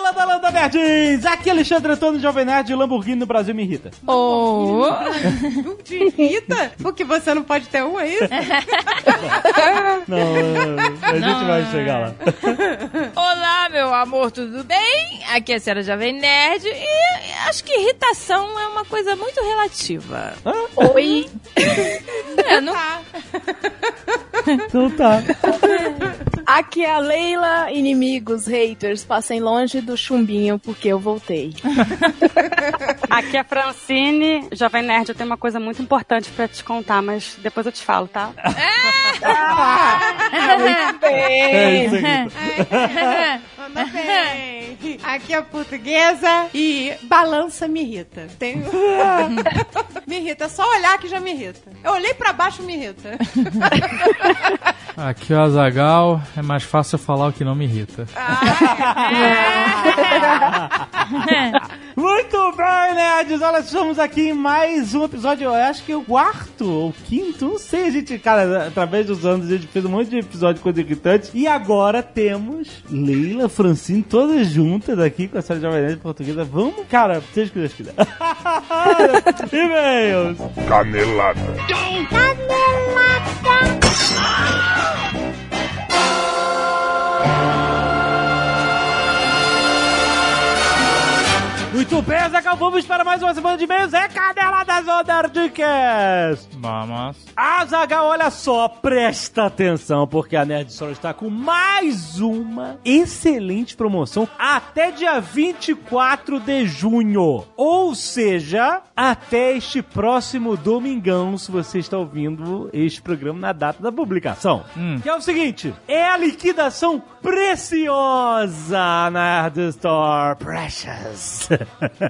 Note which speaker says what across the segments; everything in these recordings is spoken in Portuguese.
Speaker 1: landa, landa, nerds! Aqui é Alexandre Antônio, Jovem Nerd, e Lamborghini no Brasil me irrita.
Speaker 2: Oh!
Speaker 3: Tá Te irrita? Porque você não pode ter um, é isso?
Speaker 1: Não, a gente vai chegar lá.
Speaker 2: Olá, meu amor, tudo bem? Aqui é a senhora Jovem Nerd e acho que irritação é uma coisa muito relativa.
Speaker 4: Oi.
Speaker 2: É, não...
Speaker 3: Ah,
Speaker 1: Então tá.
Speaker 4: Aqui é a Leila, inimigos, haters, passem longe do chumbinho porque eu voltei.
Speaker 5: Aqui é a Francine. Jovem Nerd, eu tenho uma coisa muito importante pra te contar, mas depois eu te falo, tá?
Speaker 3: tá.
Speaker 4: Muito
Speaker 1: É
Speaker 4: bem.
Speaker 1: isso aí.
Speaker 3: Manda bem. Aqui é a portuguesa e balança me irrita. Tenho... me irrita, é só olhar que já me irrita. Eu olhei pra baixo me irrita.
Speaker 6: Aqui é o Azagal, é mais fácil eu falar o que não me irrita.
Speaker 1: Muito bem, nerds! Olha, estamos aqui em mais um episódio, eu acho que é o quarto ou quinto, não sei, a gente, cara, através dos anos a gente fez um monte de episódio de coisa irritante. E agora temos Leila, Francine, todas juntas aqui com a série Jovem Nerd portuguesa. Vamos, cara, vocês que Deus quiser. E-mails!
Speaker 7: Canelada.
Speaker 1: Muito bem, Zeca, vamos para mais uma semana de e-mails. É Canela das Nerdcast!
Speaker 6: Vamos.
Speaker 1: Azaga, olha só, presta atenção, porque a Nerd Store está com mais uma excelente promoção até dia 24 de junho. Ou seja, até este próximo domingão, se você está ouvindo este programa na data da publicação. Que é o seguinte: é a liquidação preciosa na Nerd Store. Precious.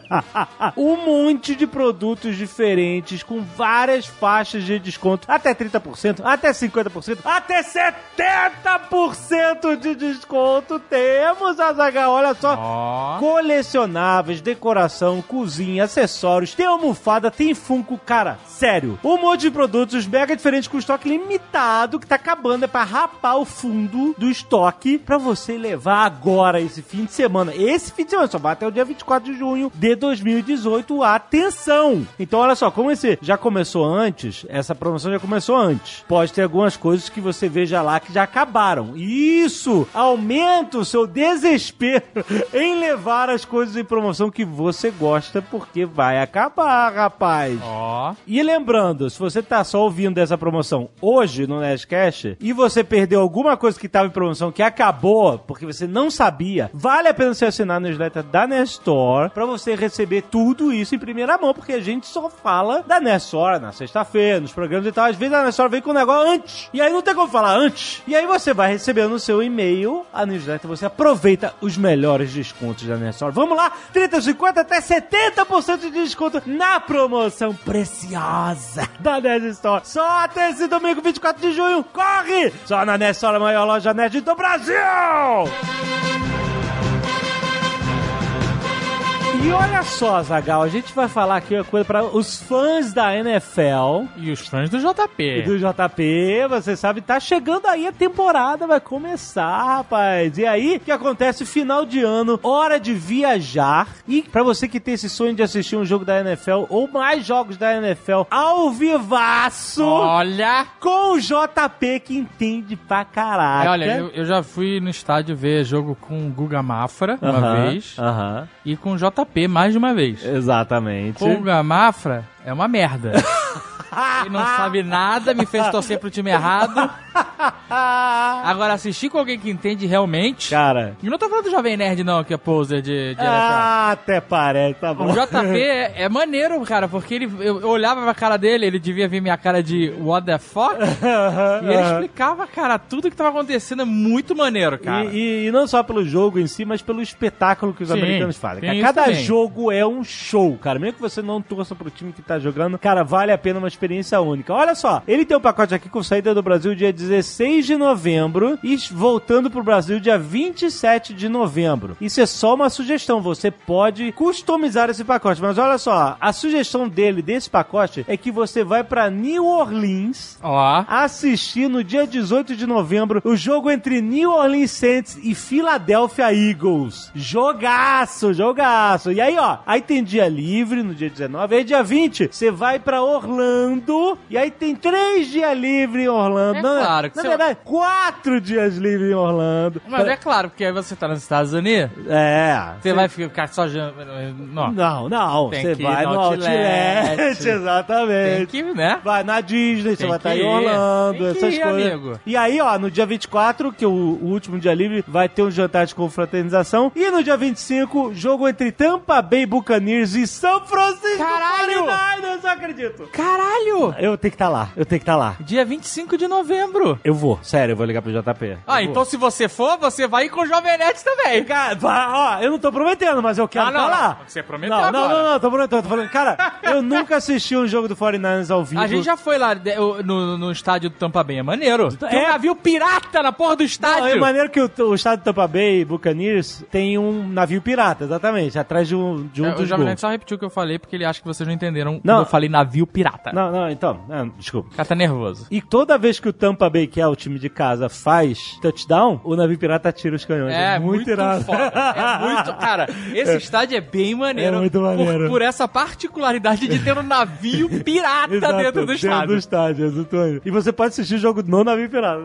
Speaker 1: um monte de produtos diferentes com várias faixas de desconto, até 30%, até 50%, até 70% de desconto. Temos Azaghal, olha só.
Speaker 6: Ó.
Speaker 1: Colecionáveis, decoração, cozinha, acessórios, tem almofada, tem funko, cara, sério. Um monte de produtos mega diferentes com estoque limitado que tá acabando, é pra rapar o fundo do estoque pra você levar agora esse fim de semana. Esse fim de semana só vai até o dia 24 de junho de 2018. Atenção! Então olha só, como esse já começou antes, essa promoção já começou antes. Pode ter algumas coisas que você veja lá que já acabaram. Isso aumenta o seu desespero em levar as coisas em promoção que você gosta, porque vai acabar, rapaz.
Speaker 6: Ó.
Speaker 1: E lembrando, se você tá só ouvindo essa promoção hoje no Nerdcast e você perdeu alguma coisa que tava em promoção que acabou, porque você não sabia, vale a pena você assinar a newsletter da Nerd Store pra você receber tudo isso em primeira mão, porque a gente só fala da Nerd Store na sexta-feira, nos programas e tal. Às vezes a Nerd Store vem com o negócio antes. E aí não tem como falar antes. E aí você vai recebendo no seu e-mail a newsletter, você aproveita os melhores descontos da Nerd Store. Vamos lá, 30, 50 até 70% de desconto na promoção preciosa da Nerd Store. Só até esse domingo, 24 de junho. Corre! Só na Nerd Store, a maior loja nerd do Brasil! E olha só, Zagal, a gente vai falar aqui uma coisa para os fãs da NFL
Speaker 6: E os fãs do
Speaker 1: e
Speaker 6: JP.
Speaker 1: do JP, você sabe, tá chegando aí a temporada, vai começar, rapaz. E aí, o que acontece? Final de ano, hora de viajar. E pra você que tem esse sonho de assistir um jogo da NFL ou mais jogos da NFL ao vivaço,
Speaker 6: Olha!
Speaker 1: com o JP que entende pra
Speaker 6: É,
Speaker 1: caraca.
Speaker 6: olha, eu, eu já fui no estádio ver jogo com o Guga Mafra uma
Speaker 1: Aham,
Speaker 6: vez
Speaker 1: Aham,
Speaker 6: e com o JP mais de uma vez.
Speaker 1: exatamente.
Speaker 6: Com o Guga Mafra é uma merda.
Speaker 1: Ah,
Speaker 6: Ele não sabe nada, me fez torcer pro time errado.
Speaker 1: ah,
Speaker 6: Agora, assistir com alguém que entende realmente.
Speaker 1: Cara.
Speaker 6: E não tô falando do Jovem Nerd, não, que é poser de, de NFL.
Speaker 1: Ah, até parece, tá bom.
Speaker 6: O JP é, é maneiro, cara, porque ele, eu, eu olhava pra cara dele, ele devia ver minha cara de what the fuck, e ele explicava, cara, tudo que tava acontecendo é muito maneiro, cara.
Speaker 1: E, e- e não só pelo jogo em si, mas pelo espetáculo que os
Speaker 6: Sim,
Speaker 1: americanos fazem.
Speaker 6: tem
Speaker 1: cara.
Speaker 6: isso
Speaker 1: Cada
Speaker 6: também.
Speaker 1: jogo é um show, cara. Mesmo que você não torça pro time que tá jogando, cara, vale a pena uma experiência única. Olha só, ele tem um pacote aqui com saída do Brasil dia 16 de novembro e voltando pro Brasil dia 27 de novembro. Isso é só uma sugestão, você pode customizar esse pacote. Mas olha só, a sugestão dele, desse pacote, é que você vai pra New Orleans
Speaker 6: Ó.
Speaker 1: assistir no dia 18 de novembro o jogo entre New Orleans Saints e Philadelphia Eagles. Jogaço, jogaço. E aí, ó, aí tem dia livre no dia 19, aí dia 20 você vai pra Orlando e aí tem três dias livres em Orlando.
Speaker 6: É
Speaker 1: na,
Speaker 6: claro que
Speaker 1: na
Speaker 6: você-
Speaker 1: verdade, quatro dias livres em Orlando.
Speaker 6: Mas é claro, porque aí você tá nos Estados Unidos,
Speaker 1: É.
Speaker 6: você vai ficar só... jan- Não,
Speaker 1: Não, não.
Speaker 6: Tem
Speaker 1: Você
Speaker 6: que ir
Speaker 1: vai
Speaker 6: no
Speaker 1: no
Speaker 6: Outlet.
Speaker 1: Outlet. Exatamente.
Speaker 6: tem que, né?
Speaker 1: Vai na Disney, você
Speaker 6: Tem
Speaker 1: vai
Speaker 6: que
Speaker 1: estar em
Speaker 6: ir.
Speaker 1: Orlando,
Speaker 6: Tem que
Speaker 1: essas
Speaker 6: ir,
Speaker 1: coisas.
Speaker 6: amigo.
Speaker 1: E aí, ó, no dia 24, que é o, o último dia livre, vai ter um jantar de confraternização. E no dia 25, jogo entre Tampa Bay Buccaneers e São Francisco
Speaker 6: Caralho!
Speaker 1: 49ers, eu acredito.
Speaker 6: Caralho!
Speaker 1: Eu tenho que estar lá, eu tenho que estar lá.
Speaker 6: Dia 25 de novembro.
Speaker 1: Eu vou, sério, eu vou ligar pro JP.
Speaker 6: Ah,
Speaker 1: Eu vou.
Speaker 6: então se você for, você vai ir com o Jovem Nerd também.
Speaker 1: Cara, vá, ó, eu não tô prometendo, mas eu quero
Speaker 6: Ah, não,
Speaker 1: estar lá.
Speaker 6: não, você prometeu
Speaker 1: Não, não,
Speaker 6: agora.
Speaker 1: não, não, tô prometendo, tô falando. Cara, eu nunca assisti um jogo do 49ers ao vivo.
Speaker 6: A gente já foi lá de- o- no, no estádio do Tampa Bay, é maneiro. Tem um
Speaker 1: É.
Speaker 6: navio pirata na porra do
Speaker 1: Não, é
Speaker 6: estádio.
Speaker 1: maneiro que o, o estado de Tampa Bay, Buccaneers, tem um navio pirata, exatamente, atrás de um, de um
Speaker 6: É, o
Speaker 1: dos
Speaker 6: Jovem
Speaker 1: gols.
Speaker 6: Nerd só repetiu o que eu falei, porque ele acha que vocês não entenderam quando
Speaker 1: Não.
Speaker 6: eu falei navio pirata.
Speaker 1: Não, não, então, ah, desculpa.
Speaker 6: O cara tá nervoso.
Speaker 1: E toda vez que o Tampa Bay, que é o time de casa, faz touchdown, o navio pirata tira os canhões.
Speaker 6: É, muito,
Speaker 1: irado.
Speaker 6: foda. É muito... Cara, esse estádio é bem maneiro.
Speaker 1: É muito
Speaker 6: por-
Speaker 1: maneiro.
Speaker 6: Por, essa particularidade de ter um navio pirata
Speaker 1: É, Exato,
Speaker 6: tá dentro do estádio.
Speaker 1: do estádio, exatamente. E você pode assistir o jogo no navio pirata.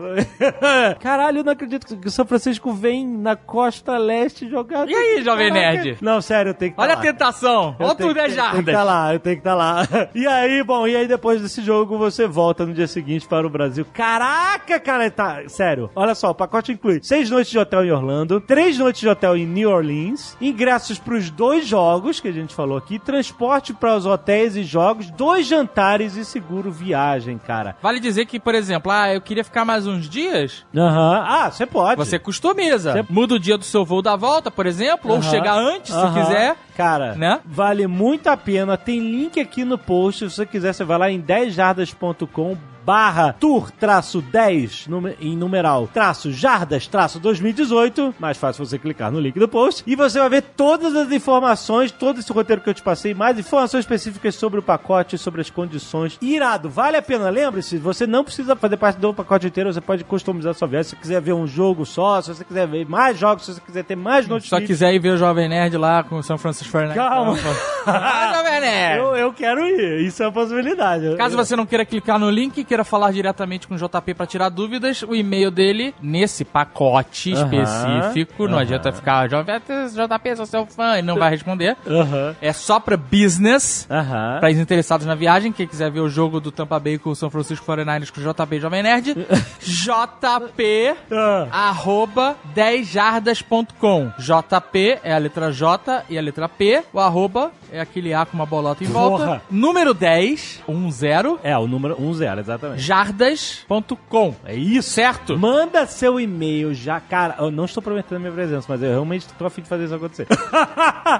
Speaker 1: Caralho, eu não acredito que o São Francisco vem na costa leste jogar.
Speaker 6: E aí, Jovem
Speaker 1: Caraca.
Speaker 6: Nerd?
Speaker 1: Não, sério, eu tenho que
Speaker 6: Olha a
Speaker 1: tá lá.
Speaker 6: tentação.
Speaker 1: Eu
Speaker 6: Olha o
Speaker 1: tenho
Speaker 6: tudo
Speaker 1: que-
Speaker 6: é
Speaker 1: eu tenho que
Speaker 6: jardas.
Speaker 1: tá lá, eu tenho que tá lá. E aí, bom, e aí depois desse jogo você volta no dia seguinte para o Brasil. Caraca, cara, tá. Sério, olha só, o pacote inclui seis noites de hotel em Orlando, três noites de hotel em New Orleans, ingressos para os dois jogos que a gente falou aqui, transporte para os hotéis e jogos, dois jantares e seguro viagem, cara.
Speaker 6: Vale dizer que, por exemplo, ah, eu queria ficar mais uns dias.
Speaker 1: Aham. Ah, você pode.
Speaker 6: Você customiza.
Speaker 1: Você-
Speaker 6: Muda o dia do seu voo da volta, por exemplo, ou
Speaker 1: Aham.
Speaker 6: chegar antes,
Speaker 1: Aham.
Speaker 6: se quiser.
Speaker 1: Cara,
Speaker 6: Né?
Speaker 1: vale muito a pena. Tem link aqui no post. Se você quiser, você vai lá em 10jardas.com barra tour traço 10 nume- em numeral traço jardas traço 2018 mais fácil você clicar no link do post e você vai ver todas as informações todo esse roteiro que eu te passei mais informações específicas sobre o pacote sobre as condições irado vale a pena lembre-se você não precisa fazer parte do pacote inteiro você pode customizar a sua viagem se você quiser ver um jogo só se você quiser ver mais jogos se você quiser ter mais
Speaker 6: Se só
Speaker 1: notícias
Speaker 6: quiser ir ver o Jovem Nerd lá com o São Francisco Fernandes.
Speaker 1: Calma.
Speaker 6: Ah, Jovem Nerd!
Speaker 1: Eu, eu quero ir, isso é uma possibilidade.
Speaker 6: Caso você não queira clicar no link e queira falar diretamente com o JP pra tirar dúvidas, o e-mail dele, nesse pacote
Speaker 1: Aham,
Speaker 6: específico, não
Speaker 1: aham.
Speaker 6: adianta ficar, "Jovem- JP, sou seu fã, e não vai responder.
Speaker 1: Aham.
Speaker 6: É só pra business,
Speaker 1: Aham.
Speaker 6: Para os interessados na viagem, quem quiser ver o jogo do Tampa Bay com o São Francisco 49ers com o JP Jovem Nerd, jp
Speaker 1: Ah.
Speaker 6: arroba 10jardas.com. JP é a letra J e a letra P. O arroba é aquele A com uma bolota em volta.
Speaker 1: Porra.
Speaker 6: Número 10, 10,
Speaker 1: É, o número 10, exatamente.
Speaker 6: jardas.com.
Speaker 1: É isso.
Speaker 6: Certo?
Speaker 1: Manda seu e-mail já, cara. Eu não estou prometendo minha presença, mas eu realmente tô afim de fazer isso acontecer.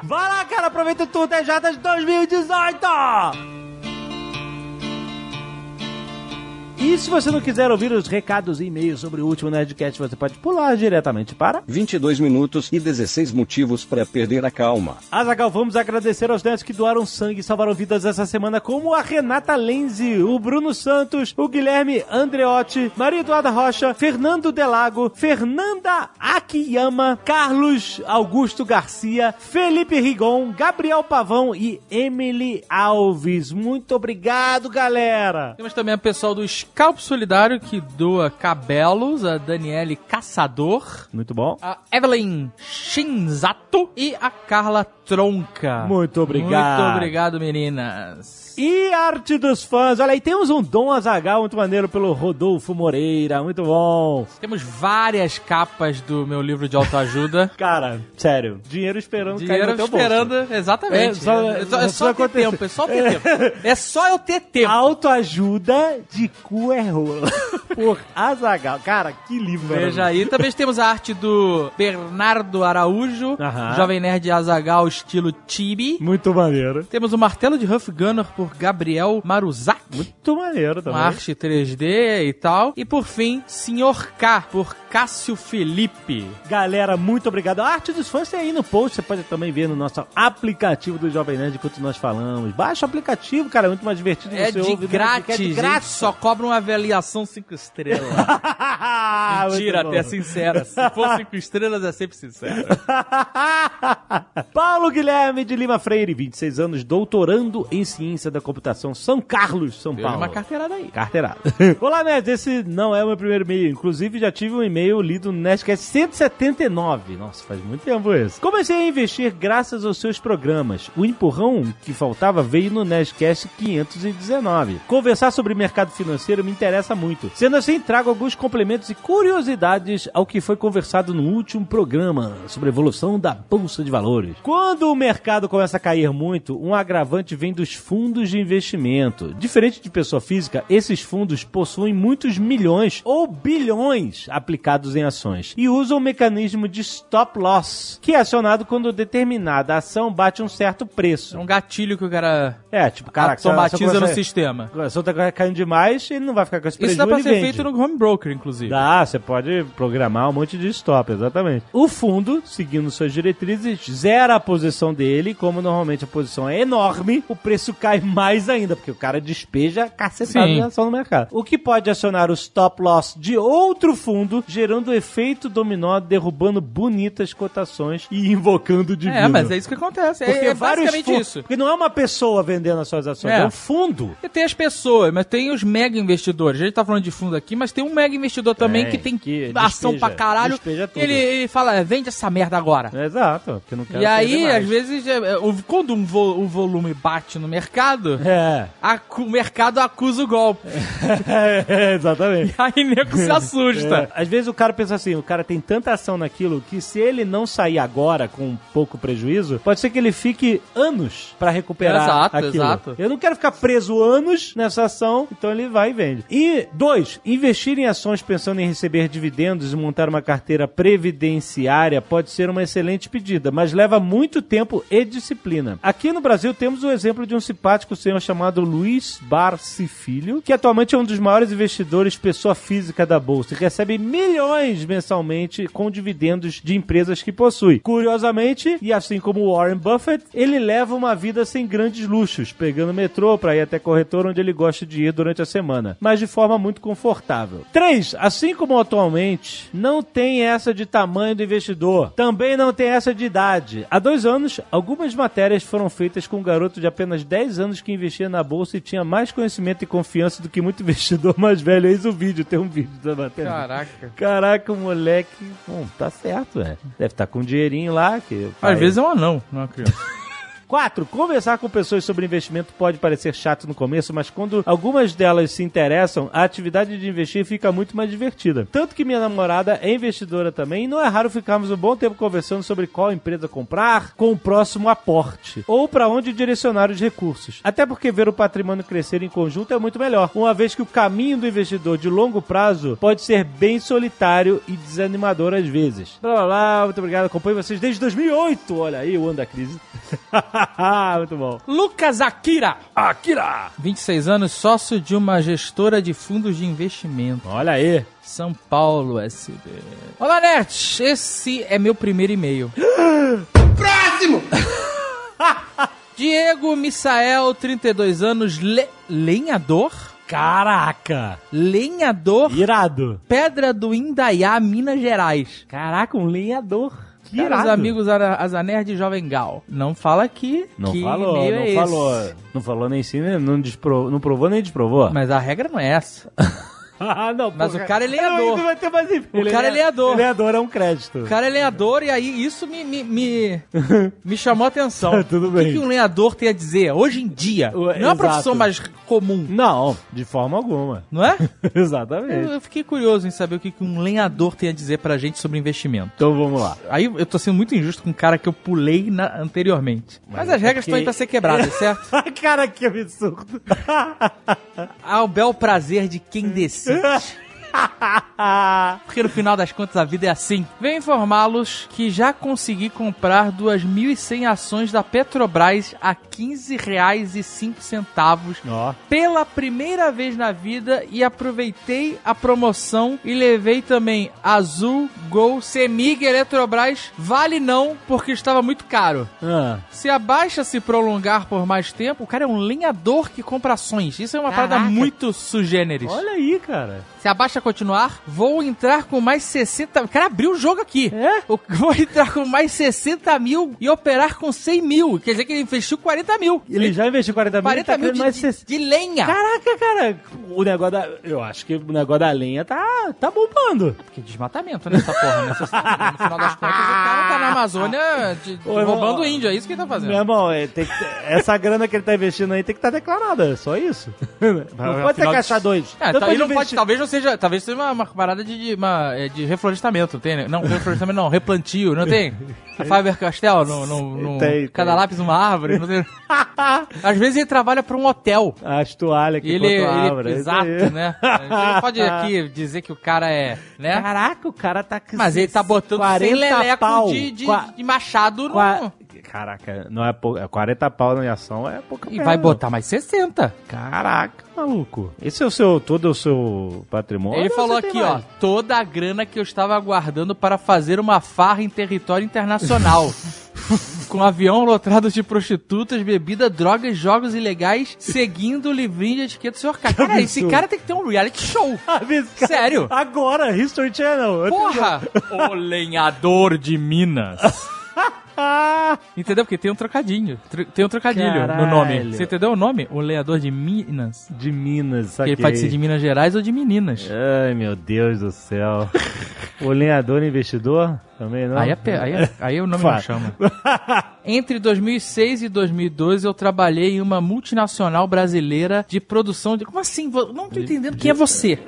Speaker 1: Vai lá, cara, aproveita o Tour 10 Jatas 2018! E se você não quiser ouvir os recados e e-mails sobre o último Nerdcast, você pode pular diretamente para
Speaker 8: 22 minutos e 16 motivos para perder a calma.
Speaker 1: Azagal, vamos agradecer aos netos que doaram sangue e salvaram vidas essa semana, como a Renata Lenzi, o Bruno Santos, o Guilherme Andreotti, Maria Eduarda Rocha, Fernando Delago, Fernanda Akiyama, Carlos Augusto Garcia, Felipe Rigon, Gabriel Pavão e Emily Alves. Muito obrigado, galera!
Speaker 6: Temos também o pessoal do Scalp Solidário que doa cabelos, a Daniele Caçador,
Speaker 1: Muito bom.
Speaker 6: a Evelyn Shinzato e a Carla Tronca.
Speaker 1: Muito obrigado.
Speaker 6: Muito obrigado, meninas.
Speaker 1: E arte dos fãs, olha aí, temos um Dom Azagal muito maneiro pelo Rodolfo Moreira, muito bom.
Speaker 6: Temos várias capas do meu livro de autoajuda.
Speaker 1: Cara, sério, dinheiro esperando cair
Speaker 6: Dinheiro
Speaker 1: no teu bolso.
Speaker 6: esperando, exatamente.
Speaker 1: É, só-
Speaker 6: É só- é só
Speaker 1: só
Speaker 6: ter
Speaker 1: acontecer.
Speaker 6: tempo, é só ter tempo. É só eu ter tempo.
Speaker 1: Autoajuda de cu Cuervo, por Azagal. Cara, que livro,
Speaker 6: Veja aí. Também temos a arte do Bernardo Araújo,
Speaker 1: Aham.
Speaker 6: Jovem Nerd Azagal, estilo Tibi.
Speaker 1: Muito maneiro.
Speaker 6: Temos o Martelo de Huff Gunner por Gabriel Maruzaki.
Speaker 1: Muito maneiro
Speaker 6: Uma
Speaker 1: também.
Speaker 6: arte 3D e tal. E por fim, Sr. K por Cássio Felipe.
Speaker 1: Galera, muito obrigado. A arte dos fãs tem aí no post. Você pode também ver no nosso aplicativo do Jovem Nerd enquanto nós falamos. Baixa o aplicativo, cara. É muito mais divertido
Speaker 6: É
Speaker 1: você
Speaker 6: de,
Speaker 1: ouve,
Speaker 6: grátis,
Speaker 1: É de
Speaker 6: gente,
Speaker 1: grátis.
Speaker 6: só cobra uma avaliação 5 estrelas.
Speaker 1: Ah, Muito
Speaker 6: Mentira,
Speaker 1: bom.
Speaker 6: até é sincera. Se for 5 estrelas, é sempre sincera.
Speaker 1: Paulo Guilherme de Lima Freire, 26 anos, doutorando em ciência da computação, São Carlos, São
Speaker 6: Deu
Speaker 1: Paulo.
Speaker 6: uma carteirada aí.
Speaker 1: Carteirada. Olá, Nerd. Esse não é o meu primeiro e-mail. Inclusive, já tive um e-mail lido no Nerdcast 179. Nossa, faz muito tempo isso. Comecei a investir graças aos seus programas. O empurrão que faltava veio no Nerdcast 519. Conversar sobre mercado financeiro me interessa muito. Sendo assim, trago alguns complementos e curiosidades ao que foi conversado no último programa sobre a evolução da Bolsa de Valores. Quando o mercado começa a cair muito, um agravante vem dos fundos de investimento. Diferente de pessoa física, esses fundos possuem muitos milhões ou bilhões aplicados em ações e usam o mecanismo de stop loss, que é acionado quando determinada ação bate um certo
Speaker 6: É
Speaker 1: preço.
Speaker 6: um gatilho que o cara
Speaker 1: É, tipo, caraca, se a ação
Speaker 6: automatiza no
Speaker 1: começa-
Speaker 6: sistema.
Speaker 1: a ação tá caindo demais, ele não vai ficar com esse
Speaker 6: Isso
Speaker 1: prejuízo
Speaker 6: dá pra
Speaker 1: e
Speaker 6: ser
Speaker 1: vende.
Speaker 6: feito no home broker, inclusive.
Speaker 1: Dá, você pode programar um monte de stop, exatamente. O fundo, seguindo suas diretrizes, zera a posição dele, como normalmente a posição é enorme, o preço cai mais ainda, porque o cara despeja cacetada
Speaker 6: Sim.
Speaker 1: de ação no mercado. O que pode acionar o stop loss de outro fundo, gerando o efeito dominó, derrubando bonitas cotações e invocando o divino.
Speaker 6: É, mas é isso que acontece. É, é
Speaker 1: vários
Speaker 6: basicamente
Speaker 1: fundos-
Speaker 6: isso.
Speaker 1: Porque não é uma pessoa vendendo as suas ações,
Speaker 6: É.
Speaker 1: é um fundo.
Speaker 6: E tem as pessoas, mas tem os mega investidores. A gente tá falando de fundo aqui, mas tem um mega investidor também
Speaker 1: Tem,
Speaker 6: que tem
Speaker 1: É, que
Speaker 6: ação
Speaker 1: despeja,
Speaker 6: pra caralho.
Speaker 1: despeja tudo.
Speaker 6: Ele, ele fala, "É, vende essa merda agora.
Speaker 1: Exato, que não quero
Speaker 6: E aí,
Speaker 1: perder mais.
Speaker 6: às vezes, é, é, o- quando um vo- o volume bate no mercado,
Speaker 1: É,
Speaker 6: acu- o mercado acusa o golpe.
Speaker 1: É, exatamente.
Speaker 6: Aí nego se
Speaker 1: É,
Speaker 6: assusta.
Speaker 1: Às vezes o cara pensa assim, o cara tem tanta ação naquilo que se ele não sair agora com um pouco prejuízo, pode ser que ele fique anos pra recuperar
Speaker 6: Exato,
Speaker 1: aquilo.
Speaker 6: exato.
Speaker 1: Eu não quero ficar preso anos nessa ação, então ele vai e vende. E dois, investir em ações pensando em receber dividendos e montar uma carteira previdenciária pode ser uma excelente pedida, mas leva muito tempo e disciplina. Aqui no Brasil temos o exemplo de um simpático senhor chamado Luiz Barci Filho, que atualmente é um dos maiores investidores pessoa física da bolsa e recebe milhões mensalmente com dividendos de empresas que possui. Curiosamente, e assim como Warren Buffett, ele leva uma vida sem grandes luxos, pegando metrô para ir até corretor onde ele gosta de ir durante a semana, mas de forma muito confortável. 3. Assim como atualmente, não tem essa de tamanho do investidor. Também não tem essa de idade. Há dois anos, algumas matérias foram feitas com um garoto de apenas 10 anos que investia na bolsa e tinha mais conhecimento e confiança do que muito investidor mais velho. Eis o vídeo, tem um vídeo da matéria.
Speaker 6: Caraca.
Speaker 1: Caraca, o moleque. Bom, tá certo, é. Deve estar com um dinheirinho lá. Que
Speaker 6: Às vezes é um anão, não é uma criança.
Speaker 1: 4. Conversar com pessoas sobre investimento pode parecer chato no começo, mas quando algumas delas se interessam, a atividade de investir fica muito mais divertida. Tanto que minha namorada é investidora também, e não é raro ficarmos um bom tempo conversando sobre qual empresa comprar, com o próximo aporte, ou para onde direcionar os recursos. Até porque ver o patrimônio crescer em conjunto é muito melhor, uma vez que o caminho do investidor de longo prazo pode ser bem solitário e desanimador às vezes. Blá blá blá, muito obrigado, acompanho vocês desde 2008, olha aí o ano da crise. Muito bom.
Speaker 6: Lucas Akira,
Speaker 1: Akira!
Speaker 6: 26 anos, sócio de uma gestora de fundos de investimento.
Speaker 1: Olha aí.
Speaker 6: São Paulo, SB. Olá, nerds! Esse é meu primeiro e-mail. Próximo! Diego Misael, 32 anos, le- lenhador?
Speaker 1: Caraca!
Speaker 6: Lenhador,
Speaker 1: Irado.
Speaker 6: Pedra do Indaiá, Minas Gerais.
Speaker 1: Caraca, um lenhador. Que
Speaker 6: Caros amigos Ara- Azanerd e Jovem Gal. Não fala aqui
Speaker 1: Não
Speaker 6: que
Speaker 1: falou,
Speaker 6: e-mail
Speaker 1: não
Speaker 6: é
Speaker 1: falou.
Speaker 6: esse.
Speaker 1: Não falou nem sim, nem- não, despro- não provou nem desprovou.
Speaker 6: Mas a regra não é essa.
Speaker 1: ah, não,
Speaker 6: Mas
Speaker 1: porra.
Speaker 6: o cara é lenhador.
Speaker 1: Não, vai ter mais e-mail.
Speaker 6: O cara é lenhador.
Speaker 1: Lenhador é um crédito.
Speaker 6: O cara é lenhador e aí isso me, me, me, me chamou a atenção.
Speaker 1: Tudo
Speaker 6: o que,
Speaker 1: bem.
Speaker 6: que um lenhador tem a dizer hoje em dia?
Speaker 1: Ué,
Speaker 6: não é uma
Speaker 1: exato.
Speaker 6: profissão mais comum,
Speaker 1: Não, de forma alguma.
Speaker 6: não é? Eu,
Speaker 1: Exatamente.
Speaker 6: eu fiquei curioso em saber o que, que um lenhador tem a dizer pra gente sobre investimento.
Speaker 1: Então vamos lá.
Speaker 6: Aí eu tô sendo muito injusto com um cara que eu pulei na- anteriormente. Mas, as regras
Speaker 1: é porque-
Speaker 6: estão aí pra ser quebradas, certo?
Speaker 1: cara, que absurdo.
Speaker 6: Ao Ah, bel prazer de quem decide. Porque no final das contas a vida é assim. Venho informá-los que já consegui comprar 2.100 ações da Petrobras a R$ 15,05
Speaker 1: Ó,
Speaker 6: pela primeira vez na vida e aproveitei a promoção e levei também Azul, Gol, Semig, Eletrobras. Vale não, porque estava muito caro.
Speaker 1: ah,
Speaker 6: Se a baixa se prolongar por mais tempo, o cara é um lenhador que compra ações. Isso é uma parada
Speaker 2: Caraca.
Speaker 6: muito sugêneres.
Speaker 1: olha aí, cara.
Speaker 6: Se a baixa continuar, vou entrar com mais 60... O cara abriu o jogo aqui.
Speaker 1: É?
Speaker 6: O- Vou entrar com mais 60 mil e operar com 100 mil. Quer dizer que ele investiu 40 mil.
Speaker 1: Ele já investiu 40 mil,
Speaker 6: 40
Speaker 1: tá
Speaker 6: mil
Speaker 1: querendo mais
Speaker 6: de,
Speaker 1: 60.
Speaker 6: de, de lenha.
Speaker 1: Caraca, cara, o negócio da. Eu acho que o negócio da lenha tá, tá bombando.
Speaker 6: Que desmatamento nessa porra, né? Você sabe, No final das contas, o cara tá na Amazônia de-
Speaker 1: Ô, irmão,
Speaker 6: roubando
Speaker 1: ó,
Speaker 6: índio, é isso que ele tá fazendo.
Speaker 1: Meu irmão, é, tem que- essa grana que ele tá investindo aí tem que estar declarada, é só isso. Não pode ser
Speaker 6: Afinal de-
Speaker 1: caixa Então 2.
Speaker 6: É, tá- aí não pode- talvez não seja, talvez seja uma, uma parada de, de, uma, é, de reflorestamento, não tem, né? Não, reflorestamento não, replantio, não tem? A Faber Castell, no, no, no-
Speaker 1: Tem,
Speaker 6: cada
Speaker 1: tem.
Speaker 6: lápis uma árvore, não tem? Às vezes ele trabalha pra um hotel.
Speaker 1: As toalhas que
Speaker 6: E ele,
Speaker 1: cortam a
Speaker 6: ele-
Speaker 1: árvore, é isso
Speaker 6: exato,
Speaker 1: aí.
Speaker 6: né? Você não pode aqui dizer que o cara é, né?
Speaker 1: Caraca, o cara tá com
Speaker 6: Mas ele tá botando 100 leleco
Speaker 1: pau.
Speaker 6: de, de,
Speaker 1: Qua-
Speaker 6: de machado no...
Speaker 1: qua- Caraca, não é pouco. é 40 pau em ação é pouca
Speaker 6: E
Speaker 1: merda,
Speaker 6: vai
Speaker 1: não.
Speaker 6: botar mais 60.
Speaker 1: Caraca, maluco. Esse é o seu. Todo o seu patrimônio.
Speaker 6: Ele
Speaker 1: ou
Speaker 6: falou
Speaker 1: você tem
Speaker 6: aqui, ó,
Speaker 1: mais?
Speaker 6: toda a grana que eu estava aguardando para fazer uma farra em território internacional. Com avião lotado de prostitutas, bebida, drogas, jogos ilegais, seguindo o livrinho de etiqueta do senhor cara. Cara, esse
Speaker 1: absurdo.
Speaker 6: cara tem que ter um reality show.
Speaker 1: Ah, mas, cara,
Speaker 6: Sério?
Speaker 1: Agora, History Channel.
Speaker 6: Porra! o lenhador de Minas.
Speaker 1: Ah,
Speaker 6: Entendeu? Porque tem um trocadinho. Tro- Tem um trocadilho no
Speaker 1: Caralho.
Speaker 6: nome. Você entendeu o nome? O lenhador de Minas.
Speaker 1: de Minas,
Speaker 6: Que
Speaker 1: saquei.
Speaker 6: ele pode ser de Minas Gerais ou de Meninas.
Speaker 1: Ai, meu Deus do céu. o lenhador investidor? Também não?
Speaker 6: Aí, é pe- aí, é- aí o nome não
Speaker 1: Fala.
Speaker 6: chama. Entre 2006 e 2012, eu trabalhei em uma multinacional brasileira de produção de. Como assim? Vo- Não tô entendendo quem é você.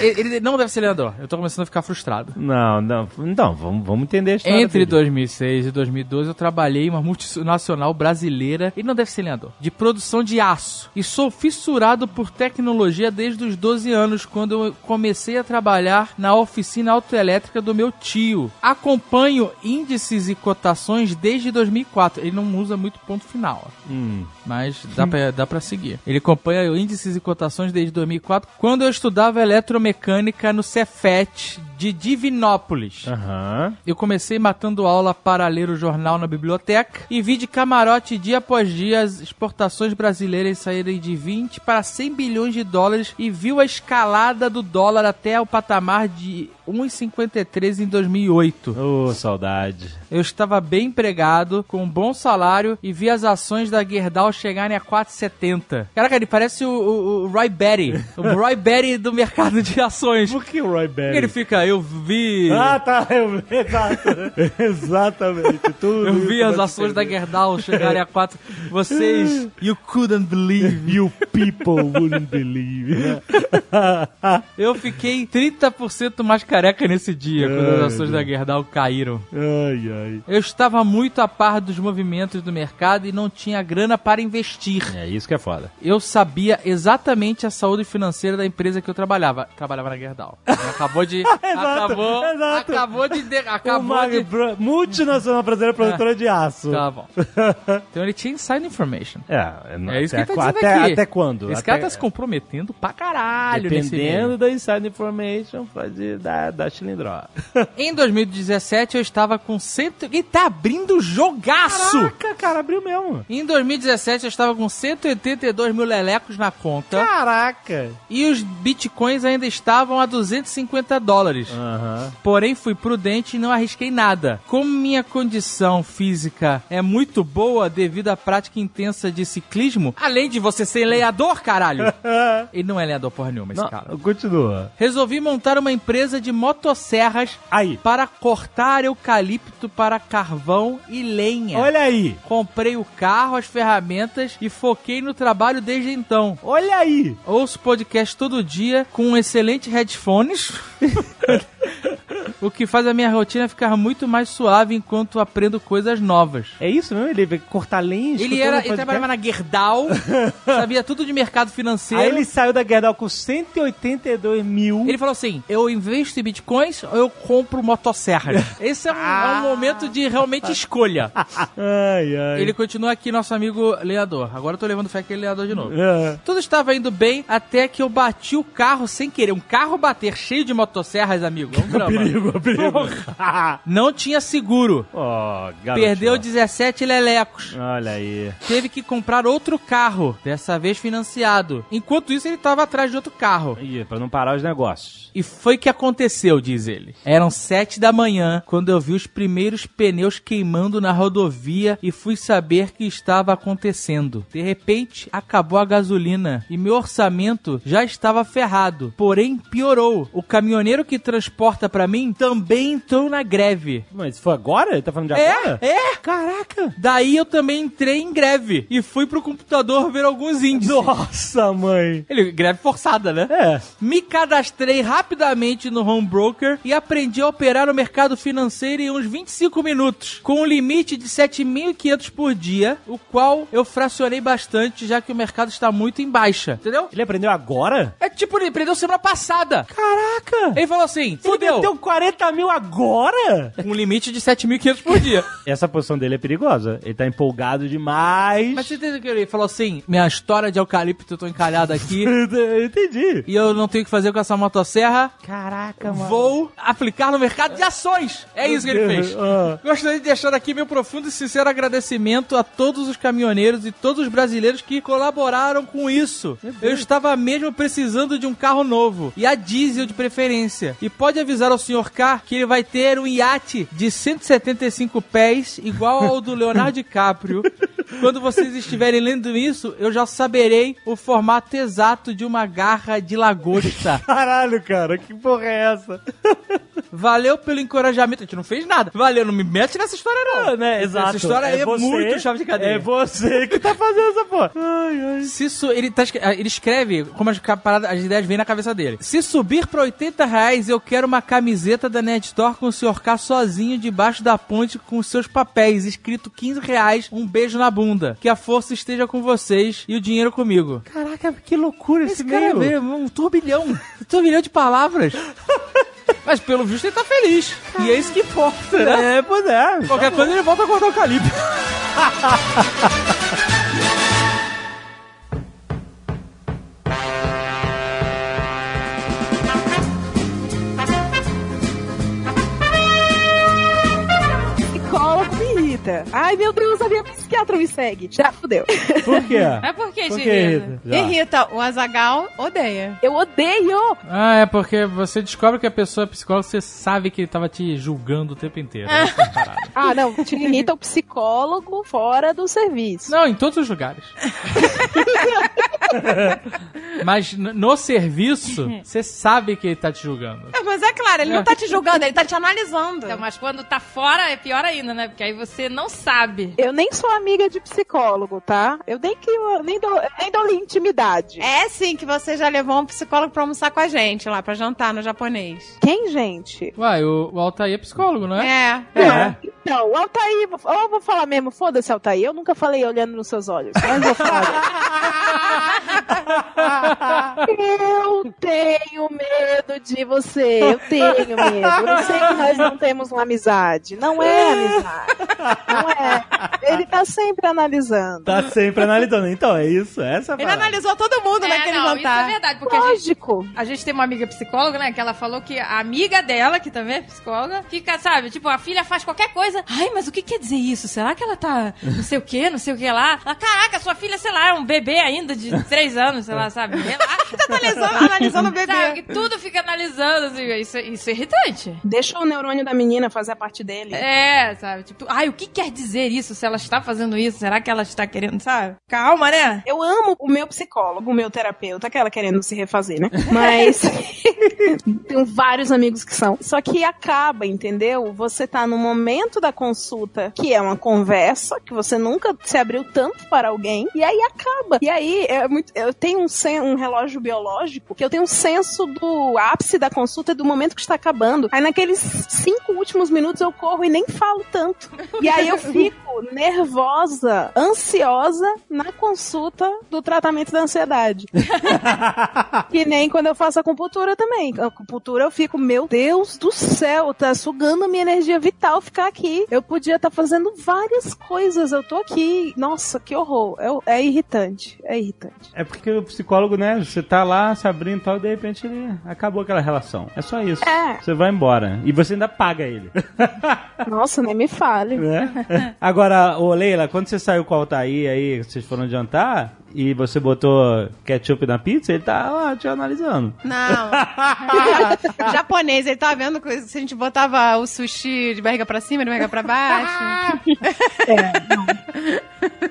Speaker 6: ele, ele não deve ser lenhador. Eu tô começando a ficar frustrado.
Speaker 1: Não, não. Então, vamos, vamos entender a história.
Speaker 6: Entre
Speaker 1: dele.
Speaker 6: 2006 e 2012, eu trabalhei em uma multinacional brasileira, e não deve ser lenhador, de produção de aço. E sou fissurado por tecnologia desde os 12 anos, quando eu comecei a trabalhar na oficina autoelétrica do meu tio. Acompanho índices e cotações desde 2004. Ele não usa muito ponto final. ó.
Speaker 1: Hum.
Speaker 6: Mas dá pra, dá pra seguir. Ele acompanha o índices e cotações desde 2004, quando eu estudava eletromecânica no Cefet de Divinópolis.
Speaker 1: Aham.
Speaker 6: Eu comecei matando aula para ler o jornal na biblioteca e vi de camarote dia após dia as exportações brasileiras saírem de 20 para 100 bilhões de dólares e viu a escalada do dólar até o patamar de 1,53 em 2008.
Speaker 1: Ô, saudade.
Speaker 6: Eu estava bem empregado, com um bom salário e vi as ações da Gerdau chegarem a 4,70. Caraca, ele parece o, o- o Roy Betty, o Roy Betty do mercado de ações.
Speaker 1: Por que o Roy Berry?
Speaker 6: Ele fica, eu vi...
Speaker 1: Ah, tá. Eu... Exato. Exatamente. Tudo
Speaker 6: Eu vi
Speaker 1: isso
Speaker 6: as
Speaker 1: vai
Speaker 6: ações
Speaker 1: se
Speaker 6: da
Speaker 1: perder.
Speaker 6: Gerdau chegarem a 4. Vocês. You couldn't believe.
Speaker 1: You people wouldn't believe.
Speaker 6: Eu fiquei 30% mais careca nesse dia, quando as ações da Gerdau caíram.
Speaker 1: ai, ai.
Speaker 6: Eu estava muito a par dos movimentos do mercado e não tinha grana para investir.
Speaker 1: É isso que é foda.
Speaker 6: Eu sabia exatamente a saúde financeira da empresa que eu trabalhava. Trabalhava na Gerdau. Acabou de. acabou.
Speaker 1: Ah, exato.
Speaker 6: Acabou de. de-
Speaker 1: Uma
Speaker 6: acabou de.
Speaker 1: bra- multinacional brasileira produtora de aço.
Speaker 6: Tá bom. Então ele tinha inside information.
Speaker 1: É, não-
Speaker 6: É isso que ele
Speaker 1: até
Speaker 6: tá
Speaker 1: qua-
Speaker 6: dizendo
Speaker 1: até,
Speaker 6: aqui.
Speaker 1: Até quando?
Speaker 6: Esse
Speaker 1: Até-
Speaker 6: cara tá se comprometendo pra caralho nesse
Speaker 1: Dependendo
Speaker 6: meio.
Speaker 1: da Inside Information, pode dar, dar chilindró.
Speaker 6: Em 2017, eu estava com 100 100... E tá abrindo jogaço!
Speaker 1: Caraca, cara, abriu mesmo.
Speaker 6: Em 2017 eu estava com 182 mil lelecos na conta
Speaker 1: Caraca.
Speaker 6: e os bitcoins ainda estavam a 250 dólares.
Speaker 1: Ah. Aham.
Speaker 6: Porém, fui prudente e não arrisquei nada. Como minha condição física é muito boa devido à prática intensa de ciclismo, além de você ser lenhador, caralho. Ele não é lenhador porra nenhuma, esse
Speaker 1: Não,
Speaker 6: cara.
Speaker 1: Continua.
Speaker 6: Resolvi montar uma empresa de motosserras
Speaker 1: Aí.
Speaker 6: para cortar eucalipto para carvão e lenha.
Speaker 1: Olha aí.
Speaker 6: Comprei o carro, as ferramentas e foquei no trabalho desde então.
Speaker 1: Olha aí.
Speaker 6: Ouço podcast todo dia com um excelente headphones. o que faz a minha rotina ficar muito mais suave enquanto aprendo coisas novas.
Speaker 1: É isso mesmo? Ele vai cortar lenha?
Speaker 6: Ele
Speaker 1: escutando
Speaker 6: era,
Speaker 1: podcast?
Speaker 6: ele trabalhava na Gerdau, sabia tudo de mercado financeiro.
Speaker 1: Aí ele saiu da Gerdau com 182 mil.
Speaker 6: Ele falou assim: eu investo em bitcoins ou eu compro motosserras? Esse é um, é um momento de realmente escolha.
Speaker 1: Ai, ai.
Speaker 6: Ele continua aqui, nosso amigo lenhador. Agora eu tô levando fé que ele é lenhador de novo.
Speaker 1: Ah.
Speaker 6: Tudo estava indo bem até que eu bati o carro sem querer. Um carro bater cheio de motosserras, amigo. É um drama.
Speaker 1: Perigo, perigo.
Speaker 6: Não tinha seguro.
Speaker 1: Ó, garotinho.
Speaker 6: Perdeu 17 lelecos.
Speaker 1: Olha aí.
Speaker 6: Teve que comprar outro carro, dessa vez financiado. Enquanto isso, ele estava atrás de outro carro.
Speaker 1: Ih, pra não parar os negócios.
Speaker 6: E foi que aconteceu, diz ele. Eram sete da manhã quando eu vi os primeiros pneus queimando na rodovia e fui saber que estava acontecendo. De repente, acabou a gasolina e meu orçamento já estava ferrado. Porém, piorou. O caminhoneiro que transporta pra mim também entrou na greve.
Speaker 1: Mas foi agora? Ele tá falando de agora?
Speaker 6: É, é, caraca. Daí eu também entrei em greve e fui pro computador ver alguns índices.
Speaker 1: Nossa, mãe.
Speaker 6: Ele, greve forçada, né?
Speaker 1: É.
Speaker 6: Me cadastrei rapidamente no Home Broker e aprendi a operar no mercado financeiro em uns 25 minutos, com um limite de 7.500 por dia, o qual eu fracionei bastante, já que o mercado está muito em baixa. Entendeu?
Speaker 1: Ele aprendeu agora?
Speaker 6: É tipo, ele aprendeu semana passada.
Speaker 1: Caraca.
Speaker 6: Ele falou assim:
Speaker 1: Ele
Speaker 6: fudeu.
Speaker 1: meteu 40 mil agora?
Speaker 6: Um limite de 7.500 por dia.
Speaker 1: Essa posição dele é perigosa. Ele tá empolgado demais.
Speaker 6: Mas você entendeu que ele falou assim: minha história de eucalipto, eu tô encalhado aqui.
Speaker 1: Eu entendi.
Speaker 6: E eu não tenho o que fazer com essa motosserra.
Speaker 1: Caraca,
Speaker 6: Vou aplicar no mercado de ações. É isso que ele fez.
Speaker 1: Ah.
Speaker 6: Gostaria de deixar aqui meu profundo e sincero agradecimento a todos os caminhoneiros e todos os brasileiros que colaboraram com isso. Eu estava mesmo precisando de um carro novo e a diesel de preferência. E pode avisar ao Sr. K que ele vai ter um iate de 175 pés igual ao do Leonardo DiCaprio. Quando vocês estiverem lendo isso, eu já saberei o formato exato de uma garra de lagosta.
Speaker 1: Caralho, cara, que porra é essa?
Speaker 6: Valeu pelo encorajamento. A gente não fez nada. Valeu, não me mete nessa história, não.
Speaker 1: né? Exato.
Speaker 6: Essa história aí é muito chave de cadeia.
Speaker 1: É você que tá fazendo essa porra. Ai, ai.
Speaker 6: Se isso, ele, tá, esque- ah, ele escreve como as, ca- paradas- as ideias vêm na cabeça dele. Se subir pra 80 reais, eu quero uma camiseta da Nerd Store com o Sr. K sozinho debaixo da ponte com os seus papéis, escrito 15 reais, um beijo na bunda. Que a força esteja com vocês e o dinheiro comigo.
Speaker 1: Caraca, que loucura esse, é
Speaker 6: Esse cara
Speaker 1: meio.
Speaker 6: veio um turbilhão, um turbilhão de palavras. Mas pelo visto ele tá feliz. E é isso que importa, né?
Speaker 1: É, pois é.
Speaker 6: Qualquer coisa ele volta a cortar o calibre.
Speaker 4: Psicólogo me irrita. Ai, meu Deus, a minha psiquiatra me segue. Já fudeu.
Speaker 1: Por quê?
Speaker 6: É
Speaker 2: Mas por que,
Speaker 1: Por
Speaker 2: Por
Speaker 1: que, Rita? Já.
Speaker 3: Irrita, o Azagal odeia.
Speaker 4: Eu odeio.
Speaker 6: Ah, é porque você descobre que a pessoa é psicóloga, você sabe que ele tava te julgando o tempo inteiro.
Speaker 4: Ah, não. Te irrita o psicólogo fora do serviço.
Speaker 6: Não, em todos os lugares. Mas n- no serviço, você sabe que ele tá te julgando.
Speaker 3: É, mas é claro, ele não tá te julgando, ele tá te analisando.
Speaker 2: Então, mas quando tá fora é pior ainda, né? Porque aí você não sabe.
Speaker 4: Eu nem sou amiga de psicólogo, tá? Eu nem, que, eu nem, dou, eu nem dou intimidade.
Speaker 3: É sim que você já levou um psicólogo pra almoçar com a gente lá, pra jantar no japonês.
Speaker 4: Quem, gente?
Speaker 6: Uai, o, o Altair é psicólogo, não é?
Speaker 3: É.
Speaker 6: É.
Speaker 4: Não, o Altair, ou eu vou falar mesmo, foda-se, Altair, eu nunca falei olhando nos seus olhos, mas eu falo.
Speaker 1: É.
Speaker 4: eu tenho medo de você, eu tenho medo. Eu sei que nós não temos uma amizade, não é amizade, não é. Ele tá sempre analisando.
Speaker 1: Tá sempre analisando. Então, é isso. Essa é a
Speaker 3: Ele
Speaker 1: parada.
Speaker 3: analisou todo mundo
Speaker 2: É,
Speaker 3: naquele
Speaker 2: não, isso é
Speaker 3: jantar.
Speaker 2: verdade, porque a gente,
Speaker 4: Lógico.
Speaker 2: a gente tem uma amiga psicóloga, né? Que ela falou que a amiga dela, que também é psicóloga, fica, sabe, tipo, a filha faz qualquer coisa. Ai, mas o que quer dizer isso? Será que ela tá não sei o que, não sei o que lá? Ela, Caraca, sua filha, sei lá, é um bebê ainda de três anos, sei lá, sabe? Relaxa.
Speaker 3: Tá analisando, analisando o bebê.
Speaker 2: Sabe, que tudo fica analisando, assim, isso, isso é irritante.
Speaker 4: Deixa o neurônio da menina fazer a parte dele.
Speaker 2: É, sabe? Tipo, ai, o que quer dizer isso? Se ela está fazendo isso, será que ela está querendo, sabe? Calma, né?
Speaker 4: Eu amo o meu psicólogo, o meu terapeuta, aquela querendo se refazer, né? Mas tenho vários amigos que são. Só que acaba, entendeu? Você tá no momento da consulta, que é uma conversa, que você nunca se abriu tanto para alguém, e aí acaba. E aí é muito, eu tenho um, sen- um relógio biológico que eu tenho um senso do ápice da consulta e do momento que está acabando. Aí naqueles cinco últimos minutos eu corro e nem falo tanto. E aí eu fico nervosa, ansiosa na consulta do tratamento da ansiedade. que nem quando eu faço acupuntura também. Acupuntura eu fico, meu Deus do céu, tá sugando a minha energia vital ficar aqui. Eu podia estar fazendo várias coisas, eu tô aqui. Nossa, que horror. É, é irritante, é irritante.
Speaker 1: É porque o psicólogo, né? Você tá lá se abrindo e tal, e de repente ele acabou aquela relação. É só isso.
Speaker 4: É.
Speaker 1: Você vai embora. E você ainda paga ele.
Speaker 4: Nossa, nem me fale.
Speaker 1: né? Agora, ô Leila, quando você saiu com o Altair aí, vocês foram jantar e você botou ketchup na pizza, ele tá lá te analisando.
Speaker 3: Não. Japonês, ele tava vendo que se a gente botava o sushi de barriga pra cima, de barriga pra baixo.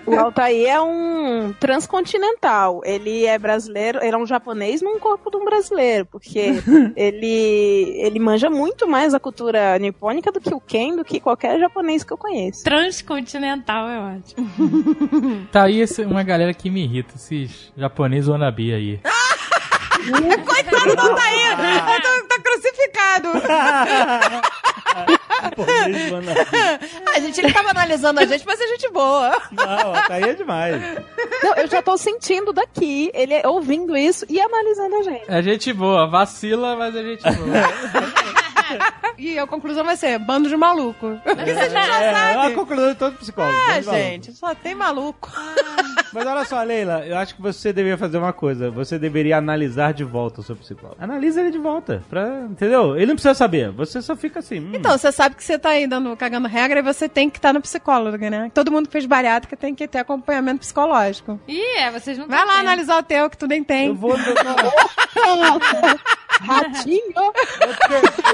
Speaker 4: O Altair é um transcontinental. Ele é brasileiro, ele é um japonês num corpo de um brasileiro, porque ele, ele manja muito mais a cultura nipônica do que o Ken, do que qualquer japonês que eu conheço.
Speaker 2: Transcontinental, eu
Speaker 3: é
Speaker 2: acho.
Speaker 6: Tá aí esse- uma galera que me irrita, esses japoneses wannabe aí.
Speaker 3: Coitado do Altair! Tá, tá crucificado!
Speaker 1: Pô, eles mandam-
Speaker 3: A gente, ele tava analisando a gente, mas é gente boa.
Speaker 1: Não, o Altair é demais.
Speaker 4: Não, eu já tô sentindo daqui, ele é ouvindo isso e analisando a gente.
Speaker 6: É gente boa, vacila, mas é gente boa.
Speaker 3: E a conclusão vai ser: bando de maluco. Isso a gente já
Speaker 1: É, é a
Speaker 3: sabe.
Speaker 1: conclusão de todo psicólogo.
Speaker 3: Ah,
Speaker 1: todo maluco.
Speaker 3: gente, só tem maluco.
Speaker 1: Mas olha só, Leila, eu acho que você deveria fazer uma coisa. Você deveria analisar de volta o seu psicólogo. Analisa ele de volta. Pra, entendeu? Ele não precisa saber. Você só fica assim. hum.
Speaker 3: Então, você sabe que você tá aí dando, cagando regra e você tem que estar no psicólogo, né? Todo mundo que fez bariátrica tem que ter acompanhamento psicológico.
Speaker 2: Ih, é, vocês não
Speaker 3: Vai
Speaker 2: tão
Speaker 3: lá
Speaker 2: tendo.
Speaker 3: analisar o teu, que tu nem tem.
Speaker 1: Eu vou, doutor,
Speaker 4: Ratinho!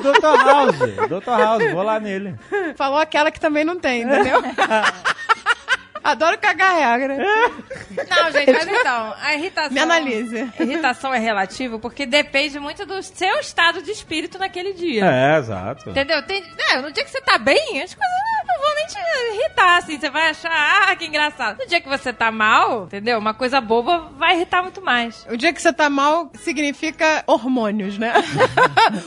Speaker 1: doutor House. Doutor House, vou lá nele.
Speaker 3: Falou aquela que também não tem, entendeu? Adoro cagar regra.
Speaker 2: Não, gente, mas então, a irritação.
Speaker 3: né? Me analise.
Speaker 2: Irritação é relativo porque depende muito do seu estado de espírito naquele dia.
Speaker 1: É, exato.
Speaker 2: Entendeu? Tem, né, no dia que você tá bem, as coisas não vão nem te irritar, assim. Você vai achar, ah, que engraçado. No dia que você tá mal, entendeu? Uma coisa boba vai irritar muito mais.
Speaker 3: O dia que você tá mal significa hormônios, né?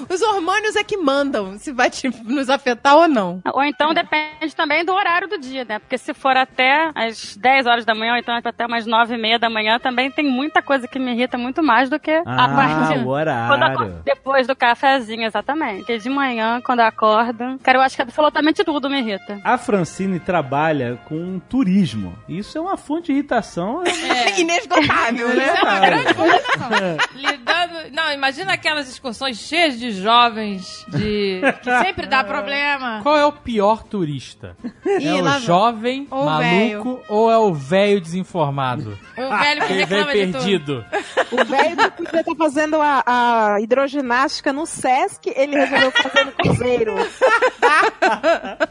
Speaker 3: Os hormônios é que mandam se vai te- nos afetar ou não.
Speaker 5: Ou então depende também do horário do dia, né? Porque se for até as 10 horas da manhã, ou então até umas 9 e meia da manhã, também tem muita coisa que me irrita muito mais do que a
Speaker 1: Ah,
Speaker 5: parte. assim,
Speaker 1: o
Speaker 5: Quando eu acordo,
Speaker 1: horário.
Speaker 5: depois do cafezinho, exatamente. Porque de manhã, quando eu acordo, cara, eu acho que absolutamente tudo me irrita.
Speaker 1: A Francine trabalha com turismo. Isso é uma fonte de irritação.
Speaker 5: É,
Speaker 3: É.
Speaker 1: É,
Speaker 3: Inesgotável, né?
Speaker 2: Lidando. Não, imagina aquelas excursões cheias de jovens, de. que sempre dá problema.
Speaker 6: Qual é o pior turista?
Speaker 3: Ih,
Speaker 6: é
Speaker 3: lá-
Speaker 6: o jovem,
Speaker 3: Ou o
Speaker 6: maluco ou é o velho desinformado?
Speaker 2: O velho que
Speaker 6: Ele vem
Speaker 2: reclama de tudo.
Speaker 6: perdido.
Speaker 4: O velho que podia estar fazendo a, a hidroginástica no Sesc, ele resolveu fazer no Cruzeiro.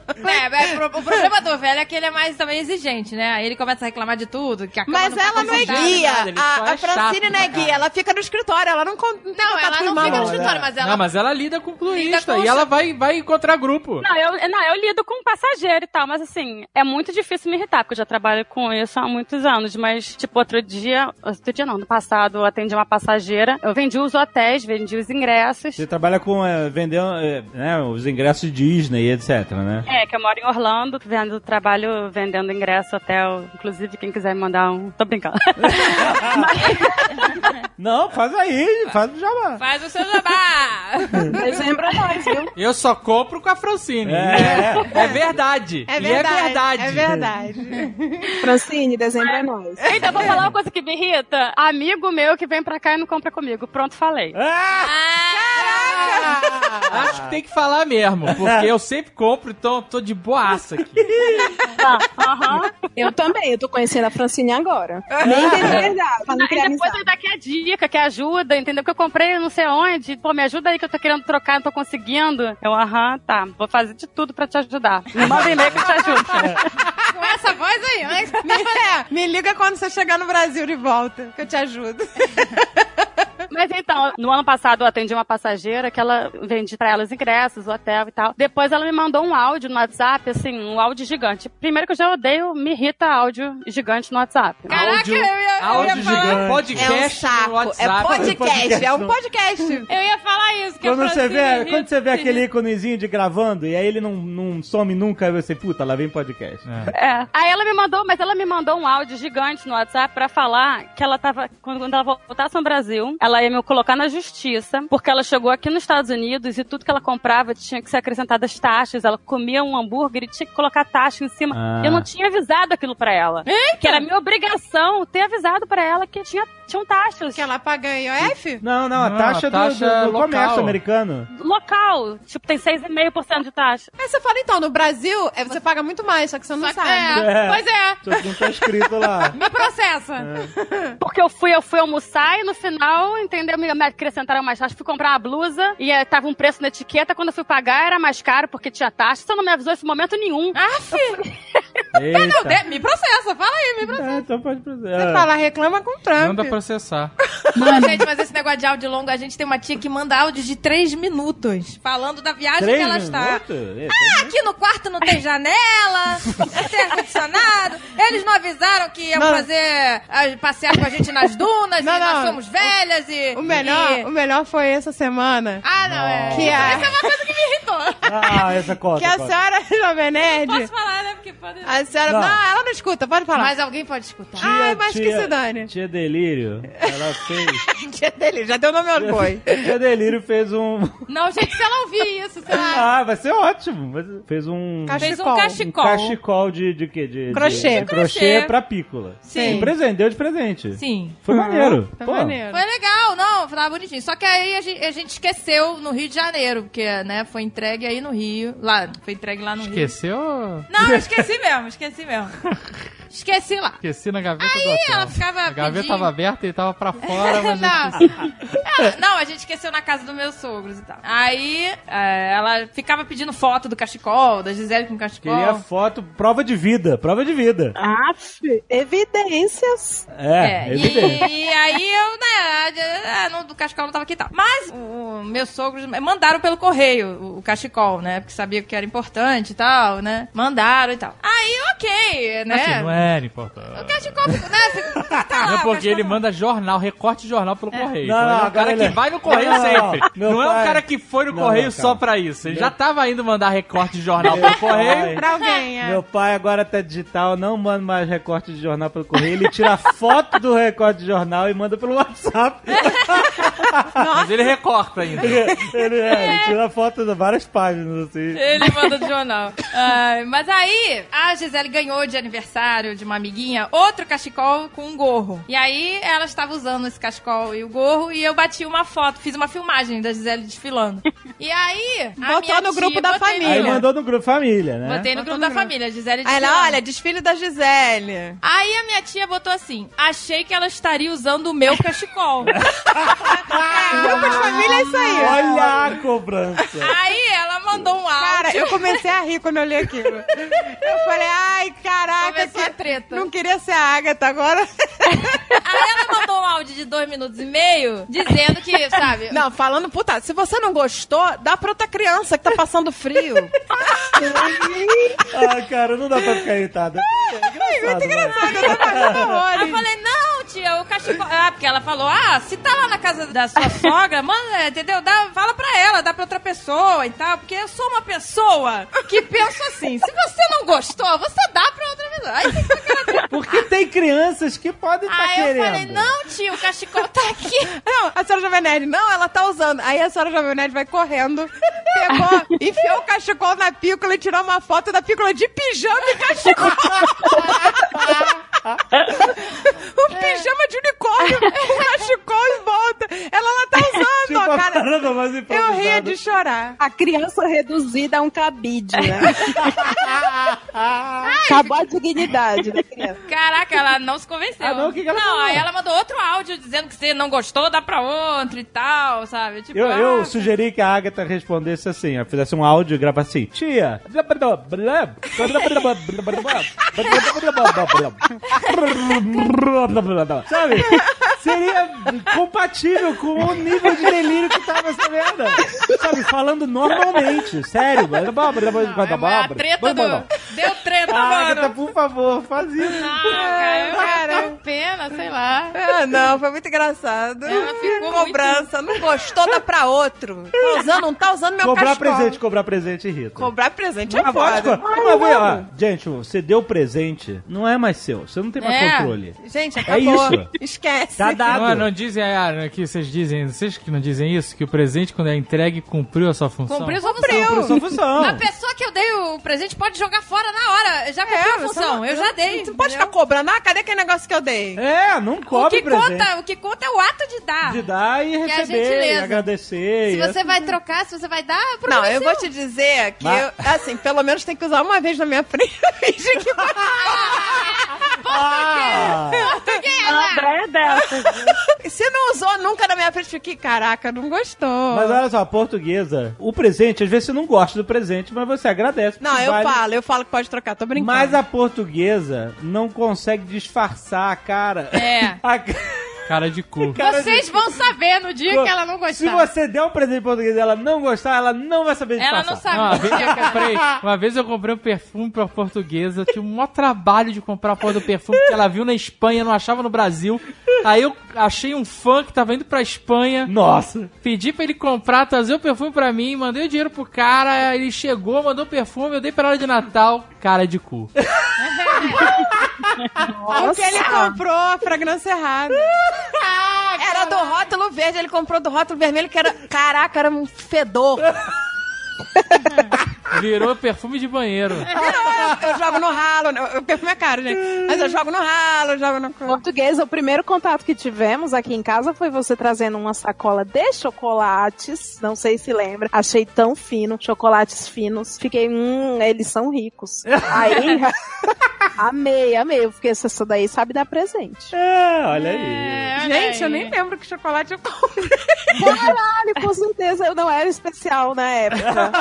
Speaker 2: É, mas o pro- o problema do velho é que ele é mais também exigente, né? Aí ele começa a reclamar de tudo, que a cama
Speaker 3: Mas
Speaker 2: tá
Speaker 3: ela não é
Speaker 2: confortável.
Speaker 3: guia.
Speaker 6: nada, ele só
Speaker 3: A,
Speaker 6: é
Speaker 3: a Francine
Speaker 6: chato
Speaker 3: não
Speaker 4: né?
Speaker 3: é
Speaker 6: pra caralho.
Speaker 3: guia. Ela fica no escritório. Ela não. con- tem
Speaker 2: Não,
Speaker 3: contato
Speaker 2: ela
Speaker 3: com
Speaker 2: não
Speaker 3: irmão.
Speaker 2: fica no escritório, mas ela.
Speaker 6: Não, Ah, mas ela lida com turista
Speaker 2: com
Speaker 6: e
Speaker 2: o
Speaker 6: ela
Speaker 2: cha-
Speaker 6: vai, vai encontrar grupo.
Speaker 5: Não eu, não, eu lido com passageiro e tal, mas assim, é muito difícil me irritar, porque eu já trabalho com isso há muitos anos. Mas, tipo, outro dia, outro dia não, no passado, passado eu atendi uma passageira. Eu vendi os hotéis, vendi os ingressos.
Speaker 1: Você trabalha com eh, vendendo eh, né, os ingressos Disney, etc, né?
Speaker 5: É, que eu moro em Orlando, vendo trabalho, vendendo ingresso, hotel. Inclusive, quem quiser me mandar um. Tô brincando.
Speaker 1: Não, faz aí, faz o jabá.
Speaker 2: Faz o seu jabá!
Speaker 4: Mas lembra nós, né? viu?
Speaker 6: Eu só compro com a Francine.
Speaker 1: É.
Speaker 6: É verdade.
Speaker 3: É
Speaker 6: E
Speaker 3: verdade.
Speaker 6: É
Speaker 3: É
Speaker 6: verdade.
Speaker 3: verdade.
Speaker 4: Francine, dezembro é nós.
Speaker 5: Então, vou falar uma coisa que me irrita. Amigo meu que vem pra cá e não compra comigo. Pronto, falei.
Speaker 1: Ah!
Speaker 6: Acho que tem que falar mesmo, porque eu sempre compro, então eu tô de boaça aqui.
Speaker 5: Aham.
Speaker 4: Eu também, eu tô conhecendo a Francine agora. Nem de verdade, pra não
Speaker 5: Aí depois
Speaker 4: criar
Speaker 5: eu dá aqui a dica, que ajuda, entendeu? Que eu comprei não sei onde. Pô, me ajuda aí que eu tô querendo trocar, não tô conseguindo. Eu, aham, tá. Vou fazer de tudo pra te ajudar. Me manda e-mail que eu te ajudo.
Speaker 2: Com essa voz aí, né?
Speaker 3: Me, é, me liga quando você chegar no Brasil de volta, que eu te ajudo.
Speaker 5: Mas então, no ano passado eu atendi uma passageira que ela vendi pra ela os ingressos, o hotel e tal. Depois ela me mandou um áudio no WhatsApp, assim, um áudio gigante. Primeiro que eu já odeio, me irrita áudio gigante no Whatsap.
Speaker 2: Caraca, Ah, eu ia, eu
Speaker 6: Áudio
Speaker 2: ia falar.
Speaker 6: gigante,
Speaker 1: É
Speaker 6: podcast
Speaker 2: É
Speaker 6: no WhatsApp.
Speaker 1: um podcast, é um
Speaker 3: podcast.
Speaker 2: Eu ia falar isso, que
Speaker 1: Quando
Speaker 2: a
Speaker 1: você,
Speaker 2: Francine
Speaker 1: vê,
Speaker 2: me
Speaker 1: quando você vê
Speaker 2: irrita.
Speaker 1: aquele íconezinho de gravando e aí ele não, não some nunca, aí você, puta, lá vem podcast.
Speaker 5: É. Aí ela me mandou, mas ela me mandou um áudio gigante no WhatsApp pra falar que ela tava. Quando quando ela voltasse ao Brasil, ela ia me colocar na justiça, porque ela chegou aqui nos Estados Unidos e tudo que ela comprava tinha que ser acrescentado as taxas. Ela comia um hambúrguer e tinha que colocar taxa em cima.
Speaker 1: Ah.
Speaker 5: Eu não tinha avisado aquilo pra ela. Que era minha obrigação ter avisado pra ela que tinha, tinham taxas.
Speaker 3: Que ela paga em IOF?
Speaker 1: Não, não, a
Speaker 6: Não,
Speaker 1: taxa,
Speaker 6: a
Speaker 1: do-
Speaker 6: taxa
Speaker 1: do, do
Speaker 6: local.
Speaker 1: comércio americano.
Speaker 5: Local, tipo, tem 6,5% de taxa.
Speaker 3: Aí você fala, então, no Brasil, é, você paga muito mais, só que você não
Speaker 2: Só que-
Speaker 3: sabe.
Speaker 2: é,
Speaker 1: É.
Speaker 2: Pois é,
Speaker 1: Só que não tá escrito lá.
Speaker 2: me processa.
Speaker 5: Porque eu fui, eu fui almoçar e no final, entendeu? Me me acrescentaram mais taxa. Fui comprar uma blusa e eh, tava um preço na etiqueta. Quando eu fui pagar, era mais caro porque tinha taxa. Você não me avisou esse momento nenhum.
Speaker 2: Aff,
Speaker 1: Eita.
Speaker 2: de- me processa, fala aí, me processa.
Speaker 1: É, então pode fazer.
Speaker 3: Você
Speaker 1: É.
Speaker 3: É. fala, reclama com o Trump.
Speaker 6: Manda processar.
Speaker 2: Mano. Gente, mas esse negócio de áudio longo, a gente tem uma tia que manda áudio de três minutos, falando da viagem
Speaker 1: Três
Speaker 2: que ela
Speaker 1: minutos?
Speaker 2: está.
Speaker 1: É,
Speaker 2: Aqui no quarto não tem janela, não tem ar-condicionado. Eles não avisaram que iam
Speaker 3: Não.
Speaker 2: fazer ah, passear com a gente nas dunas
Speaker 3: Não,
Speaker 2: e nós
Speaker 3: não.
Speaker 2: somos velhas e.
Speaker 3: O melhor,
Speaker 2: e-
Speaker 3: o melhor foi essa semana.
Speaker 2: Ah, não, é.
Speaker 3: Que a-
Speaker 2: Essa é uma coisa que me irritou.
Speaker 1: Ah, essa cota.
Speaker 3: Que a
Speaker 1: cota.
Speaker 3: senhora Jovem Nerd.
Speaker 2: Posso falar, né? Porque pode.
Speaker 3: A senhora.
Speaker 1: Não.
Speaker 3: Não. ela não escuta, pode falar.
Speaker 2: Mas alguém pode escutar.
Speaker 3: Ai, mas que se dane.
Speaker 1: Tia Delírio, ela fez.
Speaker 3: Tia é dele, já deu nome ao boi.
Speaker 1: tia Delírio fez um.
Speaker 2: Não, gente, se ela ouvir isso, sei lá.
Speaker 1: Ah, vai ser ótimo. mas Fez um.
Speaker 3: Cachecol.
Speaker 2: Fez um cachecol.
Speaker 1: Um cachecol de, de quê? De,
Speaker 3: Crochê.
Speaker 1: De, de crochê pra pícola.
Speaker 2: Sim.
Speaker 1: E presente, deu de presente.
Speaker 2: Sim.
Speaker 1: Foi maneiro.
Speaker 3: Tá
Speaker 1: Pô.
Speaker 3: maneiro.
Speaker 2: Foi legal, não, tava bonitinho. Só que aí a gente, a gente esqueceu no Rio de Janeiro, porque, né, foi entregue aí no Rio. Lá, foi entregue lá no Rio.
Speaker 6: Esqueceu?
Speaker 2: Não, eu esqueci mesmo, esqueci mesmo. Esqueci lá.
Speaker 6: Esqueci na gaveta do
Speaker 2: Aí
Speaker 6: hotel.
Speaker 2: ela ficava
Speaker 6: A gaveta
Speaker 2: pedindo-
Speaker 6: tava aberta e tava pra fora, mas eu
Speaker 2: Não.
Speaker 6: esqueci.
Speaker 2: Ela- não, a gente esqueceu na casa dos meus sogros e tal. Aí é, ela ficava pedindo foto do cachecol, da Gisele com cachecol.
Speaker 1: Queria foto, prova de vida, prova de vida.
Speaker 4: Aff, evidências.
Speaker 1: É,
Speaker 2: É,
Speaker 1: evidente.
Speaker 2: e, e aí eu, né, ah, não, do cachecol não tava aqui e tal. Mas o, o- meus sogros mandaram pelo correio o, o cachecol, né? Porque sabia que era importante e tal, né? Mandaram e tal. Aí, ok, né?
Speaker 6: Assim, não era importante.
Speaker 2: O cachecol, né? Tá
Speaker 3: Ah,
Speaker 2: lá,
Speaker 6: Não é
Speaker 2: o
Speaker 6: porque ele
Speaker 2: cachecol-
Speaker 6: manda jornal, recorte de jornal pelo correio.
Speaker 1: Não,
Speaker 6: Então,
Speaker 1: não,
Speaker 6: ele é um
Speaker 1: agora
Speaker 6: cara
Speaker 1: ele é-
Speaker 6: que vai no correio
Speaker 1: Não, não,
Speaker 6: sempre.
Speaker 1: não.
Speaker 6: Não,
Speaker 1: Meu
Speaker 6: é um
Speaker 1: pai-
Speaker 6: cara que foi no
Speaker 1: Não,
Speaker 6: correio
Speaker 1: não,
Speaker 6: só
Speaker 1: calma. é-
Speaker 6: pra isso. Ele
Speaker 1: Meu-
Speaker 6: já tava indo mandar recorte de jornal
Speaker 1: é
Speaker 6: pelo correio.
Speaker 3: Pra alguém, é.
Speaker 1: Meu pai agora tá digital, não manda mais recorte de jornal pelo correio. Ele tira a foto do recorte de jornal e manda pelo WhatsApp.
Speaker 6: Mas ele recorta ainda.
Speaker 1: Ele, é, ele tira a foto de várias páginas, assim.
Speaker 2: Ele manda do jornal. Ai, mas aí, a Gisele ganhou de aniversário de uma amiguinha outro cachecol com um gorro. E aí, ela estava usando esse cachecol e o gorro, e eu bati uma foto, fiz uma filmagem da Gisele desfilando. E aí, a
Speaker 3: Botou
Speaker 2: minha
Speaker 3: no
Speaker 2: tia-
Speaker 3: grupo da
Speaker 2: botei-
Speaker 3: família.
Speaker 1: Aí mandou no grupo família, né?
Speaker 2: Botei no grupo da família, Gisele
Speaker 3: Aí
Speaker 2: desfilando.
Speaker 3: ela, olha, desfile da Gisele.
Speaker 2: Aí a minha tia botou assim: achei que ela estaria usando o meu cachecol.
Speaker 3: Grupo de família é isso aí.
Speaker 1: Olha a cobrança.
Speaker 2: aí ela mandou um
Speaker 3: Cara,
Speaker 2: áudio.
Speaker 3: eu comecei a rir quando eu li aquilo. Eu falei, ai, caraca,
Speaker 2: Começou a é treta.
Speaker 3: não queria ser a Agatha agora.
Speaker 2: Aí ela mandou um áudio de dois minutos e meio dizendo que, sabe,
Speaker 3: Não, falando, puta, se você não gostou, dá pra outra criança que tá passando frio.
Speaker 1: Ah, cara, não dá pra ficar irritada. É engraçado,
Speaker 3: Engraçado, eu tô passando
Speaker 2: Eu
Speaker 3: horrores.
Speaker 2: falei, não, tia, o cachecol. Ah, porque ela falou: ah, se tá lá na casa da sua sogra, manda, entendeu? Dá, fala pra ela, dá pra outra pessoa e tal. Porque eu sou uma pessoa que penso assim: se você não gostou, você dá pra outra pessoa. Aí tem que ficar
Speaker 1: Porque tem crianças que podem estar
Speaker 2: Aí
Speaker 1: querendo.
Speaker 2: Ah, eu falei: não, tio, o cachecol tá aqui.
Speaker 3: Tá Não, a senhora Jovem Nerd, não, ela tá usando. Aí a senhora Jovem Nerd vai correndo, pegou, enfiou o cachecol na pícola e tirou uma foto da pícola de pijama e cachecol. um pijama de unicórnio, um cachecol em volta. Ela, ela tá
Speaker 1: Tipo,
Speaker 3: usando,
Speaker 1: a
Speaker 3: cara.
Speaker 1: parada mais
Speaker 3: Eu
Speaker 1: improvisada.
Speaker 3: ria de chorar.
Speaker 4: A criança reduzida a um cabide, né? Acabou a dignidade da criança.
Speaker 2: Caraca, ela não se convenceu.
Speaker 1: Ah, não? O que que ela falou?
Speaker 2: aí ela mandou outro áudio dizendo que se não gostou, dá pra outro e tal, sabe? Tipo,
Speaker 1: Eu, eu
Speaker 2: ah,
Speaker 1: sugeri que a Agatha respondesse assim, ó, fizesse um áudio e gravasse assim, tia. Sabe? Seria compatível com o nível de delírio que tava essa merda. Sabe? Falando normalmente, sério.
Speaker 2: é a treta do. Deu treta,
Speaker 1: Ah,
Speaker 2: mano.
Speaker 1: Agatha, por favor, faz isso.
Speaker 2: Ah, cara, eu-
Speaker 3: Cara.
Speaker 2: que pena, sei lá.
Speaker 3: Ah, não, foi muito engraçado.
Speaker 2: Ela ficou
Speaker 3: Cobrança, não gostou, dá pra outro. Tá usando, não tá usando meu
Speaker 1: Cobrar
Speaker 3: cachecol.
Speaker 1: presente, cobrar presente, Rita.
Speaker 3: Cobrar presente é
Speaker 1: Ah, pode
Speaker 3: foda.
Speaker 1: co- Uma vez, ó, gente, você deu presente, não é mais seu. Você não tem mais
Speaker 2: É.
Speaker 1: controle.
Speaker 3: Gente, acabou.
Speaker 1: isso.
Speaker 3: Esquece.
Speaker 1: Tá dado.
Speaker 6: Não, não dizem, ah, que vocês dizem, vocês que não dizem isso, que o presente quando é entregue cumpriu a sua função.
Speaker 2: Cumpriu sua
Speaker 3: Cumpriu.
Speaker 2: função.
Speaker 1: Sua função.
Speaker 2: A pessoa que eu dei o presente pode jogar fora na hora. Já cumpriu
Speaker 1: É,
Speaker 2: a
Speaker 3: você
Speaker 2: função.
Speaker 3: não-
Speaker 2: eu já dei.
Speaker 3: Você não pode ficar cobrando. Ah, cadê aquele negócio que eu dei?
Speaker 1: É, não
Speaker 2: o
Speaker 1: cobre
Speaker 2: que
Speaker 1: presente.
Speaker 2: conta, o que conta é o ato de dar.
Speaker 1: De dar e
Speaker 2: Que é a
Speaker 1: receber, e
Speaker 2: gentileza.
Speaker 1: agradecer.
Speaker 2: Se
Speaker 1: e
Speaker 2: você vai trocar, se você vai dar, o
Speaker 3: Não,
Speaker 2: problema é
Speaker 3: eu vou
Speaker 2: seu.
Speaker 3: te dizer que,
Speaker 1: Mas-
Speaker 3: eu, assim, pelo menos tem que usar uma vez na minha frente. Fingir que
Speaker 1: Ah,
Speaker 4: André é dessas.
Speaker 3: Se não usou nunca na minha frente, fiquei, caraca, não gostou.
Speaker 1: Mas olha só, a portuguesa, o presente, às vezes você não gosta do presente, mas você agradece.
Speaker 3: não,
Speaker 1: porque
Speaker 3: eu
Speaker 1: vale-
Speaker 3: falo, eu falo que pode trocar, tô brincando.
Speaker 1: Mas a portuguesa não consegue disfarçar a cara.
Speaker 2: É.
Speaker 1: A ca-
Speaker 6: Cara de cu.
Speaker 1: cara de-
Speaker 2: Vocês vão saber no dia que ela não
Speaker 1: Se
Speaker 2: gostar.
Speaker 1: você der um presente português e ela não gostar, ela não vai saber disfarçar.
Speaker 2: Ela não
Speaker 6: Não, uma,
Speaker 2: sabe.
Speaker 6: vez eu comprei, uma vez eu comprei um perfume pra portuguesa, tinha um maior trabalho de comprar a porra do perfume que ela viu na Espanha, não achava no Brasil. Aí eu achei um fã que tava indo pra Espanha,
Speaker 1: Nossa.
Speaker 6: pedi pra ele comprar, trazer o perfume pra mim, mandei o dinheiro pro cara, ele chegou, mandou o perfume, eu dei pra ela de Natal, cara de cu.
Speaker 3: Porque ele comprou a fragrância errada. Era do rótulo verde, ele comprou do rótulo vermelho, que era, caraca, era um fedor.
Speaker 6: Virou perfume de banheiro.
Speaker 3: Eu, eu jogo no ralo, eu- o perfume é caro, gente. Mas eu jogo no ralo, eu jogo no...
Speaker 4: Português, o primeiro contato que tivemos aqui em casa foi você trazendo uma sacola de chocolates. Não sei se lembra. Achei tão fino, chocolates finos. Fiquei, hum, eles são ricos. Aí, amei, amei. Eu fiquei, essa daí sabe dar presente.
Speaker 1: É, olha aí.
Speaker 2: É, olha
Speaker 3: Gente, eu
Speaker 2: aí.
Speaker 3: nem lembro que chocolate eu comprei.
Speaker 4: Caralho, com certeza eu não era especial na época.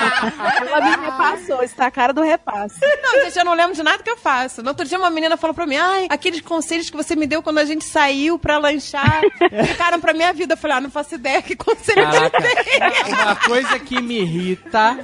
Speaker 4: Ela me repassou, está a cara do repasse.
Speaker 3: Não, gente, eu não lembro de nada que eu faço. No outro dia, uma menina falou pra mim: ai, aqueles conselhos que você me deu quando a gente saiu pra lanchar ficaram pra minha vida. Eu falei: ah, não faço ideia que conselho
Speaker 2: Ah.
Speaker 3: eu te
Speaker 6: Caraca,
Speaker 3: dei.
Speaker 6: uma coisa que me irrita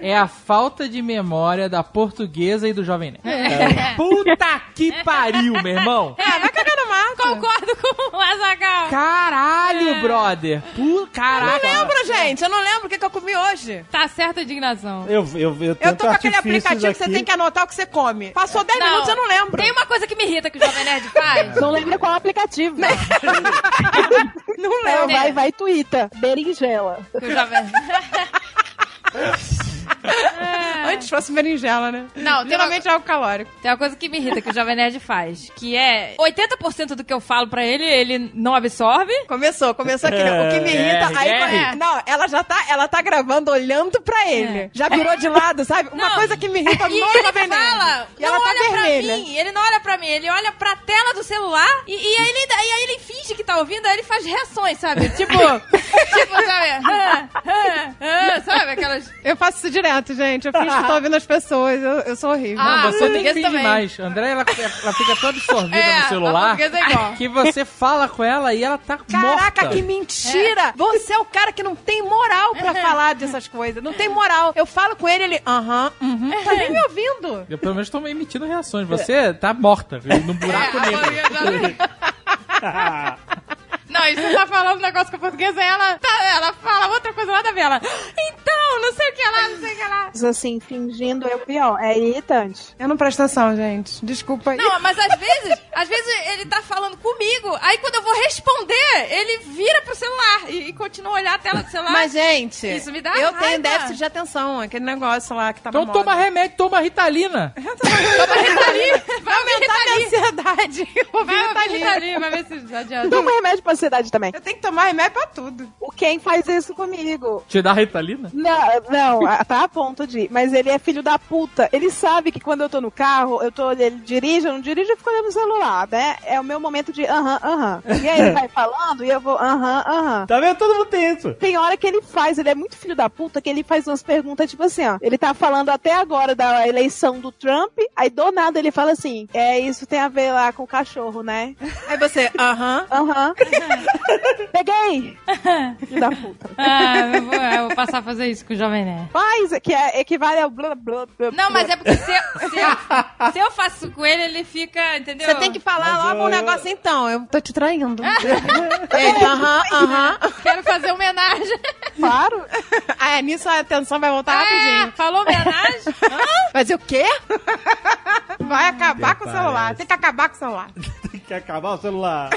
Speaker 6: é a falta de memória da portuguesa e do jovem nerd.
Speaker 2: É.
Speaker 6: Puta que pariu, meu irmão!
Speaker 3: Ah, vai cagar no mato.
Speaker 2: Concordo com o Azagal. É.
Speaker 6: Caralho, brother! Pu caraca!
Speaker 3: Eu não lembro, gente. Eu não lembro o que, que eu comi hoje.
Speaker 2: Tá certa a indignação.
Speaker 1: Eu, eu, eu
Speaker 3: Eu tô
Speaker 1: tento
Speaker 3: com aquele
Speaker 1: artifícios
Speaker 3: aplicativo que você
Speaker 1: aqui.
Speaker 3: tem que anotar o que você come. Passou 10
Speaker 2: Não,
Speaker 3: minutos, eu não lembro.
Speaker 2: Tem uma coisa que me irrita que o Jovem Nerd faz.
Speaker 4: Não lembro qual aplicativo.
Speaker 2: um
Speaker 3: Não
Speaker 4: Então,
Speaker 3: lembro.
Speaker 4: vai, vai, Twitter. Berinjela.
Speaker 2: que o Jovem-
Speaker 3: Antes fosse berinjela, né?
Speaker 2: Não, tem
Speaker 3: Geralmente é algo calórico.
Speaker 2: Tem uma coisa que me irrita que o Jovem Nerd faz, que é 80% do que eu falo pra ele, ele não absorve.
Speaker 3: Começou, começou aqui. né? O que me
Speaker 6: É,
Speaker 3: irrita, aí.
Speaker 6: é.
Speaker 3: Não, ela já tá, ela tá gravando olhando pra ele.
Speaker 2: É.
Speaker 3: Já virou de lado, sabe? Uma
Speaker 2: Não.
Speaker 3: coisa que me irrita
Speaker 2: E
Speaker 3: no
Speaker 2: ele
Speaker 3: Jovem Nerd.
Speaker 2: fala,
Speaker 3: E ela
Speaker 2: não
Speaker 3: tá
Speaker 2: olha
Speaker 3: vermelha.
Speaker 2: pra mim, ele não olha pra mim, ele olha pra tela do celular e, e aí, ele, ainda- e aí ele finge que tá ouvindo, aí ele faz reações, sabe? Tipo, tipo, sabe? Ah, ah, ah, sabe aquelas...
Speaker 3: Eu faço isso direto, gente. Eu fingo que tô ouvindo as pessoas. Eu, eu sou horrível.
Speaker 2: Ah,
Speaker 6: Não, você nem
Speaker 2: portuguesa
Speaker 6: finge
Speaker 2: também.
Speaker 6: mais. André, ela, ela fica tão absorvida
Speaker 2: É,
Speaker 6: no celular
Speaker 2: a portuguesa é igual.
Speaker 6: que você fala com ela e ela tá
Speaker 3: Caraca,
Speaker 6: morta.
Speaker 3: que mentira! Você é o cara que não tem moral
Speaker 2: Uhum.
Speaker 3: pra falar dessas coisas. Não tem moral. Eu falo com ele, ele, aham, uhum, tá nem me ouvindo.
Speaker 6: Eu pelo menos tô emitindo reações. Você tá morta, viu? No buraco
Speaker 2: É, a
Speaker 6: negro.
Speaker 2: portuguesa-
Speaker 3: Não, e você tá falando um negócio com a
Speaker 2: é
Speaker 3: portuguesa e ela, tá- ela fala outra coisa nada a ver. Ela, então, não sei o que lá, não sei o que lá.
Speaker 4: Mas, Assim, fingindo é o pior. É irritante.
Speaker 9: Eu não presto atenção, gente. Desculpa aí.
Speaker 2: Não, mas às vezes, às vezes ele tá falando comigo, aí quando eu vou responder, ele vira pro celular e, e continua a olhar a tela do celular.
Speaker 3: Mas, gente,
Speaker 2: Isso me dá
Speaker 3: eu
Speaker 2: raiva.
Speaker 3: tenho déficit de atenção, aquele negócio lá que tá na
Speaker 2: é
Speaker 6: Então
Speaker 3: moda.
Speaker 6: toma remédio, toma Ritalina.
Speaker 2: Toma Ritalin, tá vai me
Speaker 3: Tá minha
Speaker 2: Ritalin.
Speaker 3: ansiedade. O
Speaker 2: Vai
Speaker 3: Vini tá
Speaker 2: me
Speaker 3: ali.
Speaker 2: Ritalin, vai ver se adianta.
Speaker 4: Toma remédio pra ansiedade também.
Speaker 3: Eu tenho que tomar remédio pra tudo.
Speaker 4: O Ken faz isso comigo.
Speaker 6: Te dá Ritalina?
Speaker 4: Não, não, a- tá a ponto de. ir. Mas ele é filho da puta. Ele sabe que quando eu tô no carro, eu tô. Ele dirige, eu não dirijo, eu fico olhando o celular, né? É o meu momento de aham, aham. E aí ele vai falando e eu vou aham, aham.
Speaker 1: Tá vendo? Todo mundo tem isso.
Speaker 4: Tem hora que ele faz, ele é muito filho da puta, que ele faz umas perguntas tipo assim, ó. Ele tá falando até agora da eleição do Trump, aí do nada ele fala assim: é, isso tem a ver lá com o cachorro, né?
Speaker 3: Aí você, aham.
Speaker 4: Aham. Peguei! Filho da puta.
Speaker 2: Ah, eu vou, eu vou passar a fazer isso com o Jovem Nerd.
Speaker 4: Mas, que é, equivale ao blá blá
Speaker 2: Não,
Speaker 4: blá. blá.
Speaker 2: mas é porque se eu, se eu, se eu faço com ele, ele fica, entendeu?
Speaker 3: Você tem que falar
Speaker 1: Mas
Speaker 3: logo
Speaker 1: eu-
Speaker 3: um negócio então. Eu tô te traindo. É, Aham, aham.
Speaker 2: Quero fazer homenagem.
Speaker 4: Claro!
Speaker 3: Ah, é, nisso a atenção vai voltar
Speaker 2: Ah,
Speaker 3: rapidinho.
Speaker 2: falou homenagem?
Speaker 3: Fazer o quê? Vai acabar com o celular.
Speaker 1: parece.
Speaker 3: Tem que acabar com o celular.
Speaker 1: Tem que acabar o celular.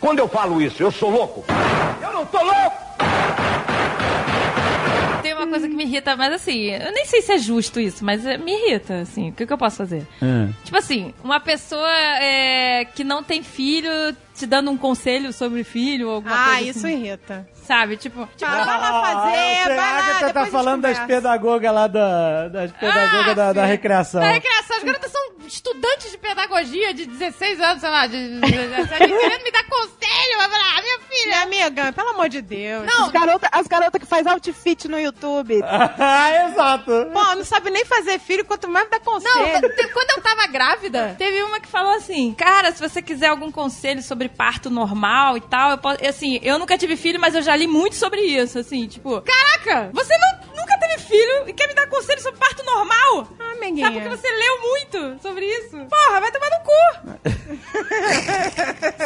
Speaker 10: Quando eu falo isso, eu sou louco. Eu não tô louco!
Speaker 2: Tem uma coisa que me irrita, mas assim, eu nem sei se é justo isso, mas eh, me irrita, assim. O que, que eu posso fazer?
Speaker 1: É.
Speaker 2: Tipo assim, uma pessoa eh, que não tem filho te dando um conselho sobre filho ou alguma
Speaker 3: Ah,
Speaker 2: coisa
Speaker 3: isso
Speaker 2: assim,
Speaker 3: irrita.
Speaker 2: sabe? Tipo, tipo
Speaker 3: Ah, vai lá fazer,
Speaker 1: você
Speaker 3: vai
Speaker 1: Agatha
Speaker 3: lá, depois a
Speaker 1: tá
Speaker 3: gente
Speaker 1: falando das
Speaker 3: conversa. Ah,
Speaker 1: pedagogas lá da. Das pedagogas da, da
Speaker 2: sim.
Speaker 1: recreação.
Speaker 3: É
Speaker 2: na recreação, as garotas são estudantes de pedagogia de 16 anos, sei lá, de, de, de, querendo me dar conselho, vai falar, ah, minha filha...
Speaker 3: Minha amiga, pelo amor de Deus.
Speaker 4: As garotas as garota que faz outfit no YouTube.
Speaker 1: Exato.
Speaker 3: Pô, não sabe nem fazer filho, quanto mais dá
Speaker 2: Não,
Speaker 3: conselho.
Speaker 2: te- quando eu tava grávida, teve uma que falou assim: Cara, se você quiser algum conselho sobre parto normal e tal, eu posso. Assim, eu nunca tive filho, mas eu já li muito sobre isso. Assim, tipo, caraca, você não- nunca teve filho e quer me dar conselho sobre parto normal?
Speaker 3: Ah,
Speaker 2: Sabe porque
Speaker 3: amiguinha.
Speaker 2: você leu muito sobre isso? Porra, vai tomar no cu!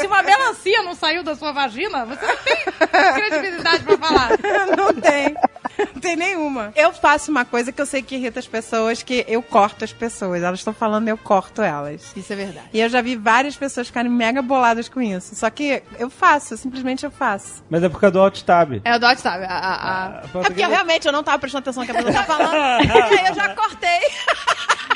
Speaker 2: Se uma melancia não saiu da sua vagina, você não tem credibilidade pra falar.
Speaker 3: Não tem. Não tem nenhuma. Eu faço uma coisa que eu sei que irrita as pessoas, que eu corto as pessoas. Elas estão falando, eu corto elas.
Speaker 2: Isso é verdade.
Speaker 3: E eu já vi várias pessoas ficarem mega boladas com isso. Só que eu faço, simplesmente eu faço.
Speaker 1: Mas é por causa do alt tab.
Speaker 2: É o Dot, sabe? A- a- a-
Speaker 1: É
Speaker 3: É porque eu realmente eu não tava prestando atenção no que a pessoa tá falando. e aí eu já cortei.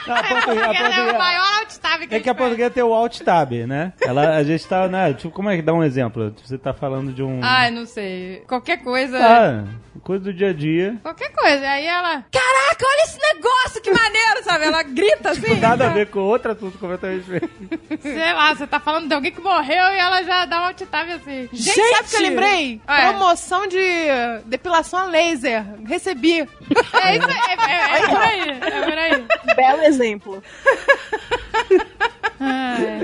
Speaker 2: Era o É maior alt-tab que
Speaker 1: É que a portuguesa tem o alt tab, né? Ela, a gente tá, né? Tipo, como é que dá um exemplo? Tipo, Você tá falando de um.
Speaker 3: Ah, é.
Speaker 2: Ai, não sei. Qualquer coisa.
Speaker 1: Ah, coisa do dia a dia.
Speaker 2: Qualquer coisa. Aí ela. Caraca, olha esse negócio, que maneiro, sabe? Ela grita assim.
Speaker 1: Nada a ver com outro assunto completamente diferente.
Speaker 2: Sei lá, você tá falando de alguém que morreu e ela já dá um alt-tab assim.
Speaker 3: Gente, sabe o que eu lembrei?
Speaker 2: É.
Speaker 3: Promoção de depilação a laser. Recebi.
Speaker 2: É isso aí, é, é- é por aí. É por aí.
Speaker 4: Belo exemplo.
Speaker 2: Ai.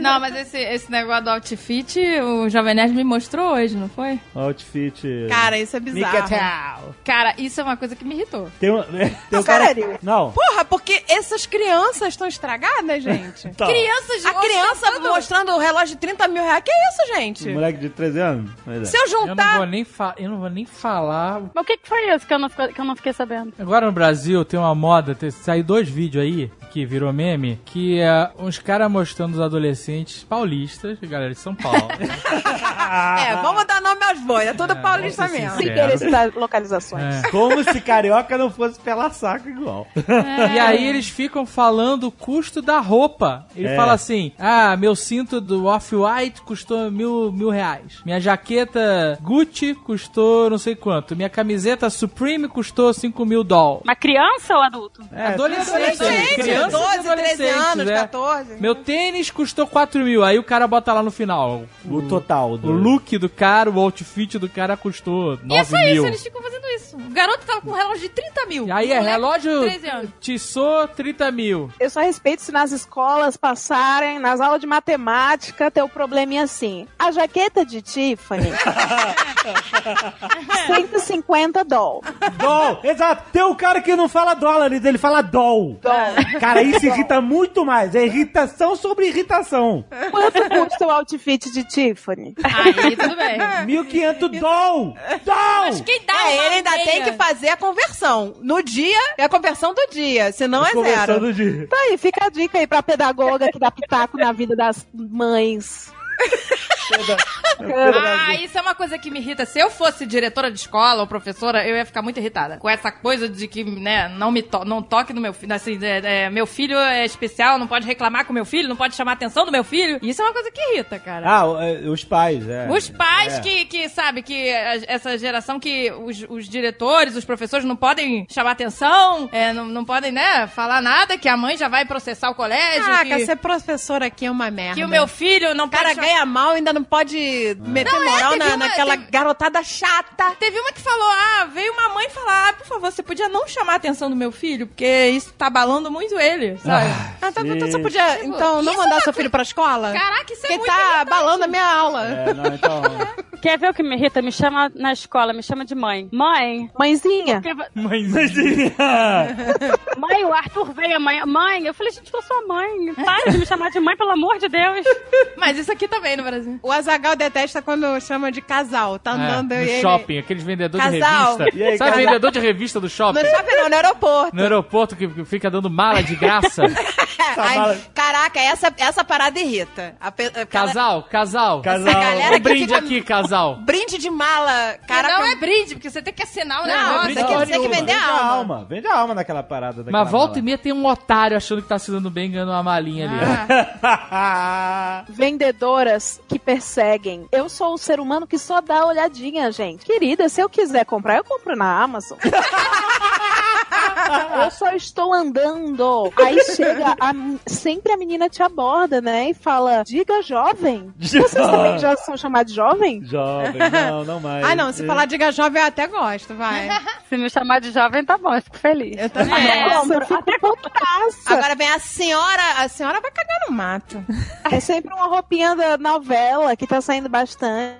Speaker 2: Não, mas esse, esse negócio do outfit, o Jovem Nerd me mostrou hoje, não foi?
Speaker 1: Outfit.
Speaker 3: Cara, isso é bizarro.
Speaker 1: Tchau.
Speaker 2: Cara, isso é uma coisa que me irritou.
Speaker 1: Tem um. Tem um
Speaker 3: é
Speaker 4: Sério?
Speaker 1: Não.
Speaker 3: Porra, porque essas crianças estão estragadas, gente.
Speaker 1: Então,
Speaker 2: Crianças
Speaker 3: A
Speaker 2: tá-
Speaker 3: criança mostrando o relógio de 30 mil reais. Que isso, gente?
Speaker 1: Moleque de 13 anos? Pois é.
Speaker 3: Se eu
Speaker 2: tá.
Speaker 6: Eu não,
Speaker 3: juntar.
Speaker 6: vou nem fa- eu não vou nem falar
Speaker 5: Mas o que, que foi isso que eu, não, fico- que eu não fiquei sabendo?
Speaker 6: Agora no Brasil tem uma moda, tem, saiu dois vídeos aí que virou meme, que é uns caras mostrando os adolescentes paulistas, galera de São Paulo.
Speaker 3: É, vamos dar nome aos bois. É tudo paulista
Speaker 6: vamos ser
Speaker 3: mesmo.
Speaker 4: Sem
Speaker 6: É.
Speaker 4: querer citar localizações.
Speaker 6: É.
Speaker 1: Como se carioca não fosse pela saco igual.
Speaker 6: E aí eles ficam falando o custo da roupa. Ele
Speaker 1: É.
Speaker 6: fala assim: Ah, meu cinto do Off-White custou mil, mil reais. Minha jaqueta Gucci custou não sei quanto. Minha camiseta Supreme custou cinco mil dólares.
Speaker 5: Uma criança ou adulto?
Speaker 6: É, adolescente,
Speaker 3: Gente,
Speaker 6: crianças e
Speaker 3: 12, 13 anos,
Speaker 6: adolescentes, é.
Speaker 3: 14.
Speaker 6: Meu tênis custou 4 mil. Aí o cara bota lá no final.
Speaker 1: O total do.
Speaker 6: O look do cara, o outfit do cara custou 9
Speaker 2: E é só
Speaker 6: mil.
Speaker 2: isso, eles ficam fazendo isso. o garoto tava com um relógio de 30 mil.
Speaker 6: E aí
Speaker 2: Um moleque
Speaker 6: é
Speaker 2: de
Speaker 6: relógio
Speaker 2: 13 anos.
Speaker 6: Tissot 30 mil.
Speaker 4: Eu só respeito se nas escolas passarem, nas aulas de matemática, ter o probleminha assim. A jaqueta de Tiffany, 150 dólares.
Speaker 1: Dol, exato. Tem um cara que não fala dólares, ele fala dol.
Speaker 3: É.
Speaker 1: Cara, isso irrita muito mais. É irritação sobre irritação.
Speaker 4: Quanto custa o outfit de Tiffany? Tá
Speaker 2: Aí tudo bem.
Speaker 1: 1.500 dol.
Speaker 2: Mas
Speaker 1: Dol!
Speaker 2: quem dá
Speaker 3: É,
Speaker 2: uma
Speaker 3: ele ainda tem
Speaker 2: meia?
Speaker 3: que fazer a conversão. No dia, é a conversão do dia, senão é
Speaker 1: Conversão
Speaker 3: zero.
Speaker 1: do dia.
Speaker 4: Tá aí, fica a dica aí pra pedagoga que dá pitaco na vida das mães.
Speaker 2: Ah, isso é uma coisa que me irrita. Se eu fosse diretora de escola ou professora, eu ia ficar muito irritada. Com essa coisa de que, né, não me to não toque no meu filho. Assim, é, é, meu filho é especial, não pode reclamar com meu filho, não pode chamar a atenção do meu filho. Isso é uma coisa que irrita, cara.
Speaker 1: Ah, o- é, os pais, é.
Speaker 2: Os pais
Speaker 1: É.
Speaker 2: que, que, sabe, que a- essa geração que os, os diretores, os professores não podem chamar atenção, é, não, não podem, né, falar nada, que a mãe já vai processar o colégio,
Speaker 3: Caraca,
Speaker 2: que,
Speaker 3: ser professor aqui é uma merda.
Speaker 2: que o meu filho não
Speaker 3: O cara
Speaker 2: pode...
Speaker 3: ganha mal ainda não pode meter moral
Speaker 2: teve
Speaker 3: na-
Speaker 2: uma-
Speaker 3: naquela
Speaker 2: teve-
Speaker 3: garotada chata.
Speaker 2: Teve uma que falou, ah, veio uma mãe falar, ah, por favor, você podia não chamar a atenção do meu filho, porque isso tá abalando muito ele, sabe?
Speaker 3: Ah, tá, então você podia, então, não
Speaker 2: Isso
Speaker 3: mandar seu filho pra escola?
Speaker 2: Caraca, isso é muito...
Speaker 3: Porque tá abalando a minha aula.
Speaker 1: É, não, então.
Speaker 5: Quer ver o que me irrita? Me chama na escola, me chama de mãe. Mãe,
Speaker 4: Mãezinha,
Speaker 5: porque vo-
Speaker 1: Mãezinha!
Speaker 5: mãe, o Arthur veio amanhã. Mãe, eu falei, gente, eu sou a mãe. Para de me chamar de mãe, pelo amor de Deus.
Speaker 2: Mas isso aqui também no Brasil.
Speaker 3: O Azagal detesta quando chama de casal. Tá
Speaker 6: É,
Speaker 3: andando
Speaker 6: no
Speaker 3: e ele...
Speaker 6: shopping, aqueles vendedores
Speaker 3: Casal.
Speaker 6: de revista.
Speaker 1: né? E aí,
Speaker 6: Sabe
Speaker 1: casal?
Speaker 6: vendedor de revista do
Speaker 3: No
Speaker 6: shopping?
Speaker 3: shopping não, no aeroporto.
Speaker 6: No aeroporto que que fica dando mala de graça.
Speaker 3: Ai,
Speaker 1: mala-
Speaker 3: caraca, essa, essa parada irrita. A pe- aquela-
Speaker 6: casal, casal.
Speaker 1: Casal.
Speaker 3: Essa galera
Speaker 6: Um brinde
Speaker 3: que fica-
Speaker 6: aqui, casal.
Speaker 3: Brinde de mala. Caraca,
Speaker 2: não é brinde, porque você tem que assinar o
Speaker 3: Não,
Speaker 2: negócio.
Speaker 3: brinde Você quer dizer é que vender
Speaker 1: Então, vende
Speaker 3: a alma.
Speaker 1: Vende a alma naquela parada daquela
Speaker 6: Mas volta e
Speaker 1: mala.
Speaker 6: meia tem um otário achando que tá se dando bem ganhando uma malinha ali.
Speaker 1: Ah,
Speaker 6: ó.
Speaker 4: vendedoras que perseguem. Eu sou o ser humano que só dá olhadinha, gente. Querida, se eu quiser comprar, eu compro na Amazon. Eu só estou andando. Aí chega, a- sempre a menina te aborda, né? E fala: Diga jovem. Vocês
Speaker 1: Ah.
Speaker 4: também já são chamados de jovem?
Speaker 1: Jovem, não, não mais.
Speaker 3: Ah, não, se falar diga jovem, eu até gosto, vai.
Speaker 5: Se me chamar de jovem, tá bom, eu fico feliz.
Speaker 3: Eu também.
Speaker 4: Até compro, até putaça.
Speaker 3: É. Agora vem a senhora, a senhora vai cagar no mato.
Speaker 4: É sempre uma roupinha da novela que tá saindo bastante.